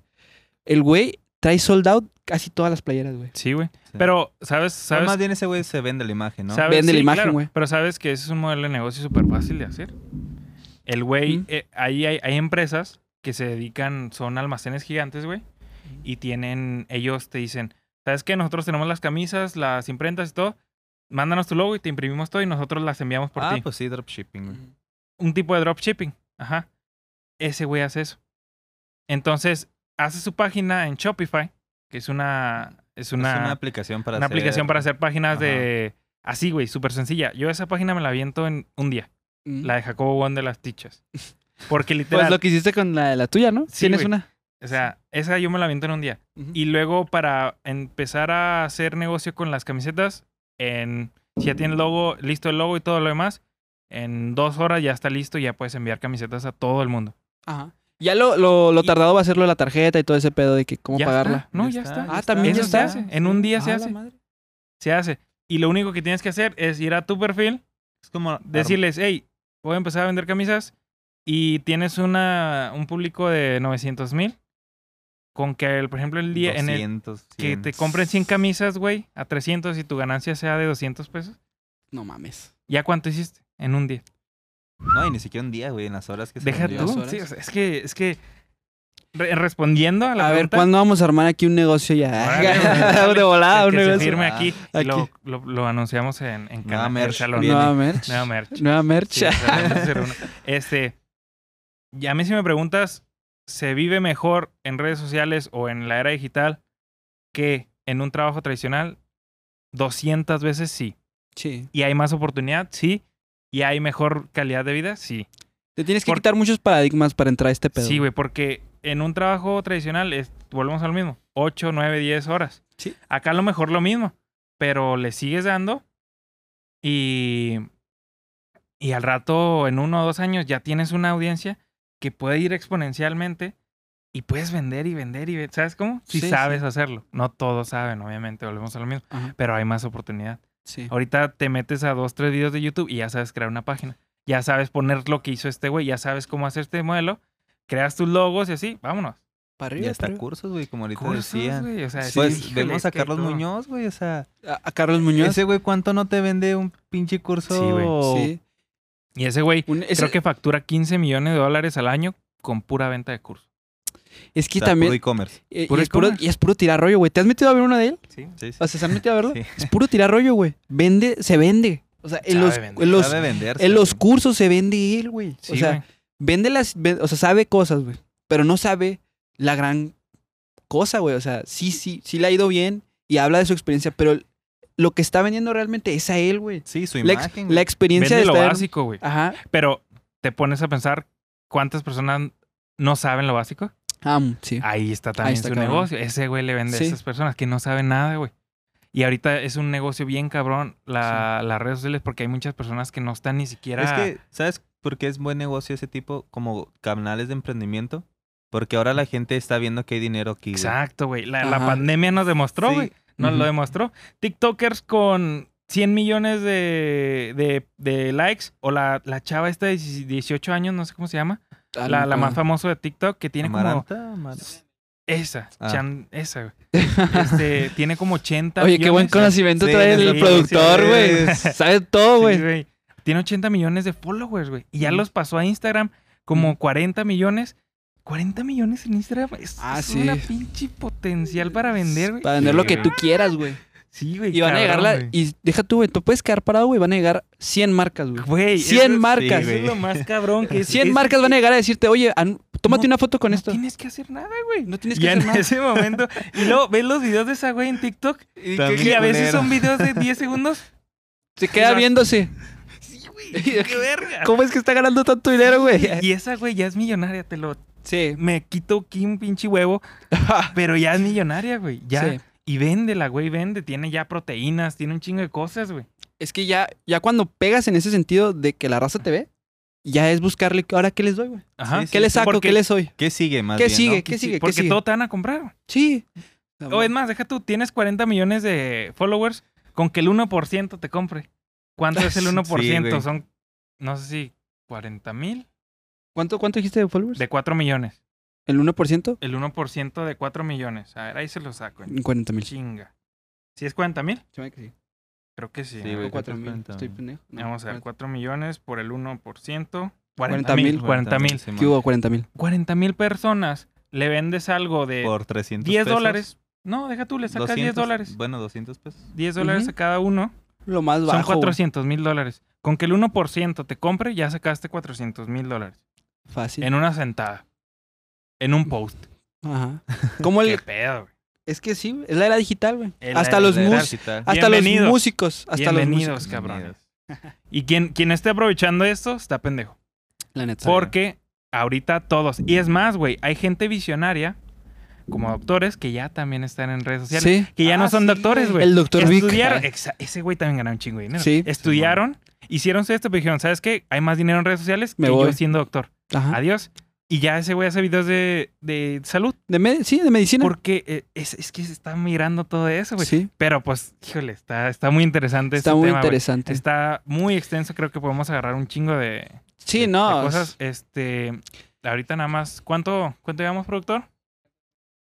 S1: El güey trae sold out casi todas las playeras, güey.
S4: Sí, güey.
S2: Sí.
S4: Pero, ¿sabes?
S2: Pero
S4: ¿Sabes?
S2: Más bien ese güey se vende la imagen, ¿no?
S4: ¿sabes?
S1: Vende la imagen, güey.
S4: Pero sabes que ese es un modelo de negocio súper fácil de hacer. El güey,
S1: Mm.
S4: eh, ahí hay, hay empresas que se dedican, son almacenes gigantes, güey. Y tienen, ellos te dicen, ¿sabes qué? Nosotros tenemos las camisas, las imprentas y todo. Mándanos tu logo y te imprimimos todo y nosotros las enviamos por
S2: ah,
S4: ti.
S2: pues sí, dropshipping, güey.
S4: Un tipo de dropshipping. Ajá. Ese güey hace eso. Entonces, hace su página en Shopify, que es una... Es
S2: Es
S4: una,
S2: una aplicación para
S4: una
S2: hacer-
S4: aplicación para hacer páginas
S2: Ajá.
S4: de... Así, güey, súper sencilla. Yo esa página me la aviento en un día.
S1: Mm.
S4: La de Jacobo Wong de las tichas. Porque literal...
S1: Pues lo que hiciste con la, la tuya, ¿no?
S4: Sí,
S1: Tienes
S4: güey.
S1: una.
S4: O sea, esa yo me la aviento en un día.
S1: Ujú.
S4: Y luego para empezar a hacer negocio con las camisetas, en, si ya tiene el logo, listo el logo y todo lo demás, en dos horas ya está listo y ya puedes enviar camisetas a todo el mundo.
S1: Ajá. Ya lo, lo, lo
S4: Y-
S1: tardado va a hacerlo la tarjeta y todo ese pedo de que cómo
S4: ¿Ya
S1: pagarla.
S4: está? No, ya, está.
S1: Ah, también
S4: Eso
S1: ya
S4: se
S1: está.
S4: hace. En un día se
S1: Ah, la
S4: hace.
S1: madre.
S4: Se hace. Y lo único que tienes que hacer es ir a tu perfil,
S2: Es como...
S4: decirles, hey, voy a empezar a vender camisas y tienes una, un público de 900 mil. Con que, el- por ejemplo, el día, en el,
S2: 200,
S4: que
S2: 100.
S4: te compren 100 camisas, güey, a 300 y tu ganancia sea de 200 pesos.
S1: No mames.
S4: ¿Ya cuánto hiciste? En un día.
S2: No, y ni siquiera un día, güey, en las horas que se
S4: Deja
S2: vendió.
S4: tú.
S1: horas.
S4: sí, o sea, es que, es que re- respondiendo a Ah, la
S1: A ver,
S4: pregunta,
S1: ¿cuándo vamos a armar aquí un negocio ya?
S4: Órale, güey.
S1: de volada,
S4: que-
S1: un
S4: que se
S1: negocio.
S4: firme
S2: Ah,
S4: aquí, y
S1: aquí.
S4: Lo, lo- lo anunciamos en,
S2: Nueva
S4: en Cana- en
S2: merch,
S4: Salón.
S2: viene.
S1: Nueva merch.
S4: Nueva merch.
S1: Nueva merch.
S4: Sí, o sea, vamos a hacer uno. Este, ya a mí si me preguntas, ¿se vive mejor en redes sociales o en la era digital que en un trabajo tradicional? 200 veces sí.
S1: Sí.
S4: ¿Y hay más oportunidad? Sí. ¿Y hay mejor calidad de vida? Sí.
S1: Te tienes que
S4: Por-
S1: quitar muchos paradigmas para entrar a este pedo.
S4: Sí, güey, porque en un trabajo tradicional es- volvemos al mismo. 8, 9, 10 horas.
S1: Sí.
S4: Acá a lo mejor lo mismo, pero le sigues dando y, y al rato, en uno o dos años, ya tienes una audiencia que puede ir exponencialmente y puedes vender y vender y vender. ¿Sabes cómo? Si
S1: Sí, sí.
S4: sabes hacerlo. No todos saben, obviamente, volvemos a lo mismo,
S1: Ajá,
S4: pero hay más oportunidad.
S1: sí.
S4: Ahorita te metes a dos, tres videos de YouTube y ya sabes crear una página. Ya sabes poner lo que hizo este güey, ya sabes cómo hacer este modelo, creas tus logos y así, vámonos.
S3: Para
S2: Y
S3: arriba.
S2: hasta
S3: para arriba.
S2: cursos, güey, como ahorita
S4: Cursos,
S2: decían.
S4: güey, o sea,
S2: Pues
S4: sí, híjole,
S2: vemos
S4: es
S2: a
S4: que
S2: Carlos
S4: todo.
S2: Muñoz, güey, o sea.
S1: A, a Carlos Muñoz.
S2: Ese güey, ¿cuánto no te vende un pinche curso?
S4: Sí, güey.
S1: sí.
S4: Y ese güey
S1: Un- ese-
S4: creo que factura 15 millones de dólares al año con pura venta de cursos.
S1: Es que
S2: O sea,
S1: también.
S2: puro e-commerce.
S1: eh, y,
S4: puro
S1: es puro,
S4: e-commerce.
S1: y es puro tirar rollo, güey. ¿Te has metido a ver uno de él?
S4: Sí.
S2: Sí, sí.
S1: O sea, ¿se han metido a verlo?
S2: Sí.
S1: Es puro tirar rollo, güey. Vende, se vende. O sea, en
S4: Sabe
S1: los,
S4: vender.
S1: en los,
S2: Sabe venderse,
S1: en los
S2: güey.
S1: cursos se vende él, güey.
S4: Sí,
S1: o sea,
S4: güey.
S1: vende las, ve- o sea, sabe cosas, güey, pero no sabe la gran cosa, güey. O sea, sí, sí, sí le ha ido bien y habla de su experiencia, pero el- lo que está vendiendo realmente es a él, güey.
S2: Sí, su
S1: La, ex-
S2: imagen.
S1: la
S2: güey.
S1: experiencia
S4: Vende
S1: de
S4: lo
S1: estar-
S4: básico, güey.
S1: Ajá.
S4: Pero te pones a pensar cuántas personas no saben lo básico.
S1: Ah, mm, sí.
S4: Ahí está también
S1: está,
S4: su
S1: cabrón.
S4: negocio. Ese güey le vende
S1: Sí.
S4: a esas personas que no saben nada, güey. Y ahorita es un negocio bien cabrón la, las redes sociales porque hay muchas personas que no están ni siquiera...
S2: Es que, ¿sabes por qué es buen negocio ese tipo? Como canales de emprendimiento. Porque ahora la gente está viendo que hay dinero aquí. güey.
S4: Exacto, güey. La, la
S1: Ajá.
S4: pandemia nos demostró,
S2: Sí.
S4: güey. Nos
S1: Ujú.
S4: lo demostró. TikTokers con 100 millones de, de- de likes o la, la chava esta de 18 años, no sé cómo se llama.
S1: Ah,
S4: La,
S1: no,
S4: la
S1: no.
S4: más famosa de TikTok que tiene como...
S2: Amaranta, Amar-
S4: Esa,
S2: Ah.
S4: Chan- esa, güey. Este, tiene como 80
S1: Oye, qué buen
S4: millones.
S1: conocimiento
S2: Sí,
S1: trae el
S4: sí,
S1: productor,
S2: sí,
S1: güey.
S2: sí.
S1: Sabe todo,
S4: Sí,
S1: güey.
S4: güey. Tiene 80 millones de followers, güey. Y ya
S1: Mm.
S4: los pasó a Instagram como 40 millones. 40 millones en Instagram es,
S1: Ah,
S4: es
S1: sí.
S4: una pinche potencial para vender, güey.
S1: Para vender lo
S4: Sí,
S1: que
S4: güey.
S1: tú quieras, güey.
S4: Sí, güey.
S1: Y van a
S4: cabrón,
S1: llegar la-
S4: güey.
S1: Y deja tú, güey. Tú puedes quedar parado, güey. Van a llegar 100 marcas, güey.
S4: Güey,
S1: 100
S4: eso es-
S1: marcas.
S4: Eso es lo más cabrón que es.
S1: 100
S4: es-
S1: marcas van a llegar a decirte, oye, an- tómate
S4: No,
S1: una foto con
S4: no
S1: esto.
S4: tienes que hacer nada, güey.
S1: No tienes que
S4: Ya
S1: hacer
S4: en
S1: nada.
S4: ese momento. Y luego ves los videos de esa güey en TikTok.
S2: Está
S4: Que
S2: bien
S4: a veces
S2: culero.
S4: son videos de 10 segundos.
S1: Se queda
S4: Exacto.
S1: viéndose.
S4: Sí, güey. Qué verga.
S1: ¿Cómo es que está ganando tanto dinero, güey?
S4: Y esa güey ya es millonaria, te lo
S1: Sí.
S4: me quito aquí un pinche huevo, pero ya es millonaria, güey. Ya.
S1: Sí.
S4: Y vende la güey, vende, tiene ya proteínas, tiene un chingo de cosas, güey.
S1: Es que ya, ya cuando pegas en ese sentido de que la raza te ve, ya es buscarle ahora qué les doy, güey.
S4: Ajá.
S2: Sí,
S1: ¿Qué les saco?
S4: Porque-
S1: ¿Qué les doy?
S2: ¿Qué sigue más
S1: ¿Qué
S2: bien, no?
S1: sigue? ¿Qué sigue? ¿Qué
S4: Porque
S1: sigue?
S4: todo te van a comprar.
S1: Sí.
S4: O es más, deja tú, tienes 40 millones de followers con que el 1% te compre. ¿Cuánto es el
S1: Sí,
S4: 1%?
S2: güey.
S4: Son, no sé si 40 mil
S1: ¿Cuánto, ¿Cuánto dijiste de followers?
S4: de 4 millones.
S1: ¿El 1%?
S4: El 1% de 4 millones. A ver, ahí se lo saco. en
S1: 40 mil.
S4: Chinga. ¿Si es 40 mil?
S1: Se me hace que sí.
S4: Creo que sí.
S2: Sí,
S4: ¿no?
S2: güey.
S1: O 4 mil.
S2: 40,000.
S1: Estoy pendejo. No,
S4: Vamos a ver,
S1: 40,000.
S4: 4 millones por el 1%.
S1: 40
S4: 40
S1: mil.
S4: mil. 40 mil.
S2: Simón.
S1: ¿Qué hubo? 40 mil.
S4: 40 mil personas. Le vendes algo de
S2: Eh, Por 300
S4: 10
S2: pesos,
S4: dólares. No, deja tú, le sacas 10
S2: 200,
S4: dólares.
S2: Bueno, 200 pesos.
S4: 10 dólares
S1: Ujú.
S4: a cada uno.
S1: Lo más
S4: Son
S1: bajo. güey.
S4: 400 mil dólares. Con que el 1% te compre, ya sacaste 400 mil dólares.
S1: Fácil.
S4: En una sentada. En un post.
S1: Ajá. ¿Cómo
S4: Qué
S1: el...
S4: pedo, güey.
S1: Es que sí, es la era digital, güey.
S4: Es la
S1: Hasta
S4: era
S1: los
S2: La
S4: digital.
S1: músicos.
S2: gratis y tal.
S1: Hasta los
S4: Bienvenidos.
S1: músicos. Hasta los músicos.
S4: Bienvenidos, cabrones. Y quien, quien esté aprovechando esto, está pendejo.
S1: La neta.
S4: Porque ahorita todos. Y es más, güey, hay gente visionaria, como doctores, que ya también están en redes sociales.
S1: Sí.
S4: Que ya no
S2: Ah,
S4: son
S2: sí,
S4: doctores,
S2: güey.
S4: güey.
S1: El doctor Vic.
S4: Estudiaron. exa- Ese güey también ganó un chingo de dinero.
S1: Sí.
S4: Estudiaron, hicieron esto, pero dijeron, ¿sabes qué? Hay más dinero en redes sociales
S1: Me
S4: que
S1: voy.
S4: yo siendo doctor.
S1: Ajá.
S4: Adiós. Y ya ese güey hace videos de, de salud.
S1: De med- sí, de medicina.
S4: Porque eh, es, es que se está mirando todo eso, güey.
S1: sí,
S4: Pero pues, híjole, está, está muy interesante.
S1: está
S4: este
S1: muy
S4: tema, güey.
S1: interesante.
S4: Está muy extenso. Creo que podemos agarrar un chingo de,
S1: sí,
S4: de-
S1: no.
S4: de cosas.
S1: es-
S4: Este, ahorita nada más. ¿Cuánto, cuánto llevamos, productor?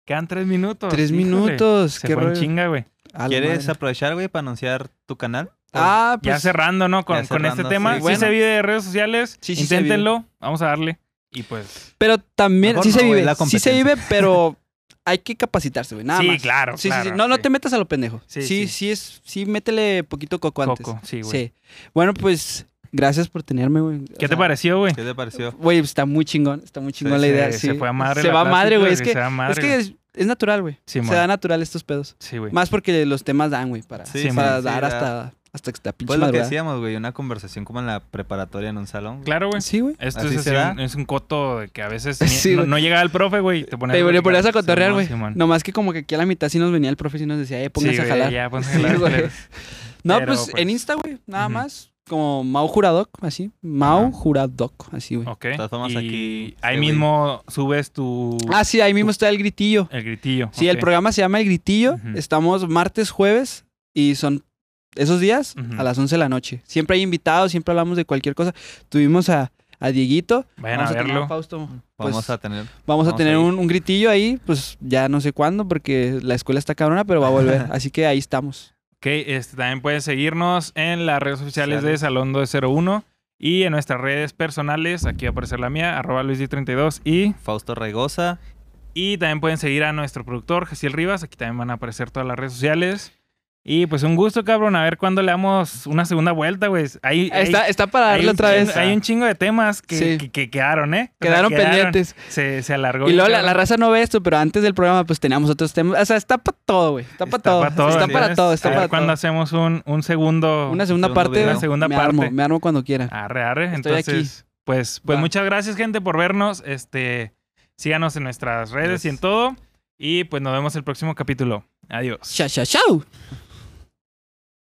S4: Quedan tres minutos.
S1: Tres
S4: híjole.
S1: minutos.
S4: Se
S1: qué
S4: fue en
S1: rollo. Ah,
S4: chinga, güey.
S1: A la
S2: ¿Quieres
S1: madre.
S2: aprovechar, güey, para anunciar tu canal?
S1: Ah, pues.
S4: ya cerrando, ¿no? Con,
S2: ya
S4: con este
S2: cerrando,
S4: tema.
S2: sí.
S4: Sí,
S1: Bueno.
S4: se vive de redes sociales.
S1: Sí, sí se vive.
S4: Inténtenlo. Vamos a darle. Y pues.
S1: Pero también.
S2: Mejor
S1: sí
S2: no,
S1: se
S2: güey,
S1: vive.
S2: la
S1: Sí se
S2: competencia.
S1: vive, pero hay que capacitarse, güey. Nada
S4: sí,
S1: más.
S4: claro.
S1: Sí, sí, sí.
S4: claro,
S1: No, no
S4: sí.
S1: te metas a lo pendejo. Sí,
S4: Sí,
S1: sí,
S4: sí.
S1: es. Sí, métele poquito coco antes.
S4: Coco, sí, güey.
S1: Sí. Bueno, pues. Gracias por tenerme, güey. O
S4: ¿Qué te
S1: sea,
S4: pareció, güey?
S2: ¿Qué te pareció?
S1: Güey, está muy chingón. Está muy chingón la idea.
S4: se,
S1: sí.
S4: se fue a madre.
S1: Se
S4: la
S1: va a
S4: plática,
S1: madre, güey. Es que.
S4: se va a madre,
S1: Es que
S4: güey.
S1: es, es natural, güey.
S4: Sí,
S1: se
S4: mon.
S1: da natural estos pedos.
S4: Sí, güey.
S1: Más porque los temas dan, güey, para,
S2: Sí,
S1: para
S2: sí,
S1: dar
S2: da.
S1: hasta, hasta que la pinche
S2: Pues lo que
S1: madrugada.
S2: decíamos, güey, una conversación como en la preparatoria en un salón.
S4: Claro, güey.
S1: Sí, güey.
S4: Esto
S2: Así
S4: es,
S2: se
S4: así
S2: da.
S4: un, es un coto de que a veces
S1: Sí,
S4: ni- no,
S1: güey.
S4: no llegaba el profe, güey. y Te ponías
S1: Pero le ponías a
S4: platicar.
S1: cotorrear,
S4: Simón,
S1: güey.
S4: Simón.
S1: Nomás que como que aquí a la mitad sí nos venía el profe y nos decía, eh, pónganse
S4: Sí,
S1: a
S4: güey,
S1: jalar.
S4: ya, pónganse a
S1: Sí,
S4: jalar,
S1: güey.
S4: culeros.
S1: No,
S4: Pero,
S1: pues, en
S4: pues,
S1: Insta, güey, nada
S4: ujú.
S1: más. Como Mau Juradoc, así. Mau
S4: Ajá.
S1: Juradoc, así, güey.
S4: Ok.
S2: todas formas,
S4: y
S2: aquí-
S4: ahí
S2: sí, güey.
S4: mismo subes tu.
S1: Ah, sí, ahí mismo está el gritillo.
S4: El gritillo.
S1: Sí, el
S4: ok.
S1: programa se llama El Gritillo.
S4: Ujú.
S1: Estamos martes, jueves y son esos días
S4: Ujú.
S1: a las 11 de la noche. Siempre hay invitados, siempre hablamos de cualquier cosa. Tuvimos a, a Dieguito.
S4: Vayan
S1: vamos
S4: a
S1: tener
S4: verlo.
S1: Fausto, pues,
S2: Vamos a tener.
S1: vamos a
S2: vamos
S1: tener
S2: a ir.
S1: un, un gritillo ahí, pues ya no sé cuándo, porque la escuela está cabrona, pero va a volver. Así que ahí estamos.
S4: Ok, este, también pueden seguirnos en las redes sociales de
S2: Sociales.
S4: Salón 201 y en nuestras redes personales. Aquí va a aparecer la mía, arroba LuisD32. Y,
S2: Fausto Regoza.
S4: y también pueden seguir a nuestro productor, Jaciel Rivas. Aquí también van a aparecer todas las redes sociales. Y pues un gusto, cabrón. A ver cuándo le damos una segunda vuelta, güey. Ahí, ahí-
S1: Está, está para
S4: hay
S1: darle
S4: un
S1: otra
S4: chingo-
S1: vez.
S4: Hay un chingo de temas que,
S1: Sí.
S4: que- que quedaron, ¿eh? O sea,
S1: Quedaron pendientes.
S4: Se, se
S1: Y
S4: alargó. bien,
S1: luego la,
S4: cabrón.
S1: la raza no ve esto, pero antes del programa pues teníamos otros temas. O sea, está para todo, güey. Está para todo.
S4: pa' todo,
S1: Está
S4: así
S1: para
S4: es.
S1: todo, está
S4: A ver
S1: para
S4: cuándo
S1: todo.
S4: hacemos un, un segundo.
S1: Una segunda
S2: Segundo
S1: parte.
S2: video.
S1: güey.
S4: Una segunda
S1: me Armo,
S4: parte.
S1: me armo cuando quiera.
S4: Arre, arre.
S1: Estoy aquí.
S4: Entonces, pues, pues
S1: Va.
S4: muchas gracias, gente, por vernos. Este, síganos en nuestras redes y en
S2: Gracias.
S4: todo. Y pues nos vemos el próximo capítulo. Adiós.
S1: Chao, chao, chao.